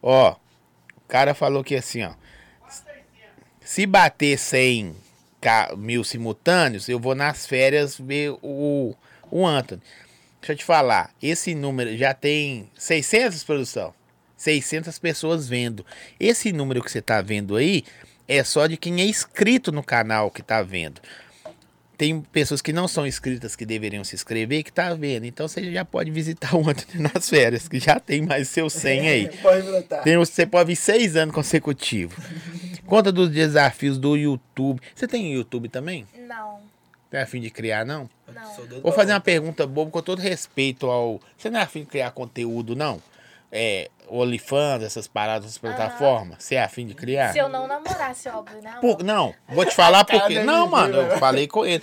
Ó, o cara falou que assim, ó. Se bater 100 ca- mil simultâneos, eu vou nas férias ver o, o Anthony. Deixa eu te falar, esse número já tem 600, produção? 600 pessoas vendo. Esse número que você tá vendo aí é só de quem é inscrito no canal que tá vendo tem pessoas que não são inscritas que deveriam se inscrever que tá vendo. Então você já pode visitar um o Antônio nas férias, que já tem mais seus 100 aí. Pode brotar. Tem, um, você pode vir seis anos consecutivos. Conta dos desafios do YouTube. Você tem YouTube também? Não, Não é afim de criar, não? não. Sou doido Vou pra fazer uma voltar. pergunta boba com todo respeito ao. Você não é afim de criar conteúdo, não? É, OnlyFans, essas paradas, essas plataformas. Você é afim de criar? Se eu não namorasse, óbvio, né? amor? Por- não, vou te falar porque. Cada Não, mentira, mano, eu né? velho. falei com ele.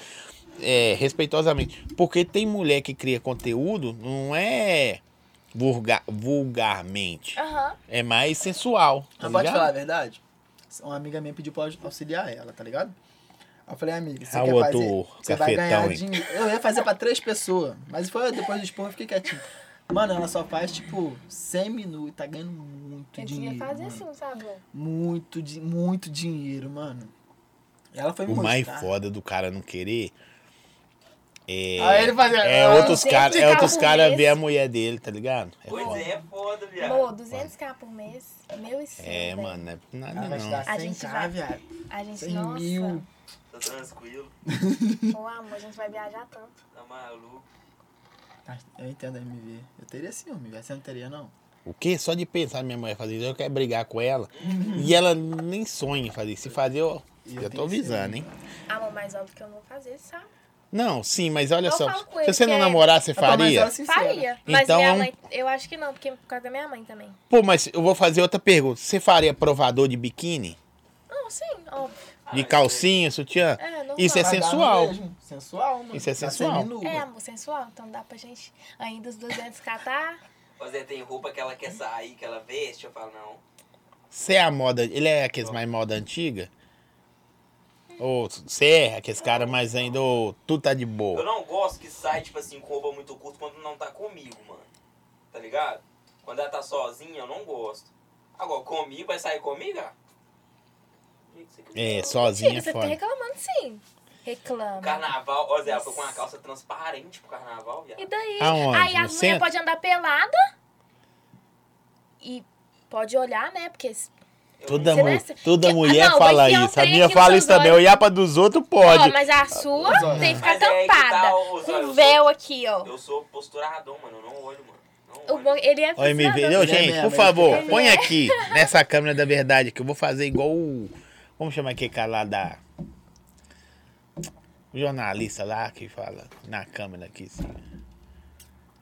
É, respeitosamente. Porque tem mulher que cria conteúdo, não é vulga- vulgarmente. Aham. É mais sensual. Tá Mas pode ligado? falar a verdade? Uma amiga minha pediu pra auxiliar ela, tá ligado? Aí Eu falei, amiga, você Ah, quer o fazer? outro Você vai cafetão, ganhar hein? dinheiro. Eu ia fazer pra três pessoas, mas foi depois do esporro, eu fiquei quietinho. Mano, ela só faz, tipo, 100 minutos, tá ganhando muito Eu dinheiro. tinha que fazer mano. assim, sabe? Muito, di muito dinheiro, mano. E Ela foi me O mais mostrar. foda do cara não querer. É, Aí ele fazia, é ah, outros gente, caras é carro outros cara mesmo. ver a mulher dele, tá ligado? É Pois foda. é, foda, viado. Amor, 200k por mês, meu e seu, É, velho. mano, não é Ela nada vai te não. dar A gente 100k, vai- viado. A gente, 100 nossa. mil. Tô tranquilo, Ô, amor, a gente vai viajar tanto. tá maluco. Ah, Eu entendo, MV. Eu teria ciúme, velho. Você não teria, não? O quê? Só de pensar minha mulher fazer isso, eu quero brigar com ela. e ela nem sonha em fazer isso. Se fazer, eu, E eu tô eu tenho que ser avisando, bem. hein? Amor, mas óbvio que eu não vou fazer, sabe? Não, sim, mas olha Eu só. falo com Se ele você não que é- namorar, você Mas ela faria? é sincera. Faria. Mas Então, é minha um- mãe, eu acho que não, porque é por causa da minha mãe também. Pô, mas eu vou fazer outra pergunta. Você faria provador de biquíni? Não, sim, óbvio. Ah, De calcinha, sutiã? É, normal. Isso é Mas dá sensual. mesmo. Sensual, mano. Isso é Tá sensual. seminua. É, amor, sensual, então dá pra gente ainda os 200k, tá? Mas é, tem roupa que ela quer Uhum. sair, que ela veste, eu falo, não. Você é a moda. Ele é aqueles mais moda antiga? Ou você é aqueles caras mais ainda. Ou tu tá de Eu boa? não gosto que sai, tipo assim, com roupa muito curta quando não tá comigo, mano. Tá ligado? Quando ela tá sozinha, eu não gosto. Agora, comigo, vai sair comigo? ah? É, Chega, sozinha você é fica foda. reclamando sim. Reclama. Carnaval, ó, Zé, ela foi com uma calça transparente pro carnaval, viado. E daí? Aonde? Aí No as mulheres centro? podem andar pelada e pode olhar, né? Porque s- Eu Toda, Você mu- não é assim? toda Que- mulher não, vai fala enfiar um isso. A trem minha aqui nos fala seus isso também. olhos. Olhar pra dos outros ó, pode. mas a sua Os olhos. tem que ficar Mas é aí que tampada. tá os com olhos. véu aqui, ó. Eu sou posturadão, mano. Eu não olho, mano. Não O olho. bom- ele é Ó, MV. frustrador. Não, Ele é gente, mesmo, por ele favor, fica- põe Ele é. aqui nessa câmera da verdade que eu vou fazer igual o. Como chama aquele cara lá da. O jornalista lá que fala na câmera aqui. Assim.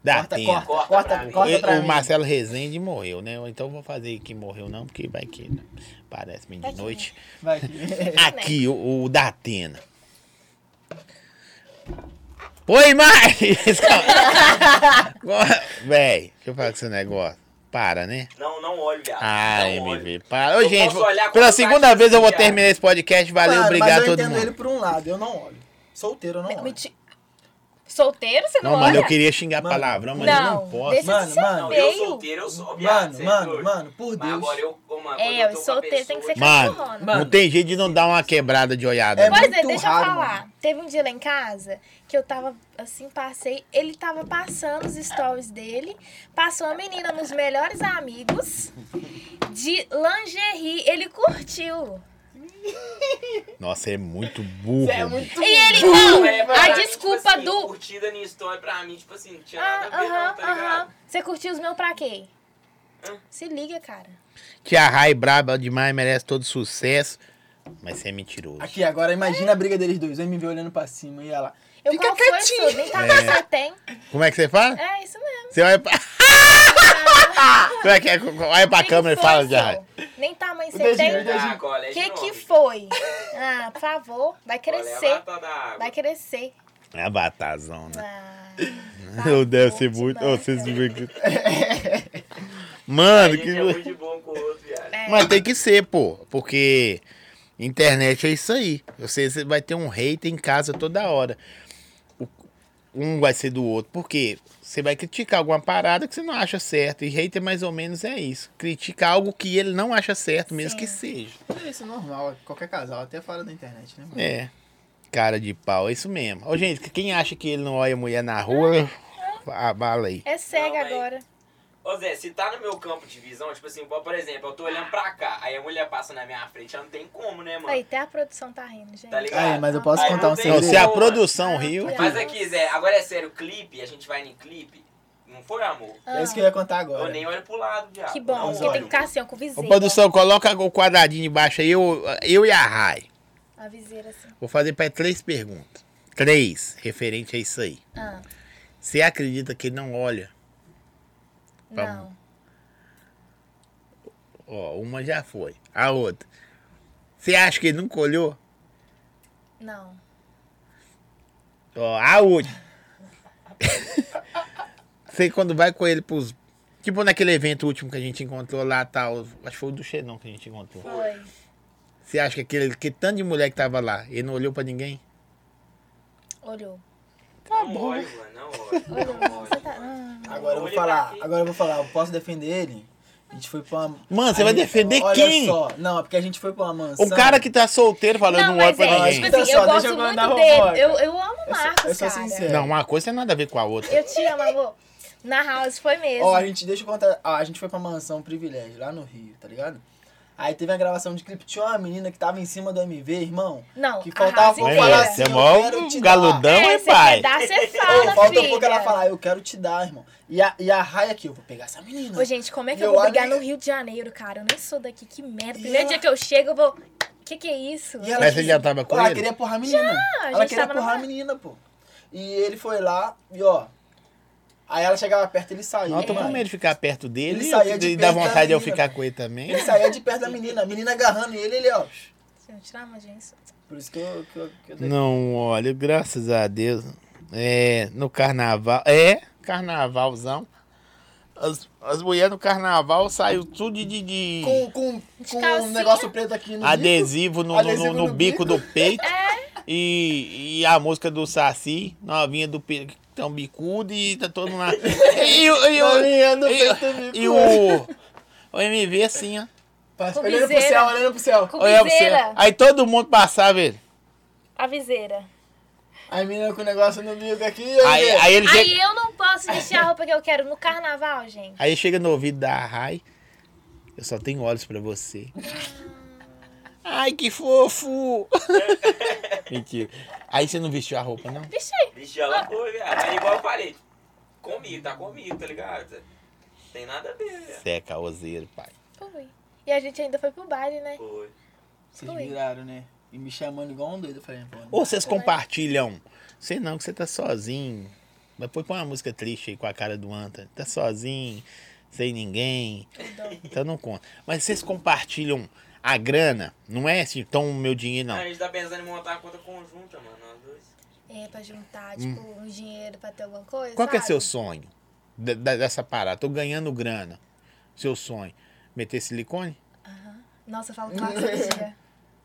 Da Corta, Atena. corta, corta, pra mim. corta, corta pra Tá o mim. Marcelo Rezende morreu, né? Ou Então eu vou fazer que morreu não, porque vai que né? parece bem de Vai que noite. Vai aqui. Aqui, o, o da Atena. Oi, Mari! Véi, deixa eu falar com esse negócio. Para, né? Não, não olho, viado. Ah, não olho. MV, para. Ô, tá Eu gente, posso vou- olhar pela quando segunda bate vez eu vou esse terminar esse podcast. Valeu, Claro, obrigado mas a eu todo entendo mundo. ele por um lado, eu não olho. Solteiro, eu não olho. Menti- Solteiro, você não, Não, mano, olha? eu queria xingar Mano, palavrão, mas eu não, não posso. deixa Mano, de ser mano. Não, eu feio. solteiro, eu sou, viado. Mano, cê é mano, doido. mano, por Mas Deus. agora eu, ô, mano, quando É, eu tô com a solteiro tem que pessoa- ser Mano, cachorrona. não tem jeito de não dar uma quebrada de olhada. né? É mano. Pois é, muito deixa raro, eu falar. mano. Teve um dia lá em casa que eu tava assim, passei. Ele tava passando os stories dele. Passou a menina nos melhores amigos de lingerie. Ele curtiu. Nossa, é muito burro. Você é muito- bicho. E ele, Burro, não, É, pra a mim, tipo desculpa assim, do. Curtida na história pra mim, tipo assim, não tinha Ah, nada a ver, não, aham, tá ligado? aham. Você curtiu os meus pra quê? Hã? Se liga, cara. Tia Rai, braba demais, merece todo sucesso. Mas você é mentiroso. Aqui, agora imagina a briga deles dois. O MV olhando pra cima e ela. Eu Fica qual foi, quietinho. sou? Nem tava você tem. Como é que você fala? É, isso mesmo. Você olha pra. Como é que é? Olha pra Nem câmera e foi, fala sou. já. Nem tamanho você Beijinho, tem. beijinho. Ah, cola, é Que de que novo. foi? Ah, por favor, vai Cola é a crescer. lata da água. Vai crescer. É a batazona. Ah, Eu devo favor, ser muito. demais, Ô, vocês cara. viram que- A Mano, gente é que. muito de bom com o outro, viado. É. Mas tem que ser, pô. Porque internet é isso aí. Você você vai ter um hater em casa toda hora. O- Um vai ser do outro. Por quê? Você vai criticar alguma parada que você não acha certo. E hater mais ou menos é isso. Critica algo que ele não acha certo, mesmo Sim. que seja. É isso, é normal. Qualquer casal, até fora da internet, né, mano? É. Cara de pau, é isso mesmo. Ô, gente, quem acha que ele não olha mulher na rua, abala aí. É cega Não, mas- agora. Ô Zé, se tá no meu campo de visão, tipo assim, igual, por exemplo, eu tô olhando pra cá, aí a mulher passa na minha frente, já não tem como, né, mano? Aí, até a produção tá rindo, gente. Tá ligado? Ah, é, mas eu posso Aí contar não um tem Não, segredo? se a Boa. produção riu. tá. Mas aqui, Zé, agora é sério, clipe, a gente vai em clipe, não foi amor. É isso que eu ia contar agora. Eu nem olho pro lado, viado. Que um bom, Não porque tem que olho. ficar assim, ó, com viseira. Ô, produção, coloca o quadradinho embaixo aí, eu, eu e a Rai. A viseira assim. Vou fazer pra três perguntas. Três, referente a isso aí. Ah, Você acredita que ele não olha? não. Ó, uma já foi. A outra. Você acha que ele nunca olhou? Não. Ó, a última. Você quando vai com ele pros. Tipo naquele evento último que a gente encontrou lá, tal. Acho que foi o do Xenon que a gente encontrou. Foi. Você acha que aquele que tanto de mulher que tava lá, ele não olhou pra ninguém? Olhou. Tá Não bom. olho, mano, não olho. Olhou. Não olho. Você tá... mano. Ah, Agora eu vou Olha falar, daqui. agora eu vou falar, eu posso defender ele? A gente foi pra uma. Mano, você a vai gente- defender olha quem? Só. Não, é porque a gente foi pra uma mansão. O cara que tá solteiro falando um não, Não, olha mas pra é, ninguém. tipo assim, Olha Tá só, eu deixa gosto eu muito mandar uma dele. fofoca. Eu, eu amo o sou- Marcos, eu sou cara. sincero. Não, uma coisa tem nada a ver com a outra. Eu te amo, amor. Na house foi mesmo. É, Ó, a gente, deixa eu contar. Ó, a gente foi pra mansão privilégio, lá no Rio, tá ligado? Aí teve a gravação de clipe, tinha uma menina que tava em cima do MV, irmão. Não, que a faltava Razi vou Mas inteira. falar é, assim, Você é eu mó quero te galudão, é, então, hein, você pai? quer dar, você Ô, fala, falta um filha. pouco ela falar, eu quero te dar, irmão. E a, e a Raia aqui, eu vou pegar essa menina. Ô, gente, como é que E eu, eu vou brigar acho- no Rio de Janeiro, cara? Eu nem sou daqui, que merda. E Primeiro ela- dia que eu chego, eu vou... Que que é isso? E ela Mas você quis- já tava com ela ele? queria porrar a menina. a ela gente queria tava na porrar a praia. menina, pô. E ele foi lá e ó. Aí ela chegava perto ele saía. Não, eu tô com mano. medo de ficar perto dele Ele e saía de e dá perto da vontade de eu menina. ficar com ele também. Ele saía de perto da menina, a menina agarrando ele, ele, ó. Deixa eu tirar uma agência. Por isso que eu, que eu, que eu dei. Não, olha, graças a Deus. É, no carnaval. É, carnavalzão. As, as mulheres no carnaval saiu tudo de, de Com, com, com um calcinha. negócio preto aqui no bico. adesivo no, no- Adesivo no no bico bico. do peito. E, e a música do Saci, novinha do peito, tão bicudo e tá todo mundo lá. E, o- e, o- Novinha do e- peito bicudo. e o. O MV assim, ó. Passa- Com Olhando pro viseira. céu, olhando pro céu. Com Olhava pra é você. viseira. Aí todo mundo passava ele. A viseira. A menina com o negócio no bico aqui. Aí, ele- aí ele chega. Aí eu não posso vestir a roupa que eu quero no carnaval, gente. Aí chega no ouvido da Rai, eu só tenho olhos pra você. Ai, que fofo! Mentira. Aí você não vestiu a roupa, não? Vixe, Vixe, ela foi, viado. Aí igual eu falei, comigo, tá comigo, tá ligado? Zé? Tem nada a ver, viado. Você é caoseiro, pai. fui. E a gente ainda foi pro baile, né? Foi. Vocês viraram, né? E me chamando igual um doido. Eu falei, pô. não. Ou vocês compartilham. Sei não, que você tá sozinho. Mas põe põe uma música triste aí com a cara do Anta. Tá sozinho, sem ninguém. Tudo. Então não conta. Mas vocês compartilham a grana, não é assim, toma o meu dinheiro, A não. gente tá pensando em montar a conta conjunta, mano, nós dois. É, pra juntar, tipo, um dinheiro pra ter alguma coisa. Hum. Qual que é sabe? seu sonho de- de- dessa parada? Tô ganhando grana. Seu sonho. Meter silicone? Aham. Nossa, eu falo com ela todo dia.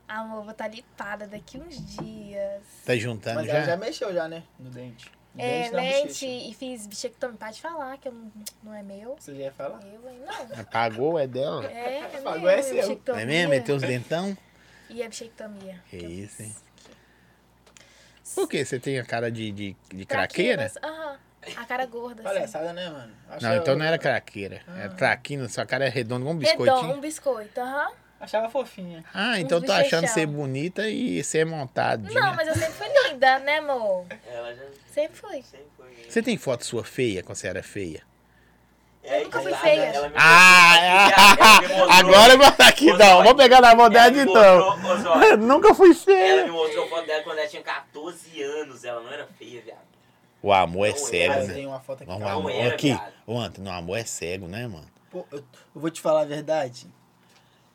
Amor, vou estar lipada daqui uns dias. Tá juntando Mas já? ela já mexeu já, né? No dente. No É, dente um na lente bochecha. e fiz bichectomia. Para de falar que eu não, não é meu. Você já ia falar? Eu, hein? Não. Pagou, é dela. É, é Agora meu, é seu. Não bichectomia. é mesmo? Meteu os dentão? E é a bichectomia. Que eu isso, fiz. hein? Por quê? Você tem a cara de, de, de craqueira? Traquinas, Aham. A cara gorda. assim. Palhaçada, né, mano? Não, então não era craqueira. Ah. Era traquina, sua cara é redonda como um Redondo, biscoitinho. um biscoito. Aham. Achava fofinha. Ah, então eu tô bichechão. achando ser bonita e ser montadinha. Não, mas eu sempre fui linda, né, amor? Ela já Sempre fui. sempre foi. né? Você tem foto sua feia quando você era feia? É, nunca que fui nada, feia. ela me- Ah! Ela me- Agora eu vou botar aqui, Ô, não. Zói, Vou pegar na mão ela dela me então. mostrou- ô, Zói, Nunca fui Ela me feia. mostrou foto dela quando ela tinha 14 anos. Ela não era feia, viado. O amor é Não, Cara, cego, eu né? tenho uma foto aqui. Não, o cara. amor era, aqui. cara. Ô, Antônio, o amor é cego, né, mano? Pô, eu, eu vou te falar a verdade.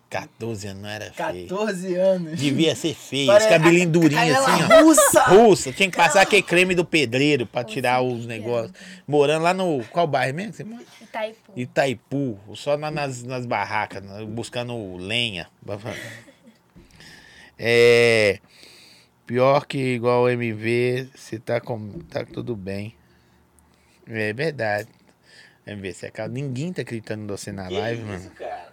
14 anos não era feio. 14 anos. Devia ser feio. Esse Parece- cabelinho durinho Ela assim, ó. russa. Russa, tinha que passar aquele creme do pedreiro pra tirar os negócios. Morando lá no. Qual bairro mesmo? que você mora? Itaipu. Itaipu. Só na- nas, nas barracas, na- buscando lenha. É. Pior que igual o MV, você tá com. tá tudo bem. É verdade. MV, você acaba. Ninguém tá acreditando em você na Que live, isso, mano. cara?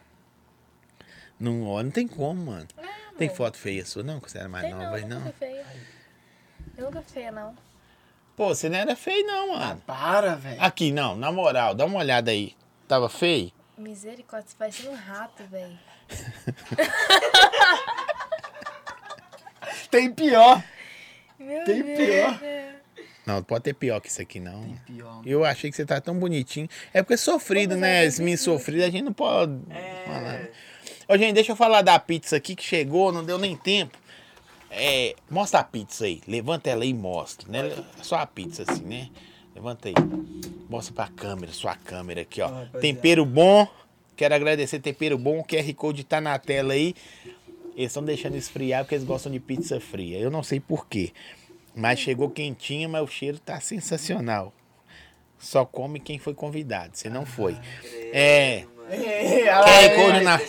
Não, ó, não tem como, mano. Ah, Tem amor. foto feia sua, não? Quando você era mais Tem nova, não, aí, eu não? nunca feia. Eu nunca feia, não. Pô, você não era feio, não, mano. Para, velho. Aqui, não, na moral, dá uma olhada aí. Tava feio? Misericórdia, você parece um rato, velho. Tem pior. Meu Tem Deus. pior. né? Não, pode ter pior que isso aqui, não. Pior. Eu achei que você tá tão bonitinho. É porque é sofrido, Vamos né? lá, Esse menino sofrido, a gente não pode falar. É. Ô, gente, deixa eu falar da pizza aqui que chegou, não deu nem tempo. É, mostra a pizza aí. Levanta ela aí e mostra, né? Só a pizza assim, né? Levanta aí. Mostra pra câmera, sua câmera aqui, ó. Ah, rapaziada. Tempero bom. Quero agradecer Tempero Bom. O QR Code tá na tela aí. Eles estão deixando esfriar porque eles gostam de pizza fria. Eu não sei porquê. Mas chegou quentinha, mas o cheiro tá sensacional. Só come quem foi convidado. Você não foi. É. QR Code na.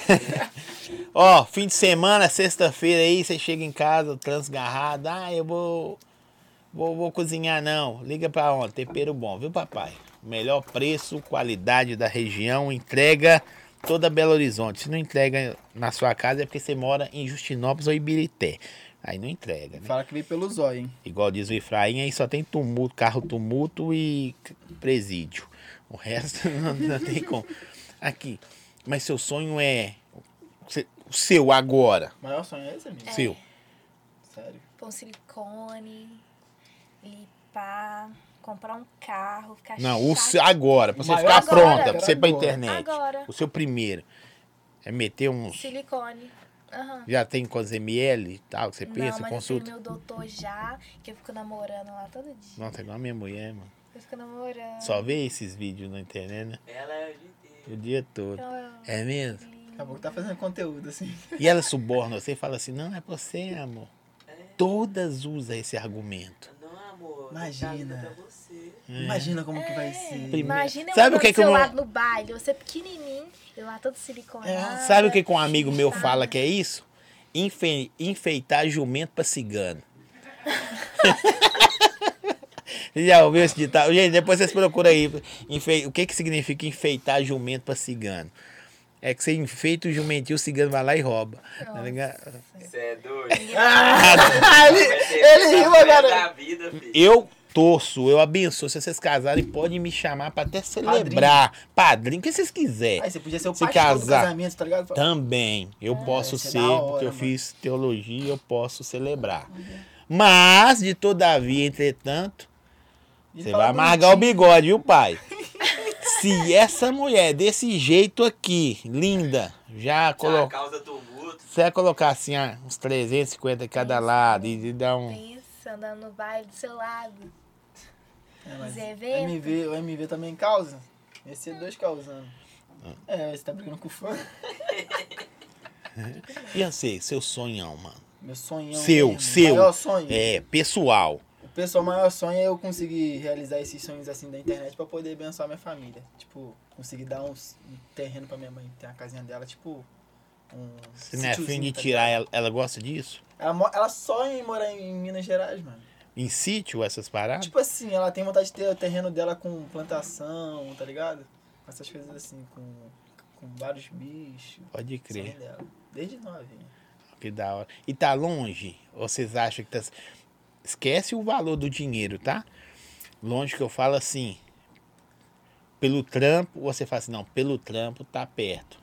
Ó, fim de semana, sexta-feira aí, você chega em casa transgarrado. Ah, eu vou. Vou, vou cozinhar, não. Liga pra onde? Tempero bom, viu, papai? Melhor preço, qualidade da região, entrega toda Belo Horizonte. Se não entrega na sua casa é porque você mora em Justinópolis ou Ibirité. Aí não entrega, né? Fala que veio pelo zóio, hein? Igual diz o Efraim, aí só tem tumulto, carro tumulto e c- presídio. O resto não, não tem como. Aqui. Mas seu sonho é. se- O seu agora. O maior sonho é esse, amigo? Seu. Sério. Pôr silicone, limpar, comprar um carro, ficar Não, o seu chato. agora. Pra você Maior ficar agora. pronta, pra você ir pra Agora. internet. Agora. O seu primeiro. É meter uns. Silicone. Aham. Já tem quantos ml e tal, que você pensa, não, mas eu consulta. tenho meu doutor já, que eu fico namorando lá todo dia. Nossa, é igual a minha mulher, mano. Eu fico namorando. Só vê esses vídeos na internet, né? Ela é o dia inteiro. O dia todo. Ela- É mesmo? Daqui a pouco tá fazendo conteúdo, assim. E ela suborna você e fala assim: não, é você, amor. Todas usam esse argumento. Não, amor. Imagina. Tá pra você. Hum. Imagina como que vai ser. Primeiro. Imagina Sabe eu o que do que seu eu- lado no baile, você pequenininho, eu lá todo Ah, siliconado. Sabe o que, que um amigo meu fala que é isso? Enfe- enfeitar jumento pra cigano. Você Já ouviu esse ditado? Gente, depois vocês procuram aí. Enfei- O que, que significa enfeitar jumento pra cigano? É que você enfeita o jumentinho, o cigano vai lá e rouba. Tá ligado? Você é doido. Ah, ele, ele riu agora. Da vida, filho. Eu torço, eu abençoo. Se vocês casarem, podem me chamar pra até celebrar. Padrinho, o que vocês quiserem. Aí você podia ser o Se pastor do casar. Então, casamento, tá ligado? Também. Eu posso isso é ser, da hora, porque eu mano. fiz teologia, eu posso celebrar. Mas, de todavia, entretanto, Ele você fala vai bonitinho. amargar o bigode, viu, pai? Se essa mulher desse jeito aqui, linda, já Colo... colocou. causa tumulto. Você vai colocar assim, ah, uns 350 cada lado e, e dar um. Pensa andando no baile do seu lado. É, mas Zé o MV, o MV também causa? Ia ser dois causando. Ah. É, você tá brigando com o fã. E eu sei, seu sonhão, mano. Meu sonhão. Seu, mesmo, seu. Maior sonho. É, pessoal. O pessoal maior sonho é eu conseguir realizar esses sonhos assim da internet pra poder abençoar minha família. Tipo, conseguir dar uns, um terreno pra minha mãe, ter a casinha dela, tipo. Um Você não é afim sítiozinho, de tá tirar ligado? ela, ela gosta disso? ela. mo- Ela sonha em morar em Minas Gerais, mano. Em sítio, essas paradas? Tipo assim, ela tem vontade de ter o terreno dela com plantação, tá ligado? Com Essas coisas assim, com, com vários bichos. Pode Sonho crer, dela. Desde novinha. que da hora. E tá longe? Ou vocês acham que tá. Esquece o valor do dinheiro, tá? Longe que eu falo assim. Pelo trampo, ou você fala assim, não, pelo trampo tá perto.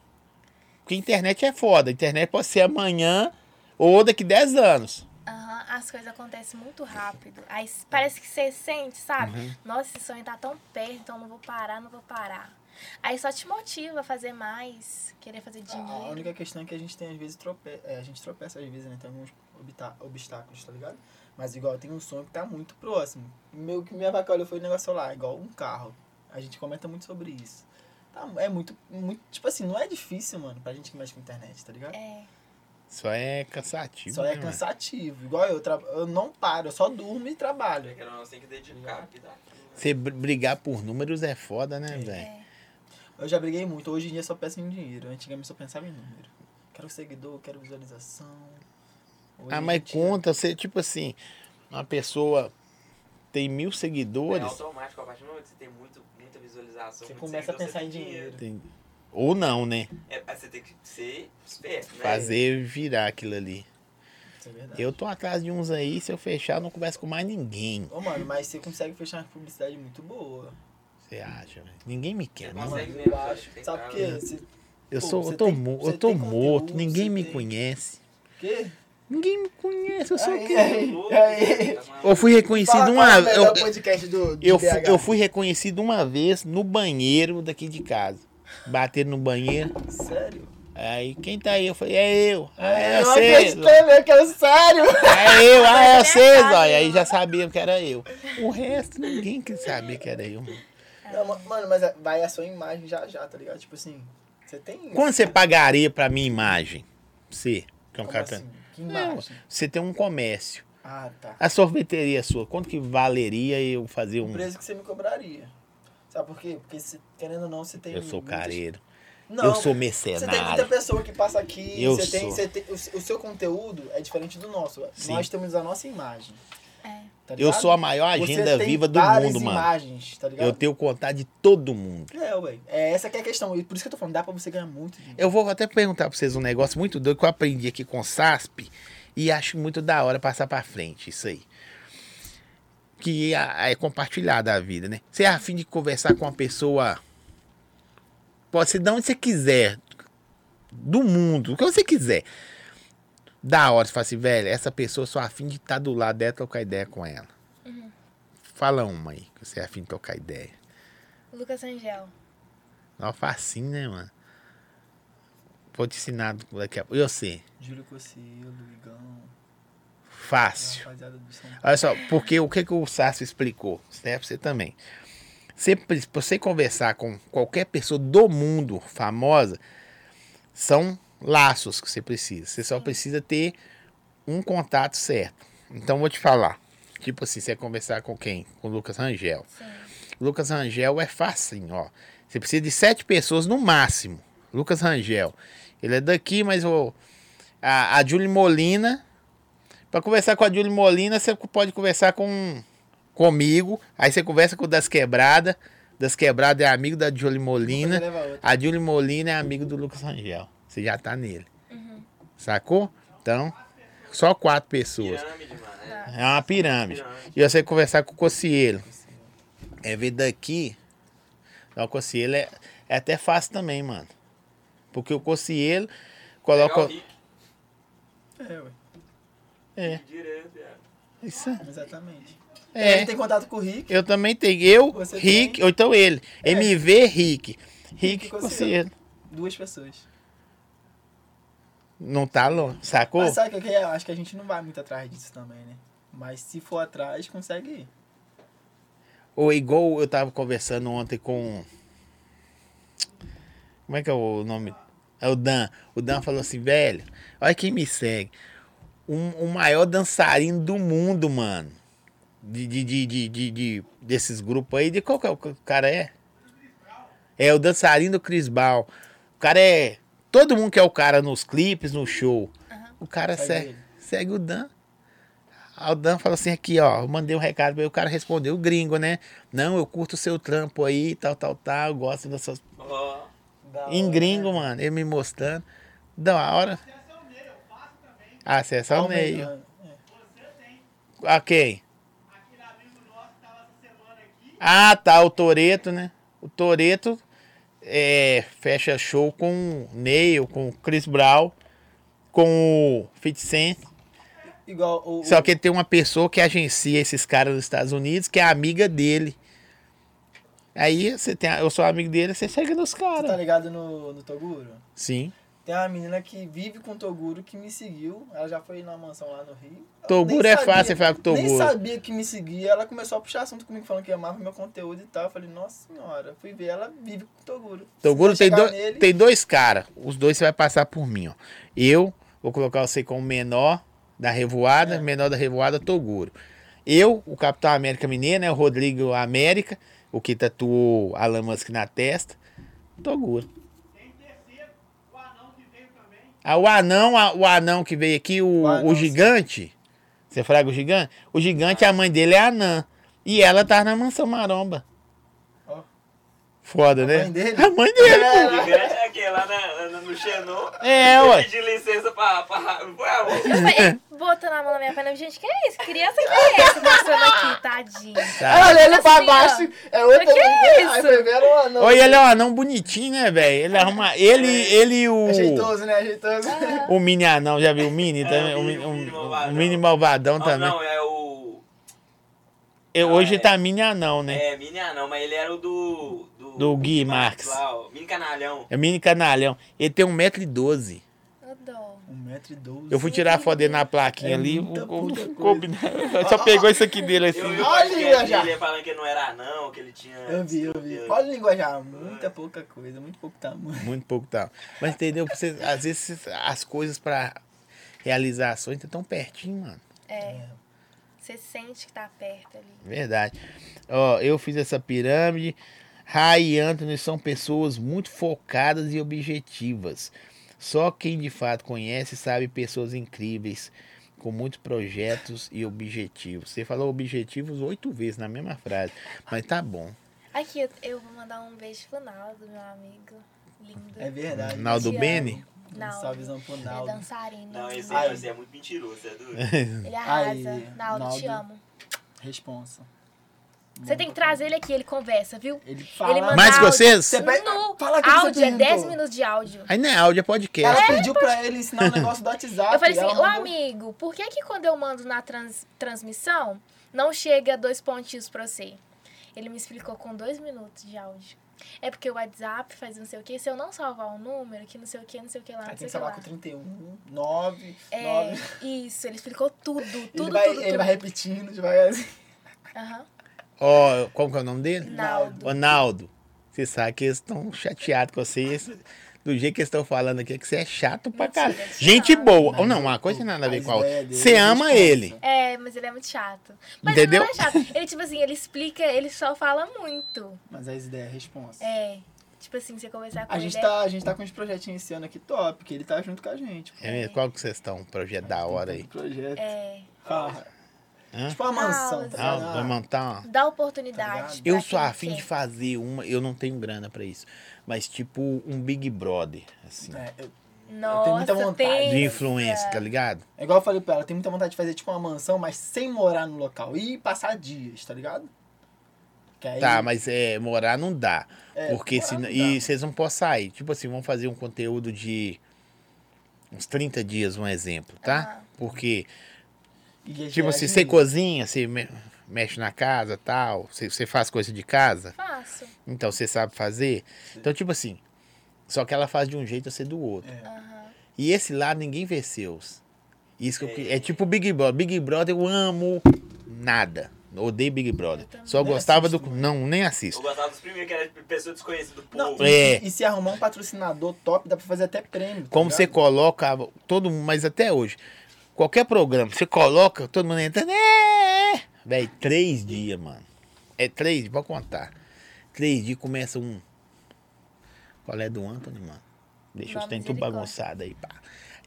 Porque internet é foda. Internet pode ser amanhã ou daqui 10 anos. Aham, as coisas acontecem muito rápido. Aí s- parece que você sente, sabe? Nossa, esse sonho tá tão perto, então não vou parar, não vou parar. Aí só te motiva a fazer mais, querer fazer A dinheiro. única questão é que a gente tem, às vezes, tropeça. a gente tropeça, às vezes, né? Tem alguns obta- obstáculos, tá ligado? Mas igual, tem um sonho que tá muito próximo. Meu que minha vaca olhou foi o negócio lá, igual um carro. A gente comenta muito sobre isso. Tá, é muito, muito. Tipo assim, não é difícil, mano, pra gente que mexe com internet, tá ligado? É. Só é cansativo. Só é né, mano? cansativo. Igual eu, tra- eu não paro, eu só durmo e trabalho. Querendo ou não, você tem que dedicar. Que dá. Você br- brigar por números é foda, né, velho? é. Eu já briguei muito, hoje em dia só peço em dinheiro. Antigamente só pensava em número. Quero seguidor, quero visualização. Hoje Ah, em mas dia- conta, você, tipo assim, uma pessoa tem mil É seguidores, automático, a partir do momento que você tem muito, muita visualização. Você muito começa a seguidor, pensar você em tem dinheiro. tem- ou não, né? É, mas você tem que ser esperto, É. né? Fazer virar aquilo ali. Isso é verdade. Eu tô atrás de uns aí, se eu fechar, eu não converso com mais ninguém. Ô, mano, mas você consegue fechar uma publicidade muito boa. Você acha, velho? Ninguém me quer, Você mano. consegue? Mano, mesmo, eu acho. tem Sabe cara, por quê? né? Você- Eu Pô, sou, você eu tô, tem- mo- você eu tô tem morto, conteúdo, ninguém você me tem- conhece. Quê? Ninguém me conhece, eu sou Aí, quem? aí, aí. Tá maluco? Eu fui reconhecido Fala uma qual é o vez. melhor podcast do de Eu, fu- BH. eu fui reconhecido uma vez no banheiro daqui de casa. Bateram no banheiro. Sério? Aí, quem tá aí? Eu falei, é eu. Ah, é eu não você. acreditei, meu, que é sério. É eu, ah, é vocês. Engraçado, Aí, aí né? já sabiam que era eu. O resto, ninguém quis saber que era eu. mano. É. Não, ma- mano, mas é, vai a sua imagem já já, tá ligado? Tipo assim, você tem... Quanto você pagaria pra minha imagem? Você, que é um Como catano. assim? Que Não, imagem? Você tem um comércio. Ah, tá. A sorveteria é sua, quanto que valeria eu fazer O um. preço que você me cobraria. Sabe por quê? Porque, se- querendo ou não, você tem... Eu sou muitas- careiro. Não, eu sou Você tem muita mercenário. pessoa que passa aqui, Eu você tem, sou. você tem- o, o seu conteúdo é diferente do nosso. Sim. Nós temos a nossa imagem. É. tá Eu ligado? sou a maior Você agenda tem viva do várias mundo, mano. imagens, tá ligado? Eu tenho contato de todo mundo. É, ué. É, essa que é a questão. E por isso que eu tô falando, dá pra você ganhar muito dinheiro. Eu vou até perguntar pra vocês um negócio muito doido que eu aprendi aqui com o SASP e acho muito da hora passar pra frente isso aí. Que é, é compartilhada a vida, né? Você é afim de conversar com uma pessoa. Pode ser de onde você quiser. Do mundo, o que você quiser. Da hora, você fala assim, velho, essa pessoa eu sou afim de estar do lado dela e trocar ideia com ela. Fala uma aí, que você é afim de trocar ideia. Lucas Angel. Não é facinho, né, mano? Vou te ensinar daqui a pouco. Eu sei. Júlio Cossilo, Igão, a Fácil. rapaziada do São Paulo. Olha só, porque o que, que o Sácio explicou? Isso daí é pra você também. Você, pra você conversar com qualquer pessoa do mundo famosa, são laços que você precisa. Você só precisa ter um contato certo. Então, vou te falar. Tipo assim, você vai conversar com quem? Com o Lucas Rangel. Sim. Lucas Rangel é facinho, ó. Você precisa de sete pessoas no máximo. Lucas Rangel. Ele é daqui, mas o, a, a Julie Molina. Pra conversar com a Julie Molina, você pode conversar com comigo. Aí você conversa com o Das Quebrada. Das Quebrada é amigo da Julie Molina. Leva outra. A Julie Molina é amigo do Lucas Rangel. Você já tá nele. Sacou? Então, só quatro pessoas. Pirâmide, mano. é. Tá. É uma pirâmide. Pirâmide. E você conversar com o Cocielo. É ver daqui. Não, o Cocielo é, é até fácil também, mano. Porque o Cocielo Pegar o coloca. Rick É, ué. É, direto, é. isso Exatamente. é. Ele tem contato com o Rick. Eu também tenho. Eu, Você Rick, tem? É. ou então ele. MV Rick. Rick Rick Cocielo. Cocielo. Duas pessoas. Não tá longe, sacou? Mas sabe o que que é? Eu Acho que a gente não vai muito atrás disso também, né? Mas se for atrás, consegue ir. Ou igual eu tava conversando ontem com. Como é que é o nome? É o Dan. O Dan falou assim, velho, olha quem me segue. Um, o maior dançarino do mundo, mano. De, de, de, de, de- de- desses grupos aí. De qual que é o que o cara é? É o dançarino do Chris Brown. O cara é. Todo mundo que é o cara nos clipes, no show. O cara Segue segue, ele. segue o Dan. Aí o Dan falou assim aqui, ó, eu mandei um recado pra ele, o cara respondeu, o gringo, né? Não, eu curto o seu trampo aí, tal, tal, tal, eu gosto das suas... Ó, Da Em hora, gringo, né? mano, ele me mostrando. Da hora. Ah, você é só o Neio. Almeida, é. A quem? Ah, tá, o Toreto, né? O Toreto é, fecha show com o Neil, com o Chris Brown, com o 50 Cent. Igual o. Só que tem uma pessoa que agencia esses caras nos Estados Unidos, que é amiga dele. Aí você tem, a- eu sou amigo dele, você chega nos Você tá caras. ligado no, no Toguro? Sim. Tem uma menina que vive com o Toguro que me seguiu. Ela já foi na mansão lá no Rio. Eu Toguro nem é fácil falar com o Nem Toguro. sabia que me seguia. Ela começou a puxar assunto comigo, falando que amava meu conteúdo e tal. Eu falei, nossa senhora. Fui ver, ela vive com o Toguro. Toguro Se eu Então, tem, chegar dois- nele- tem dois caras. Os dois você vai passar por mim, ó. Eu vou colocar você como menor da revoada, É. menor da revoada, Toguro. Eu, o Capitão América Mineiro, né? O Rodrigo América, o que tatuou a Musk na testa, Toguro. Ah, o anão, a- o anão que veio aqui, o, O anão, o sim. gigante. Você fraga o gigante? O gigante, a mãe dele é anã. E ela tá na mansão maromba. Ó. Foda, né? mãe dele? A mãe dele, pô. O gigante é aquele lá na- na- no Xenon. É, Eu ué. pedi licença pra. pra... Ué, amor. Eu falei, botando a mão na minha perna, gente, que é isso? Criança que é essa dançando aqui, É. tadinho. Tá. Ela olhando pra Assim, ó. baixo. É outra. Que é Aí isso? foi ver, ela, "Ah, não. Oi, ele é um anão bonitinho, né, velho? Ele arruma. Ele, ele e o. É jeitoso, né? É jeitoso. O mini anão, já viu o mini É, também? o O, mi- mini- o- o mini o- malvadão. o mini malvadão Não, também. não, é o. Eu- não, hoje é. tá mini anão, né? É, Minha não, mas ele era o do. Do, Do Gui Marques. lá, o Mini Canalhão. É mini canalhão. Ele tem 1,12m. Adoro. 1,12m. Eu fui tirar a foto dele na plaquinha É ali. muita o- o- puta não coisa. coube, né? Só pegou isso aqui dele assim. Eu vi o Olha, podcast já. dele falando que ele não era anão, que ele tinha. Eu vi, eu vi. Deus. Olha o linguajar. Muita pouca coisa, muito pouco tamanho. Muito pouco tal. Mas entendeu? Você, às vezes as coisas pra realizações estão tão pertinho, mano. É. Você sente que tá perto ali. Verdade. Ó, eu fiz essa pirâmide. Rai e Anthony são pessoas muito focadas e objetivas. Só quem de fato conhece sabe pessoas incríveis, com muitos projetos e objetivos. Você falou objetivos oito vezes na mesma frase, mas tá bom. Aqui, eu, eu vou mandar um beijo pro Naldo, meu amigo. Lindo. É verdade. Naldo Te Bene? Um Naldo. salvezão pro Ele é Naldo. dançarino. Não, esse, Ai. esse é muito mentiroso, você é doido. Ele arrasa. Aí, Naldo, te Naldo. amo. Responsa. Você tem que trazer ele aqui, ele conversa, viu? Ele fala. Ele manda- Mais que Naldo. vocês? Você pega- No fala que você áudio, é perguntou. 10 minutos de áudio. Aí não é áudio, é podcast. Ela pediu pra ele ensinar o negócio do WhatsApp. Eu falei ela assim, ô mandou- amigo, por que que quando eu mando na trans- transmissão, não chega dois pontinhos pra você? Ele me explicou com dois minutos de áudio. É porque o WhatsApp faz não sei o que, se eu não salvar o número, que não sei o que, não sei o que lá, Aí não tem sei o que salvar que lá. com 31, 9, É, 9. isso, ele explicou tudo, tudo, ele tudo, vai, ele tudo. vai assim. repetindo devagarzinho. Aham. Ó, como que é o nome dele? Naldo. Ronaldo, você sabe que eles estão chateados com vocês. Do jeito que eles estão falando aqui, é que você é chato pra Mentira, caralho. que Gente chato. boa. Ou não, uma coisa tem nada a ver As com a outra. ideias dele, Você ama responsa. ele. É, mas ele é muito chato. Mas Entendeu? ele não é chato. Ele, tipo assim, ele explica, ele só fala muito. Mas as ideias, responsa. É. Tipo assim, você conversar com A ele. gente, é- tá, a gente tá com uns projetinhos esse ano aqui top, que ele tá junto com a gente. pô. É mesmo? Qual que vocês estão? Um projeto da hora aí. Tem tanto Projeto. É. Fala. Hã? Tipo uma mansão, tá Não, ligado? vai Ah, montar uma. Dá Tá oportunidade. ligado? pra Eu sou quem afim de quer. fazer uma, eu não tenho grana pra isso. Mas tipo um Big Brother, assim. É, eu- Nossa, tenho muita vontade. pensa. De influência, tá ligado? é igual eu falei pra ela, tem muita vontade de fazer tipo uma mansão, mas sem morar no local. E passar dias, tá ligado? Que aí- Tá, mas é, morar não dá. É, porque morar se não E dá. vocês não podem sair. Tipo assim, vamos fazer um conteúdo de uns 30 dias, um exemplo, Ah. tá? Porque, E é a tipo gente- assim, você cozinha, você me- mexe na casa tal, você, você faz coisa de casa, Faço. então você sabe fazer. Então, tipo assim, só que ela faz de um jeito, você do outro. É. Aham. E esse lado ninguém vê seus. Isso que eu, que- é É. tipo Big Brother. Big Brother eu amo nada. Odeio Big Brother. Eu também. Só Nem gostava do. assisto, Não, nem Eu assisto. gostava dos primeiros, que era de pessoa desconhecida do Não, povo. e, É. e se arrumar um patrocinador top, dá pra fazer até prêmio. tá Como ligado? você coloca todo mundo, mas até hoje, qualquer programa, você coloca, todo mundo entra. É, Véi, três dias, mano. É três dias, pode contar. Três dias começa um. Qual é do Anthony, mano? Deixa os Não, trem tudo misericórdia. bagunçado aí, pá.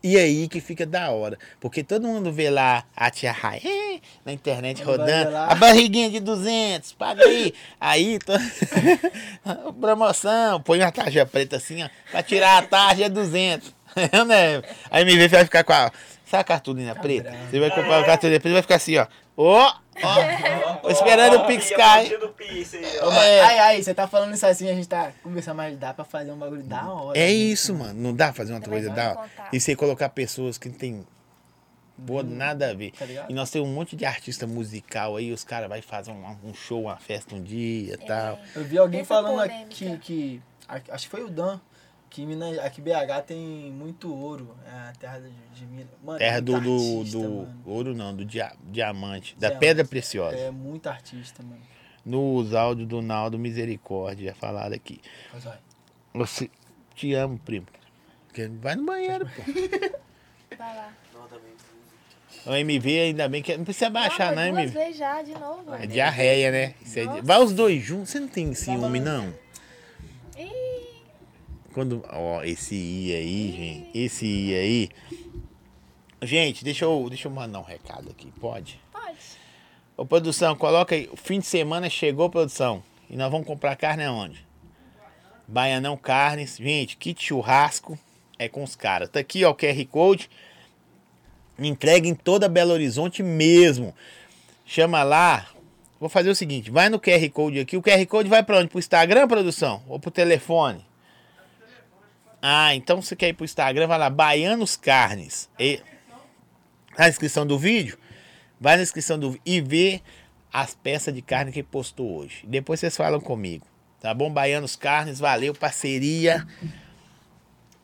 E aí que fica da hora. Porque todo mundo vê lá a tia Rai eh, na internet Quando vai rodando. ver lá- A barriguinha de 200, paga aí. Aí, to- promoção, põe uma tarja preta assim, ó. Pra tirar a tarja é 200. né? Aí me vê, vai ficar com a... Sabe a cartolina preta? bravo. Você vai comprar a cartolina preta e vai ficar assim, ó. Ó, ó. Tô esperando o Pix Pix cair. Do Pix aí, Ô, ó. mas- É. Ai, ai, você tá falando isso assim, a gente tá conversando, mas dá pra fazer um bagulho da hora. É gente. isso, mano. Não dá pra fazer uma Também coisa não da vai hora. contar. E você colocar pessoas que tem Pô, nada a ver. Tá ligado? E nós temos um monte de artista musical aí, os caras vão fazer um, um show, uma festa um É. dia e tal. Eu vi alguém Essa falando polêmica. aqui que. a- Acho que foi o Dan. Que Minas, aqui BH tem muito ouro. É a terra de, de Minas. Mano, Terra é do, muito do, artista, do- mano. ouro não, do dia- diamante, da Diamante. pedra preciosa. É muito artista, mano. Nos áudios do Naldo Misericórdia, falaram aqui. Mas olha, Você te amo, primo. Porque Vai no banheiro, pô. Vai lá. Não, também. O MV ainda bem que. Não precisa baixar, Não, não, mas Duas MV. vezes já, de novo. É diarreia, né? Isso é di- Vai os dois juntos. Você não tem ciúme, não? Ih, Quando. Ó, esse I aí, gente. Esse I aí. Gente, deixa eu, deixa eu mandar um recado aqui, pode? pode. Ô, produção, coloca aí. O fim de semana chegou, produção. E nós vamos comprar carne aonde? Baianão Carnes. Gente, kit churrasco é com os caras. Tá aqui, ó, o QR Code. Entrega em toda Belo Horizonte mesmo. Chama lá. Vou fazer o seguinte, vai no QR Code aqui. O QR Code vai pra onde? Pro Instagram, produção? Ou pro telefone? Ah, então você quer ir pro Instagram, vai lá, Baianos Carnes. E... A inscrição do vídeo? Vai na inscrição do e vê as peças de carne que ele postou hoje. Depois vocês falam comigo. Tá bom? Baianos Carnes, valeu, parceria.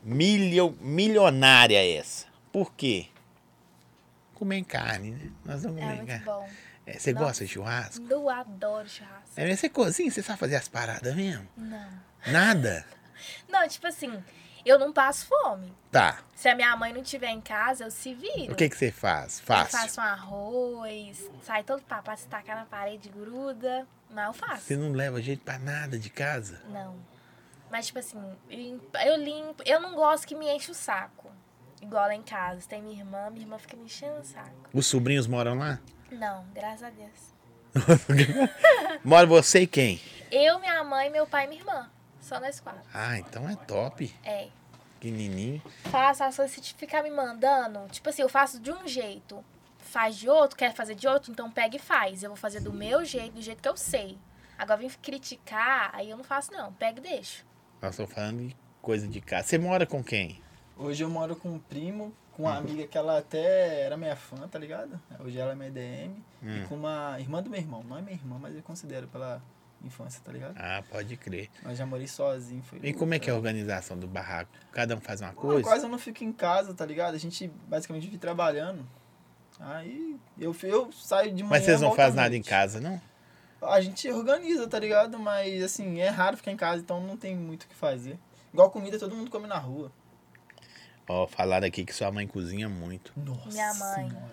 Milio, milionária essa. Por quê? Comer carne, né? Nós vamos É comer muito carne. bom. É, Você Nossa. gosta de churrasco? Eu adoro churrasco. É mesmo? Você cozinha? Você sabe fazer as paradas mesmo? Não. Nada? Não, tipo assim, eu não passo fome. Tá. Se a minha mãe não estiver em casa, eu se viro. O que, que você faz? Eu Fácil. faço um arroz, sai todo papá se tacar na parede, gruda. Mas eu faço. Você não leva jeito pra nada de casa? Não. Mas, tipo assim, limpa- eu limpo. Eu não gosto que me enche o saco. Igual lá em casa. Tem minha irmã, minha irmã fica me enchendo o saco. Os sobrinhos moram lá? Não, graças a Deus. Mora você e quem? Eu, minha mãe, meu pai e minha irmã. Só nós quatro. Ah, então é top. É. Pequenininho. Faço as coisas, se ficar me mandando, tipo assim, eu faço de um jeito. Faz de outro, quer fazer de outro, então pega e faz. Eu vou fazer do meu jeito, do jeito que eu sei. Agora vim criticar, aí eu não faço não. Pega e deixo. Nós estamos falando de coisa de casa. Você mora com quem? Hoje eu moro com um primo, com Uhum. uma amiga que ela até era minha fã, tá ligado? Hoje ela é minha DM. Hum. E com uma irmã do meu irmão. Não é minha irmã, mas eu considero pela infância, tá ligado? Ah, pode crer. Mas já morei sozinho. Foi E como é que é a organização do barraco? Cada um faz uma Mano, coisa? quase eu não fico em casa, tá ligado? A gente basicamente vive trabalhando. Aí eu, fi- eu saio de manhã. Mas vocês não volto à fazem nada em noite. casa, não? A gente organiza, tá ligado? Mas assim, é raro ficar em casa, então não tem muito o que fazer. Igual comida, todo mundo come na rua. Ó, falaram aqui que sua mãe cozinha muito. Nossa Minha mãe. Senhora.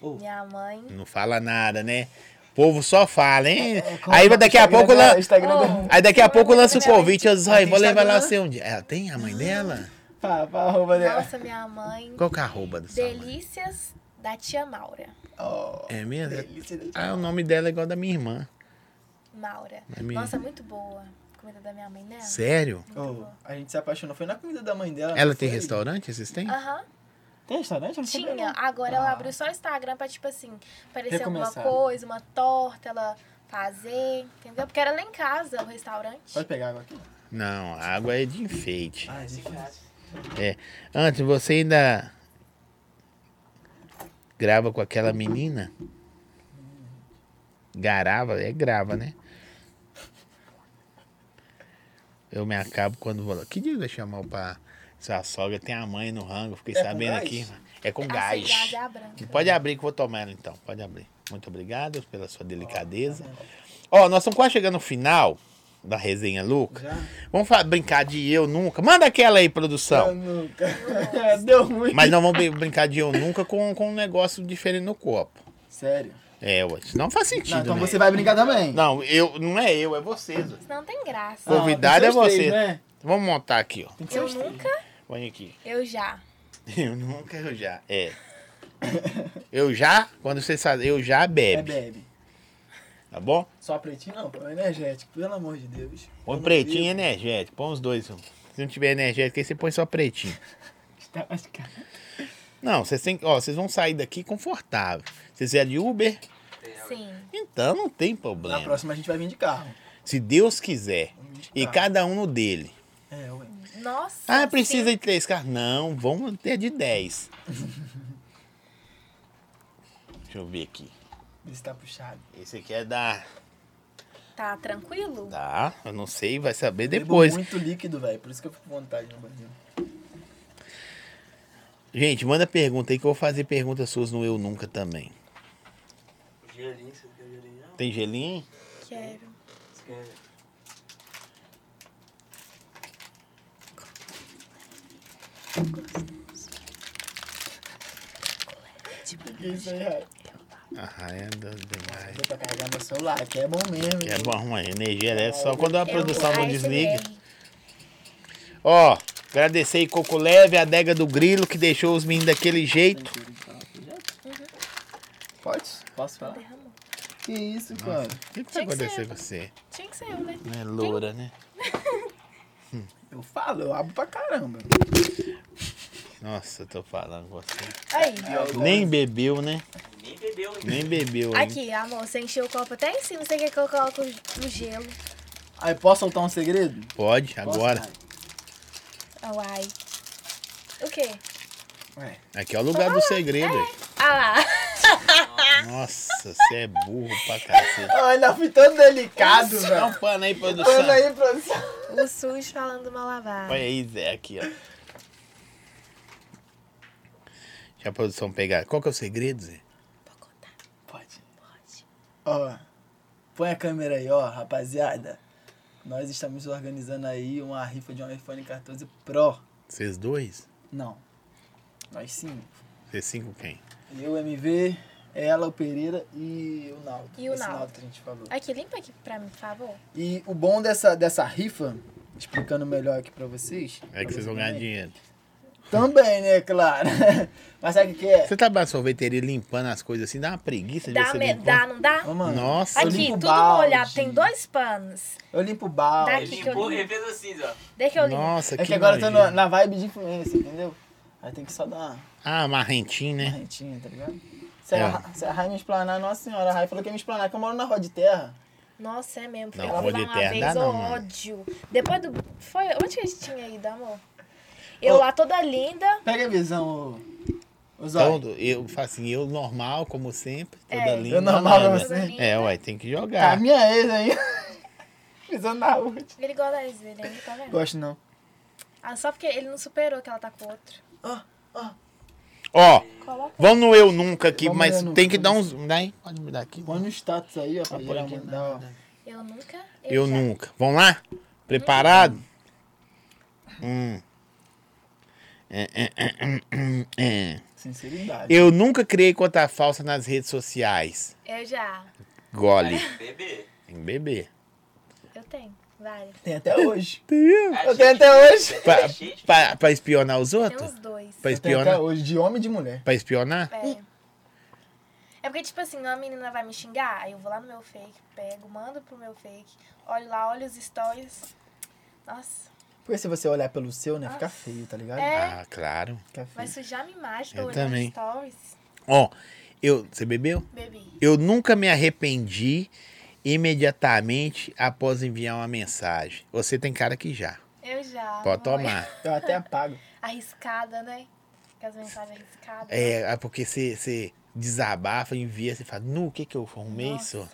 Ô, Minha mãe. Não fala nada, né? O povo só fala, hein? como Aí é o daqui a Instagram pouco... dela? lan- Instagram Oh. dela. Aí daqui a pouco lança o Minha mãe convite, eu Ela só tem vou levar lá Instagram? você um dia. Ela tem a mãe dela? Pá, pá, arroba dela. Nossa, minha mãe. Qual que é a arroba da sua mãe? Delícias da tia Maura. Ó, É mesmo? Oh, delícia. Ah, o nome dela é igual da minha irmã. Maura. É minha. Nossa, muito boa. Comida da minha mãe, né? Sério? Muito Ô, boa. Oh, a gente se apaixonou. Foi na comida da mãe dela. Ela não tem foi? restaurante, vocês têm? Aham. Tem restaurante? Eu não sabia, Tinha. não. Agora ela Ah. abriu só o Instagram pra, tipo assim, aparecer alguma Recomeçar. coisa, uma torta, ela fazer, entendeu? Porque era lá em casa, o restaurante. Pode pegar água aqui. Não, a água é de enfeite. Ah, gente. Antes, você ainda grava com aquela menina? Garava? É grava, né? Eu me acabo quando vou lá. Que dia vai chamar pra sua sogra? Tem a mãe no rango, fiquei É com sabendo gás? aqui. É com A gás. cidade é a branca. Pode abrir que eu vou tomar ela então. Pode abrir. Muito obrigado pela sua delicadeza. Ó, nós estamos quase chegando no final da resenha, Luca. Já? Vamos fa- brincar de eu nunca. Manda aquela aí, produção. Eu nunca. Deu ruim. Mas não vamos brin- brincar de eu nunca com, com um negócio diferente no copo. Sério. É, ué. isso Não faz sentido. Não, então né? você vai brincar também. Ah, Não, eu não é eu, é vocês. ué. Não tem graça. Não, Convidado tem que ser é os você. Três, né? Vamos montar aqui, ó. Tem que ser Eu os três. nunca, Põe aqui. eu já. Eu nunca, eu já. É. Eu já, quando vocês fazem, eu já É bebe. bebe. Tá bom? Só pretinho não, pô. é energético, pelo amor de Deus. Põe Eu não pretinho e energético. Põe os dois. ó. Se não tiver energético, aí você põe só pretinho. bebo. Tá mais caro. Não, vocês têm. Ó, vocês vão sair daqui confortável. Vocês vieram de Uber, Sim. então não tem Na problema. próxima Tá. a gente vai vir de carro. Se Deus quiser. Vamos vir de E carro. cada um no dele. É, ué. Nossa. Ah, precisa de sim. três carros. Não, vamos ter de dez. Deixa eu ver aqui. Isso tá puxado. Esse aqui é da. Tá tranquilo? Tá, eu não sei, vai saber Bebo depois. muito líquido, velho. Por isso que eu fico com vontade no banheiro. Gente, manda pergunta aí que eu vou fazer perguntas suas no Eu Nunca também. Gelinho, você quer gelinho? Não. Tem gelinho? Quero. Você quer... Que que é isso aí, Raio? Arraiando Ah, é demais. Vou pra carregar meu celular, que é bom mesmo. Que hein? é bom, a energia elétrica só quando a É, Eu- Ah, produção não ASMR. desliga. Ó, agradecer aí Coco Leve, a adega do Grilo, que deixou os meninos daquele jeito. Pode? Posso falar? Derramou. Que isso, cara? O que, que vai Tinha que acontecer ser. com você? Tinha que ser eu, né? Não é loura, né? Eu falo, eu abro pra caramba. Nossa, eu tô falando com você. Aí. Nem bebeu, né? Nem bebeu, hein? Nem bebeu. hein? Aqui, amor, você encheu o copo até em cima. Você quer que eu coloque o o gelo? Aí, posso soltar um segredo? Pode, Posso, agora. Raio? Ah, Uai. O quê? Ué, Aqui é o lugar do segredo. aí. Ah lá. Nossa, você é burro pra cacete. Ah, ainda fui tão delicado, Dá velho. um pano aí, produção. Manda aí, produção. O sujo falando mal lavado. Olha aí, Zé, aqui, ó. Deixa a produção pegar. Qual que é o segredo, Zé? Vou contar. Pode. Pode. Ó, põe a câmera aí, ó, rapaziada. Nós estamos organizando aí uma rifa de um iPhone 14 Pro. Vocês dois? Não. Nós sim. Vocês cinco quem? Eu, MV, ela, o Pereira e o Naldo. E o Esse Naldo. que a gente falou. Aqui, limpa aqui pra mim, por favor. E o bom dessa, dessa rifa, explicando melhor aqui pra vocês. É pra que vocês você vão ganhar também. dinheiro. Também, né, claro. Mas sabe o que que é? Você tá na sorveteria limpando as coisas assim, dá uma preguiça de Dá, você me... limpar. dá não dá? Ô, mano, Nossa. eu Aqui, limpo tudo balde, molhado. Tem dois panos. Eu limpo balde. Daqui Ele que eu limpou, li. ele fez assim, ó. Deixa eu limpar. Nossa, É que, que agora eu tô nojento. na, na vibe de influência, entendeu? Aí tem que só dar uma Ah, marrentinho, né? correntinha, tá ligado? Se, É. a, se a Rai me explanar, nossa senhora, a Rai falou que ia me explanar, que eu moro na rua de terra. Nossa, é mesmo. Porque Não, ela rua foi lá de uma terra vez, dá não, ó, mano. ódio. Depois do. Foi. Onde que a gente tinha ido, amor? Eu Ô. lá toda linda. Pega a visão, ô. ô Zóio. Então, eu faço assim, eu normal, como sempre, toda É. linda. Eu normal, nada. mas- toda Sim. linda. É, ué, tem que Tá, jogar. minha ex aí. Visão na última. Ele gosta das dele, hein? tá vendo? Gosto não. Ah, só porque ele não superou que ela tá com outro. Ó, Coloca. vamos no eu nunca aqui, Vamos mas no eu tem nunca, que dar uns. Daí, pode me dar aqui. Põe no status aí, ó, pra Põe geral aqui, mandar, ó. Eu nunca. Eu já. nunca. Vamos lá? Preparado? Hum. É, é, é, é, é, é. Sinceridade. Eu nunca criei conta falsa nas redes sociais. Eu já. É. Gole. É, Bebê. Tem que beber. Eu tenho. Vários. Tem até hoje. A Eu tenho gente- até hoje. Pra, tá Cheio de- pra, pra espionar os Tem outros? uns dois. Pra Eu tenho até espionar? hoje, de homem e de mulher. Pra espionar? É. É porque, tipo assim, uma menina vai me xingar, aí eu vou lá no meu fake, pego, mando pro meu fake, olho lá, olho os stories. Nossa, Porque se você olhar pelo seu, né, fica feio, tá ligado? É. Ah, claro. Fica vai feio. sujar minha imagem, Eu tô olhando também. stories. Ó, eu. Você bebeu? Bebi. Eu nunca me arrependi imediatamente após enviar uma mensagem. Você tem cara que já. Eu já. Pode é. amor. tomar. Eu até apago. Arriscada, né? Porque as mensagens arriscadas. né? É, é porque você, você desabafa, envia, você fala, nu, o que que eu arrumei Nossa. isso?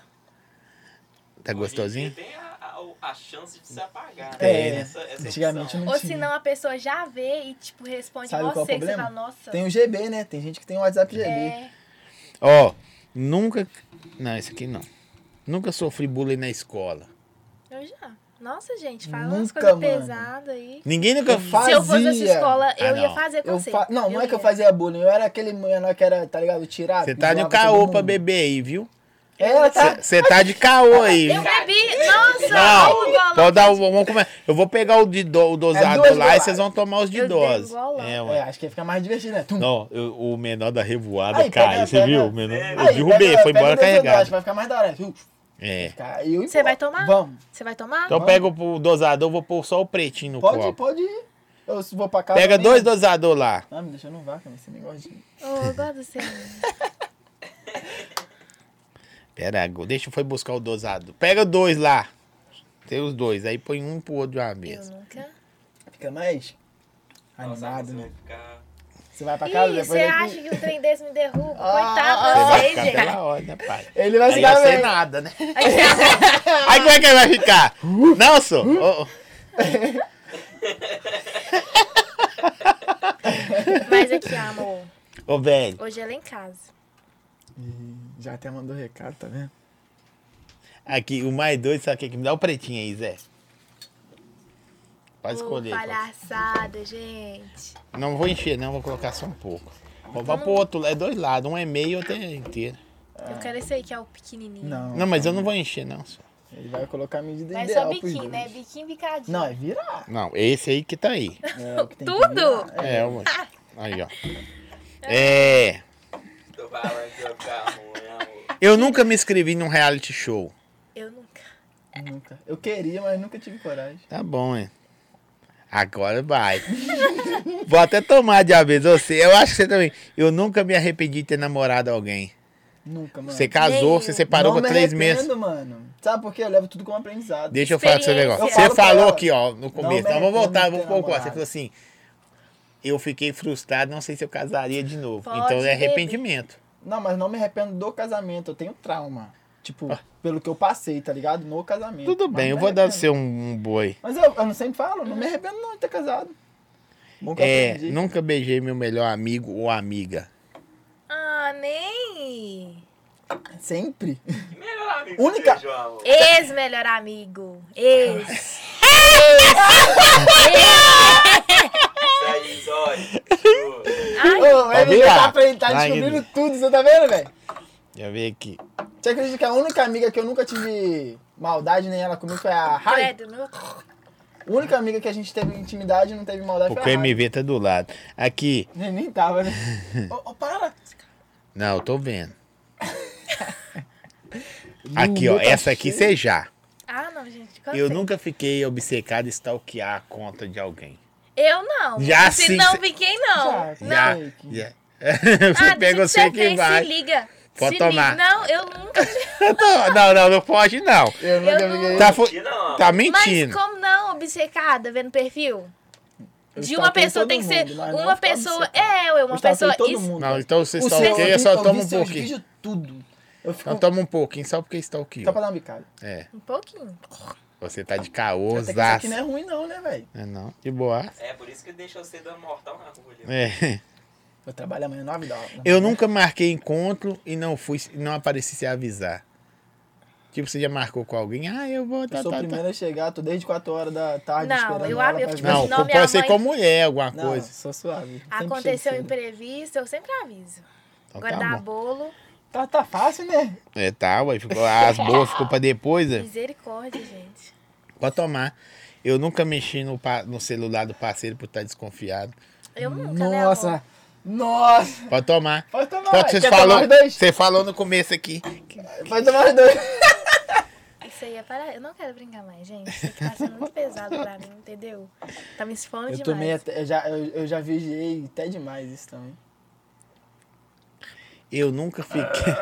Tá gostosinho? Hoje em dia Tem a, a, a chance de se apagar. É, né? né? Essa, essa Antigamente opção. não Ou tinha. senão a pessoa já vê e, tipo, responde Sabe qual é o você, que você problema? fala, nossa. Tem o GB, né? Tem gente que tem o WhatsApp GB. é, Ó, nunca... Não, isso aqui não. Nunca sofri bullying na escola. é, eu já. Nossa, gente, fala umas Nunca, coisas mano. pesadas aí. Ninguém nunca... Eu fa- Se eu fosse essa Fazia. escola, eu Ah, ia não. fazer com Eu você. fa... Não, não é que eu ia. fazia bullying. Eu era aquele menor que era, tá ligado, tirado. Você tá de zoava todo caô mundo. pra beber aí, viu? É, ela tá... Você tá de caô aí, viu? Eu bebi, nossa, olha o Não, golão. pode dar o... Vamos comer. Eu vou pegar o, de do, o É dosado lá duas e goladas. vocês vão tomar os de Eu dei dose. golão. É, É, ué. acho que ia ficar mais divertido, né? Tum. Não, eu- o menor da revoada Aí, cai, pega- você pega- É, viu? O menor, eu Aí, derrubei, pega- foi pega embora dois andares, carregado. Vai ficar mais da hora. Tum. É. Cara, eu- Você vai tomar? Vamos. Você vai tomar? Então pega o o dosador, vou pôr só o pretinho no Pode, copo. pode ir. Eu vou pra casa. Pega também. dois dosador lá. Ah, me deixa no vácuo, esse negócio de... Ô, eu gosto do seu. Pera, Gu, deixa eu foi buscar o dosado. Pega dois lá. Tem os dois. Aí põe um pro outro de uma Eu vez. nunca. Fica mais Nossa, animado, você né? vai ficar- Você vai pra casa Ih, depois. você ele- acha que o trem desse me derruba? Ah, Coitado, Você eu vai sei, ficar gente. pela hora, né, pai? Ele vai Aí ficar eu sei bem. nada, né? Aí como é que ele vai ficar? Nelson! ô, ô. Mas aqui, amor, Ô, velho. hoje ela é em casa. Ih, Já até mandou recado, tá vendo? Aqui, o mais doido, sabe o que? que Me dá o pretinho aí, Zé. Pode Ô, escolher. palhaçada, gente. Não vou encher, não. Vou colocar só um pouco. Vou vou pro outro lado. É dois lados. Um é meio e outro é inteiro. Eu quero esse aí que é o pequenininho. Hum. Não. Não, mas eu não vou encher, não. senhor. Ele vai colocar a medida Mas só ideal pros dois. biquinho, né? Biquinho bicadinho. é Não, é virar. Não, esse aí que tá aí. É, o que tem que Tudo? virar. É, ué. Aí, ó. É. Tô falando que vai ficar ruim, amor. Eu nunca me inscrevi num reality show. Eu nunca. Nunca. Eu queria, mas nunca tive coragem. Tá bom, hein? Agora vai. Vou até tomar de uma vez você. Eu acho que você também. Eu nunca me arrependi de ter namorado alguém. Nunca, mano. Você casou, eu. você separou Não com me três meses. arrependo, mano. Sabe por quê? Eu levo tudo como aprendizado. Deixa eu falar pra você um negócio. Eu Você falo pra falou ela. aqui, ó, no começo. me Não, vamos voltar, arrependo vamos de ter pouco. Você namorado. falou assim: eu fiquei frustrado, não sei se eu casaria de novo. Pode, então é bebê. arrependimento. Não, mas não me arrependo do casamento. Eu tenho trauma. Tipo, pelo que eu passei, tá ligado? No casamento. Tudo Mas bem, não eu me vou dar arrependo. você um, um boi. Mas eu, eu não sempre falo, não me arrependo não de ter casado. Bom que eu É, aprendi. nunca beijei meu melhor amigo ou amiga. Ah, nem. Sempre. Que melhor amigo Única- que você beijou, amor. Ex-melhor amigo. Ex. Segue os olhos. Ô, ele virar. tá, aprendendo, tá Vai, descobrindo Guilherme. tudo, você tá vendo, velho? Deixa eu ver aqui. Você acredita que a única amiga que eu nunca tive maldade nem ela comigo foi a Rai? Credo, não. A única amiga que a gente teve intimidade e não teve maldade Porque o foi a Rai. MV tá do lado. Aqui. Nem, nem tava, né? Ô, ô, para! Não, eu tô vendo. Aqui, ó. Meu, tá Essa aqui cheio. você já. Ah, não, gente. cansei. Eu nunca fiquei obcecado em stalkear a conta de alguém. Eu não. Já Se sim, não cê- fiquei, não. Já, não. Já. Fake. já. Você pega Ah, deixa você que, ver, vai. Se liga. Pode se tomar. Liga. Não, eu nunca. Eu tô- não, não, não foge, não. Eu nunca Eu não- fiquei. Tá, fo- Que não. tá Mas mentindo. como não, obcecada, vendo perfil? Eu De uma stalkeei pessoa todo tem que ser. mundo, mas não uma ficava pessoa. obcecado. É, eu, Eu uma stalkeei pessoa. todo isso- mundo. Não, então você O seu- é stalkeia, eu só vi toma um seus pouquinho. vídeos, tudo. Eu fico... Então toma um pouquinho, só porque stalkeou. Só pra dar uma bicada. É, Um pouquinho. você tá de Tá Até que isso caôzaço. aqui não é ruim não, né, velho? É não, de boa. É por isso que deixou você dando mortal na rua ali. É. Eu trabalho amanhã 9 da hora. Eu nunca marquei encontro e não fui, não apareci se avisar. Tipo, você já marcou com alguém? Ah, eu vou. Eu Tá, sou o tá, tá. primeiro a chegar, tô desde 4 horas da tarde Não, esperando eu ela abro- eu pra fico ver. Não, Não, minha pode ser mãe- com mulher, alguma Não, coisa. sou suave. Sempre Aconteceu chego cedo. imprevisto, eu sempre aviso. Então Agora dá tá bom. bolo. Tá, tá fácil, né? É, tá, ué, ficou, as boas ficou pra depois, ué. Misericórdia, gente. Pode tomar. Eu nunca mexi no, pa- no celular do parceiro por estar desconfiado. Eu nunca, né? amor? Nossa. Nossa. Pode tomar. Pode tomar. Só que você Quer falou, tomar os dois? você falou no começo aqui. Pode tomar os dois. Isso aí é para. Eu não quero brincar mais, gente. Isso aqui tá sendo muito pesado pra mim, entendeu? Tá me expondo Eu tomei demais. até, eu já, eu, eu já vigiei até demais isso também. Eu nunca fiquei.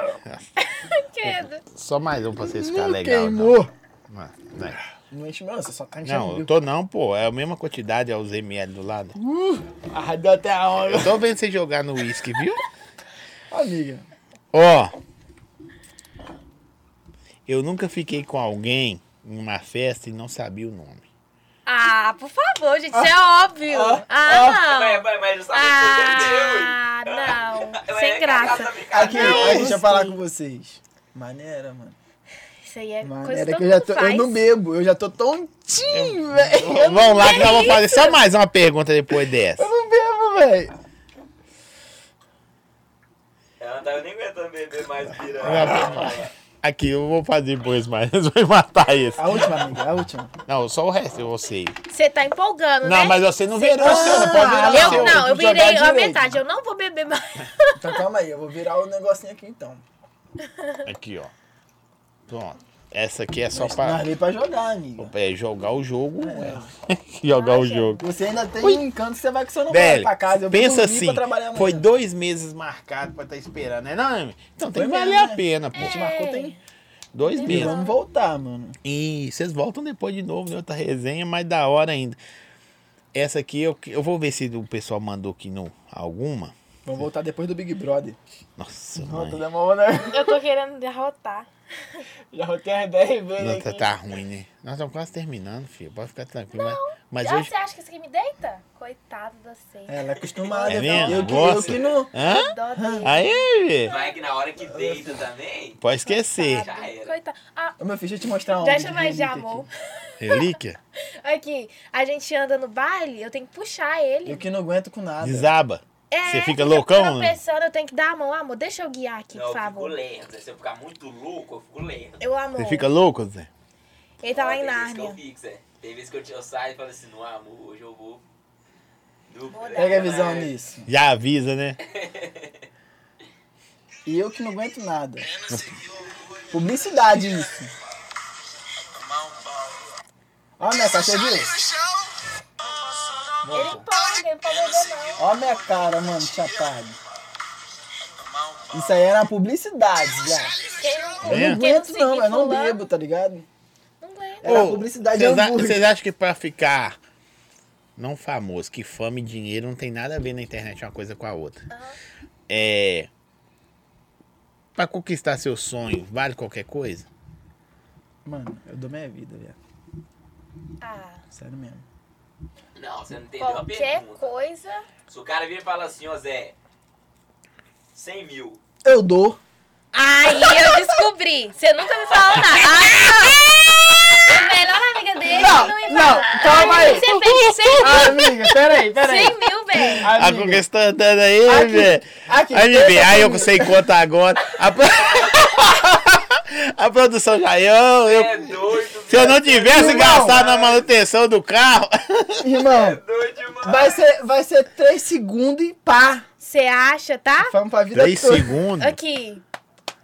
Credo. Só mais um pra vocês ficarem Não legal. Não. né. queimou. Não, não. Não enche, mano, você só tá enchendo. Não, eu viu? tô não, pô. É a mesma quantidade, é os ml do lado. Ah, deu até a hora. Eu tô vendo você jogar no uísque, viu? Amiga. Ó. Eu nunca fiquei com alguém em uma festa e não sabia o nome. Ah, por favor, gente, isso é óbvio. ah, Ah, Mas, não. mas, mas eu sabia Ah, que eu não. é Sem tá graça. Aqui, não. deixa eu falar com vocês. Maneira, mano. Isso aí é coisa Maneira que que todo eu já mundo tô. Eu faz. não bebo, eu já tô tontinho, velho. Vamos lá que nós vamos fazer só mais uma pergunta depois dessa. Eu não bebo, velho. Ela não tava nem aguentando beber mais pira. Aqui, eu vou fazer depois mais. Vai matar isso. A última, amiga, a última. Não, só o resto eu vou sei. Você tá empolgando, né? Não, mas você não virou o seu, não pode virar o Ah, Eu seu. não, eu tem que virei jogar a direito. metade. Eu não vou beber mais. Então calma aí, eu vou virar o negocinho aqui então. Aqui, ó. Pronto. Essa aqui é só Nós pra veio pra jogar, amiga. é, jogar o jogo. É. ué. jogar o jogo. Você ainda tem um canto que você vai que você não vai Velho, pra casa. é. Eu vou pensa dormir assim, pra trabalhar amanhã. foi dois meses marcado pra estar esperando, né? Não, Amy? então tem Foi que mesmo, valer a né? pena, pô. Tipo, A gente marcou tem. Dois E meses. vamos voltar, mano. E vocês voltam depois de novo, né? Outra resenha mais da hora ainda. Essa aqui eu, eu vou ver se o pessoal mandou aqui no, alguma. Vamos voltar depois do Big Brother. Nossa, Não, tô mãe. demorando. Eu tô querendo derrotar. Já rotei as 10 vezes Não, tá, aqui. tá ruim, né? Nós estamos quase terminando, filho. Pode ficar tranquilo. Mas, mas ah, hoje. você acha que isso aqui me deita? Coitado de você. Ela é acostumada. É mesmo? Eu, que, eu Gosta? que não... Hã? Dó dele. Aí, filho. Vai que na hora que deita também. Pode esquecer. Coitado. Já era. Coitado. Ah, Ô, meu filho, deixa eu te mostrar um Deixa vídeo mais de relíquia amor. aqui. Relíquia? Aqui, a gente anda no baile, eu tenho que puxar ele. Eu que não aguento com nada. Desaba. É, Você fica eu loucão? né? tropeçando, eu tenho que dar a mão. Amor, deixa eu guiar aqui, Não, por eu fico favor. lento. Se eu ficar muito louco, eu fico lento. Eu amo. Você fica louco, Zé? Ele tá Ó, lá em tem vezes que eu Nárnia. fico, Zé. Tem vezes que eu, te- eu saio e falo assim, não, amor, hoje eu vou... No- Vou dar. Pega a visão nisso. Já avisa, né? E eu que não aguento nada. Publicidade isso. Ó a minha cara, você viu? Ele empolga, ele empolga não. Ó a minha cara, mano, chapado. Isso aí era publicidade, já. Quem É? não, Eu não quem aguento seguir não, eu não fulano, bebo, tá ligado? Não aguenta. Ô, Era É publicidade vocês a- hambúrguer. Vocês acham que pra ficar não famoso, que fama e dinheiro não tem nada a ver na internet uma coisa com a outra. É. Pra conquistar seu sonho, vale qualquer coisa? Mano, eu dou minha vida, velho. Ah, Sério mesmo. Não, você não entendeu a qualquer pergunta. coisa. Se o cara vir e fala assim, ó, Zé, 100 mil. Eu dou. Aí eu descobri. Você nunca me falou nada. Ah, não. A melhor amiga dele não, me fala. não, calma Ai, aí. Você fez 100 mil, Ah, amiga, peraí, peraí. Ah, 100 mil, velho. A Amiga, conquista tá andando aí, né? Aqui, velho. aqui, Aí, vem, pensa aí eu comigo. sei conta agora. A, pro- A produção já. Eu, eu- É doido, se eu viado. não tivesse Irmão. gastado na manutenção do carro. É irmão, doido demais. vai ser, vai ser 3 segundos e pá. Você acha, tá? Vamos pra vida Três toda. segundos. Aqui.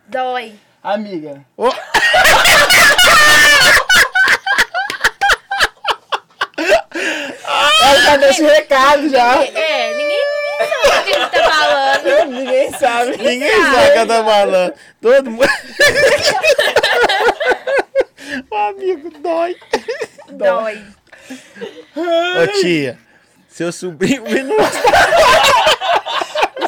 Dói. Amiga, Ô, ela já deixa o recado já. É, ninguém, ninguém sabe o que a gente tá falando. Ninguém sabe. Ninguém sabe o que eu tô falando. Todo mundo. o amigo dói. Dói. Ô tia, seu sobrinho vê nós,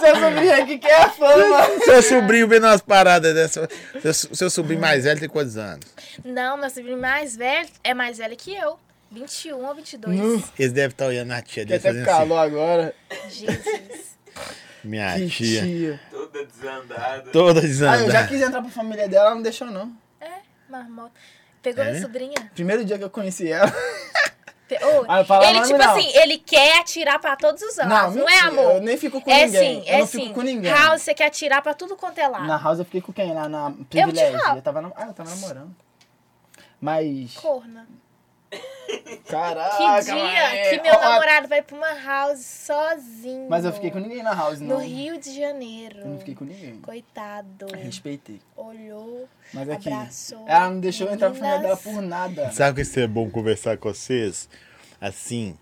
Seu sobrinho aqui que é a fama. seu sobrinho vê umas paradas dessa. Seu, seu sobrinho mais velho tem quantos anos? Não, meu sobrinho mais velho é mais velho que eu. 21 ou 22. Nu. Eles devem estar olhando a tia dele Quer até fazendo assim. calor agora. Jesus. Minha Que tia. tia. Toda desandada. Toda Ah, eu já desandada. quis entrar pra família dela, ela não deixou não. Marmota. Pegou É? minha sobrinha? Primeiro dia que eu conheci ela. Pe- Ô, Ah, fala ele, nome tipo não. assim, ele quer atirar pra todos os lados. Não, é, mentira, amor? Eu nem fico com é ninguém. sim, eu é não sim. fico com ninguém. House, você quer atirar pra tudo quanto é lado. Na house eu fiquei com quem? Lá na privilégio. falo. Eu, tava nam- Ah, eu tava namorando. Mas. Corna. Caraca. Que dia mãe. que meu Ah, Ó, ó, namorado vai pra uma house sozinho. Mas eu fiquei com ninguém na house, não. No Rio de Janeiro. Eu não fiquei com ninguém. Coitado. Respeitei. Olhou. Mas aqui. Abraçou, Ela não deixou eu entrar pra família dela meninas. por um nada. Sabe que seria bom conversar com vocês? Assim,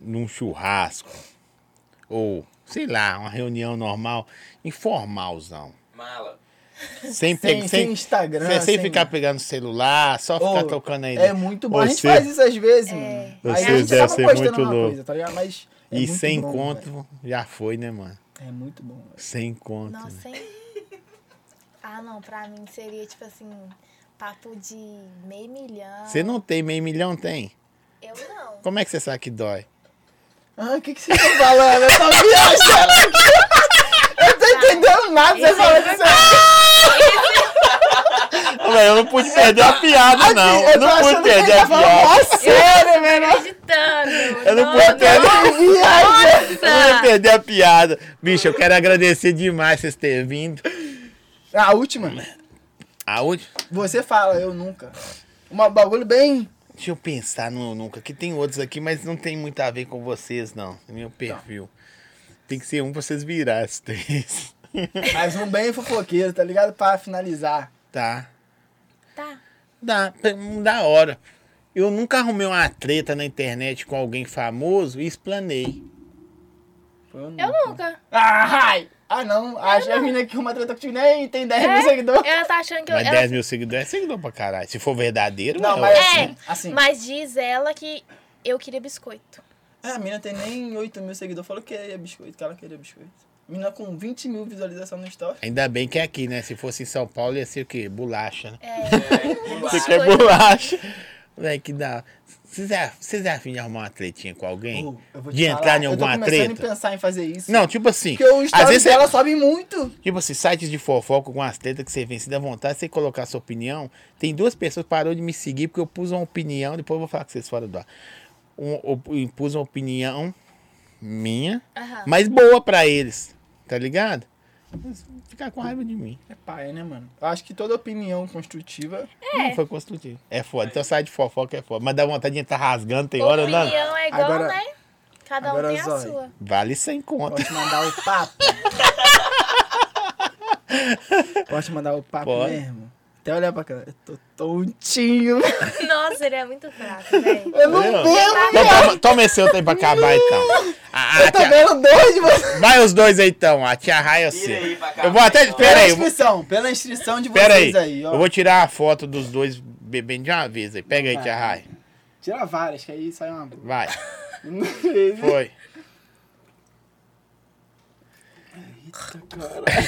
num churrasco. Ou, sei lá, uma reunião normal, informalzão. Mala. Sem, Sem, pe- sem sem, Instagram. Sem, sem ficar pegando celular, só ficar Ô, tocando aí. né? É muito bom. A gente Você- faz isso às vezes, É. mano. Aí Vocês a gente devem acaba ser postando muito uma louco. coisa, tá ligado? Mas. é E muito sem bom, encontro, já foi, né, mano? velho. É muito bom, velho. Sem né? encontro. Nossa, hein? Ah, não, pra mim seria tipo assim, papo de meio milhão. Você não tem meio milhão, tem? Eu não. Como é que você sabe que dói? Ah, o que, que vocês estão falando? Eu tô viajando aqui. Eu tô entendendo nada. Vocês falando isso aí. Ô, velho, eu não pude perder a piada, não. Assim, Eu Eu tô não pude achando que perder ele a tá falando piada. mó sério, velho. tá Acreditando. Eu não pude perder. Viagem. Eu não ia perder a piada. Bicho, eu quero agradecer demais vocês terem vindo. Ah, A última. A última. Você fala, eu nunca. Um bagulho bem. Deixa eu pensar no Eu Nunca, que tem outros aqui, mas não tem muito a ver com vocês, não. no Meu perfil. Tem que ser um pra vocês virar esses três. Mas um bem fofoqueiro, tá ligado? Pra finalizar. Tá. Tá. Da, da hora. Eu nunca arrumei uma treta na internet com alguém famoso e explanei. Eu Eu nunca. Ah, ai. Ah, não. É? Acho que a menina que uma treta contigo nem tem 10 mil seguidores. Ela tá achando que eu. Mas ela- 10 mil seguidores é seguidor pra caralho. Se for verdadeiro, Não, é mas ótimo. assim, É, assim. Mas diz ela que eu queria biscoito. É, a menina tem nem 8 mil seguidores. Falou que queria biscoito, que ela queria biscoito. Menina com 20 mil visualizações no story. Ainda bem que é aqui, né? Se fosse em São Paulo, ia ser o quê? Bolacha, né? Você É, Biscoito. quer bolacha? Véi, que dá. Vocês é, vocês é afim de arrumar uma tretinha com alguém? Oh, eu vou te de entrar falar, em eu alguma tô treta? começando a pensar em fazer isso. Não, tipo assim. Porque o Às story vezes, dela sobe muito. tipo assim, sites de fofoca com as tretas que você vem, se dá vontade, você colocar a sua opinião. Tem duas pessoas que parou de me seguir porque eu pus uma opinião, depois eu vou falar com vocês fora do ar. Um, eu pus uma opinião minha, Aham. mas boa pra eles, tá ligado? Eles Ficar com raiva de mim. É paia, né, mano? Eu acho que toda opinião construtiva. Não foi construtivo. É foda. Então sai de fofoca é foda. Mas dá vontade de entrar rasgando, tem hora, não. Opinião é igual, Agora- né? Cada um agora, tem a Zói. sua. Vale sem conta. Pode mandar o papo. Pode mandar o papo Pode. mesmo. Até olhar pra cá. Eu tô tontinho. Nossa, ele é muito fraco, velho. Eu não Eu? bebo. Então toma, toma esse outro aí pra acabar, então. A- a Eu tô tia- vendo dois de você. vai os dois aí, então. A tia Raia é o Tira seu. aí pra cá, Eu vou até... então. Pera pela aí. eu vou- inscrição, pela inscrição de Pera aí. vocês aí, ó. Eu vou tirar a foto dos dois bebendo de uma vez aí. Pega aí, Vai. tia Raia. Tira várias, que aí sai uma boa. Vai. Foi. Eita, cara.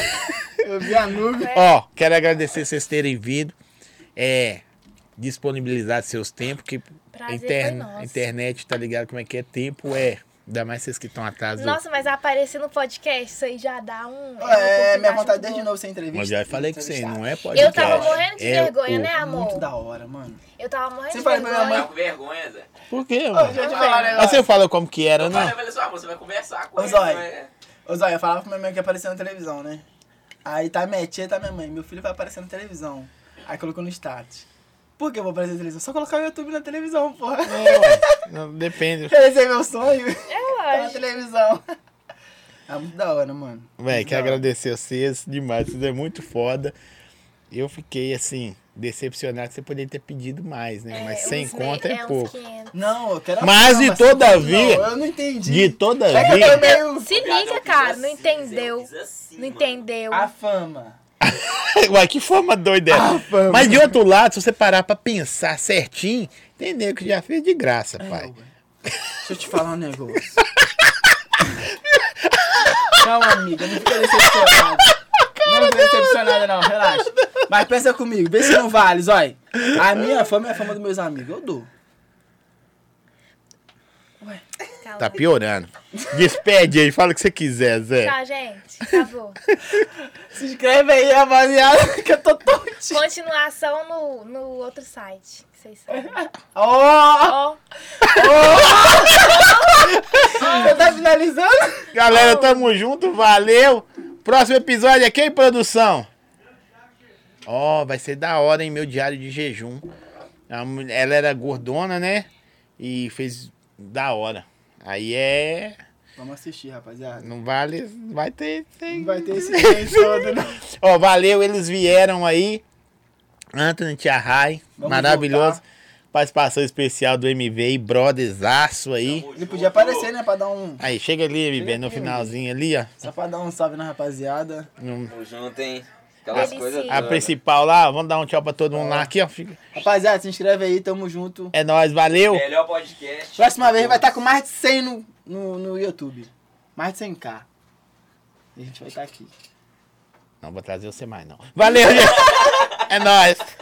Eu vi a nuvem. Ó, quero agradecer vocês terem vindo. É... Disponibilizar seus tempos, que a Prazer foi nosso. internet, tá ligado como é que é? Tempo é. Ainda mais vocês que estão atrás. do- Nossa, mas aparecer no podcast, isso aí já dá um. uma É, minha vontade oportunidade muito desde de boa. novo ser entrevista. Mas já falei que você não é podcast. Eu tava morrendo de É vergonha, o- né, amor? Muito da hora, mano. Eu tava morrendo Você de fala pra vergonha. minha Tá com vergonha, Zé. Por quê, mano? Deixa eu te falar um Mas negócio. você fala como que era, não? Olha, olha só, amor, você vai conversar com Ô, ele. Zói. né? Ô, Zóia, eu falava pra minha mãe que ia aparecer na televisão, né? Aí tá minha tia, tá minha mãe. Meu filho vai aparecer na televisão. Aí colocou no status. Por que eu vou aparecer na televisão? Só colocar o YouTube na televisão, porra. Não, Depende. Esse é meu sonho. É, Tá na lógico. televisão. É muito da hora, mano. Véi, quero Não. agradecer a vocês demais. Vocês é muito foda. Eu fiquei, assim, decepcionado que você poderia ter pedido mais, né? Mas É, sem uns conta mei- é uns pouco. 500. Não, eu quero... Mas, não, de sem toda conta, via- Não, eu não entendi. De toda É que eu vida. também não- Se Viado, eu liga, fiz cara, assim, não Zé, eu entendeu. fiz assim, Não mano. entendeu. A fama. Uai, que forma doida é essa? Ah, vamos. Mas de outro lado, se você parar pra pensar certinho, tem nego que já fez de graça, É, pai. ué. Deixa eu te falar um negócio. Calma, amiga, não fica decepcionada. Não fica decepcionada, não, relaxa. Mas pensa comigo, vê se não vale, zói. A minha fama é a fama dos meus amigos, eu dou. Ué, Cala. Tá piorando. Despede aí, fala o que você quiser, Zé. Tá, gente. Acabou. se inscreve aí, rapaziada, que eu tô tonte. Continuação no, no outro site. Que vocês sabem. Ó, Ó, você tá finalizando? Galera, tamo junto, valeu. Próximo episódio é quem, produção? Ó, vai ser da hora, hein, meu diário de jejum. A mu- Ela era gordona, né? E fez da hora. Aí é. Vamos assistir, rapaziada. Não vale. Vai ter. tem- Não vai ter esse tempo todo, não. Ó, valeu, eles vieram aí. Anthony Tiarrai, Vamos maravilhoso. voltar. Participação especial do MV e brotherzaço aí. Tamo Ele junto. podia aparecer, né, pra dar um... Aí, chega ali, MV, no aqui, finalzinho ali, ó. Só pra dar um salve na rapaziada. No- Tamo junto, hein? Aquelas Delicinha. coisas. A todas. principal lá, vamos dar um tchau pra todo mundo lá aqui, ó. Fica- Rapaziada, se inscreve aí, tamo junto. É nóis, valeu. Melhor podcast. Próxima vez vai tá estar com mais de 100 no, no, no YouTube. Mais de 100k. E a gente vai estar aqui. Não vou trazer você mais, não. Valeu, gente. É nóis.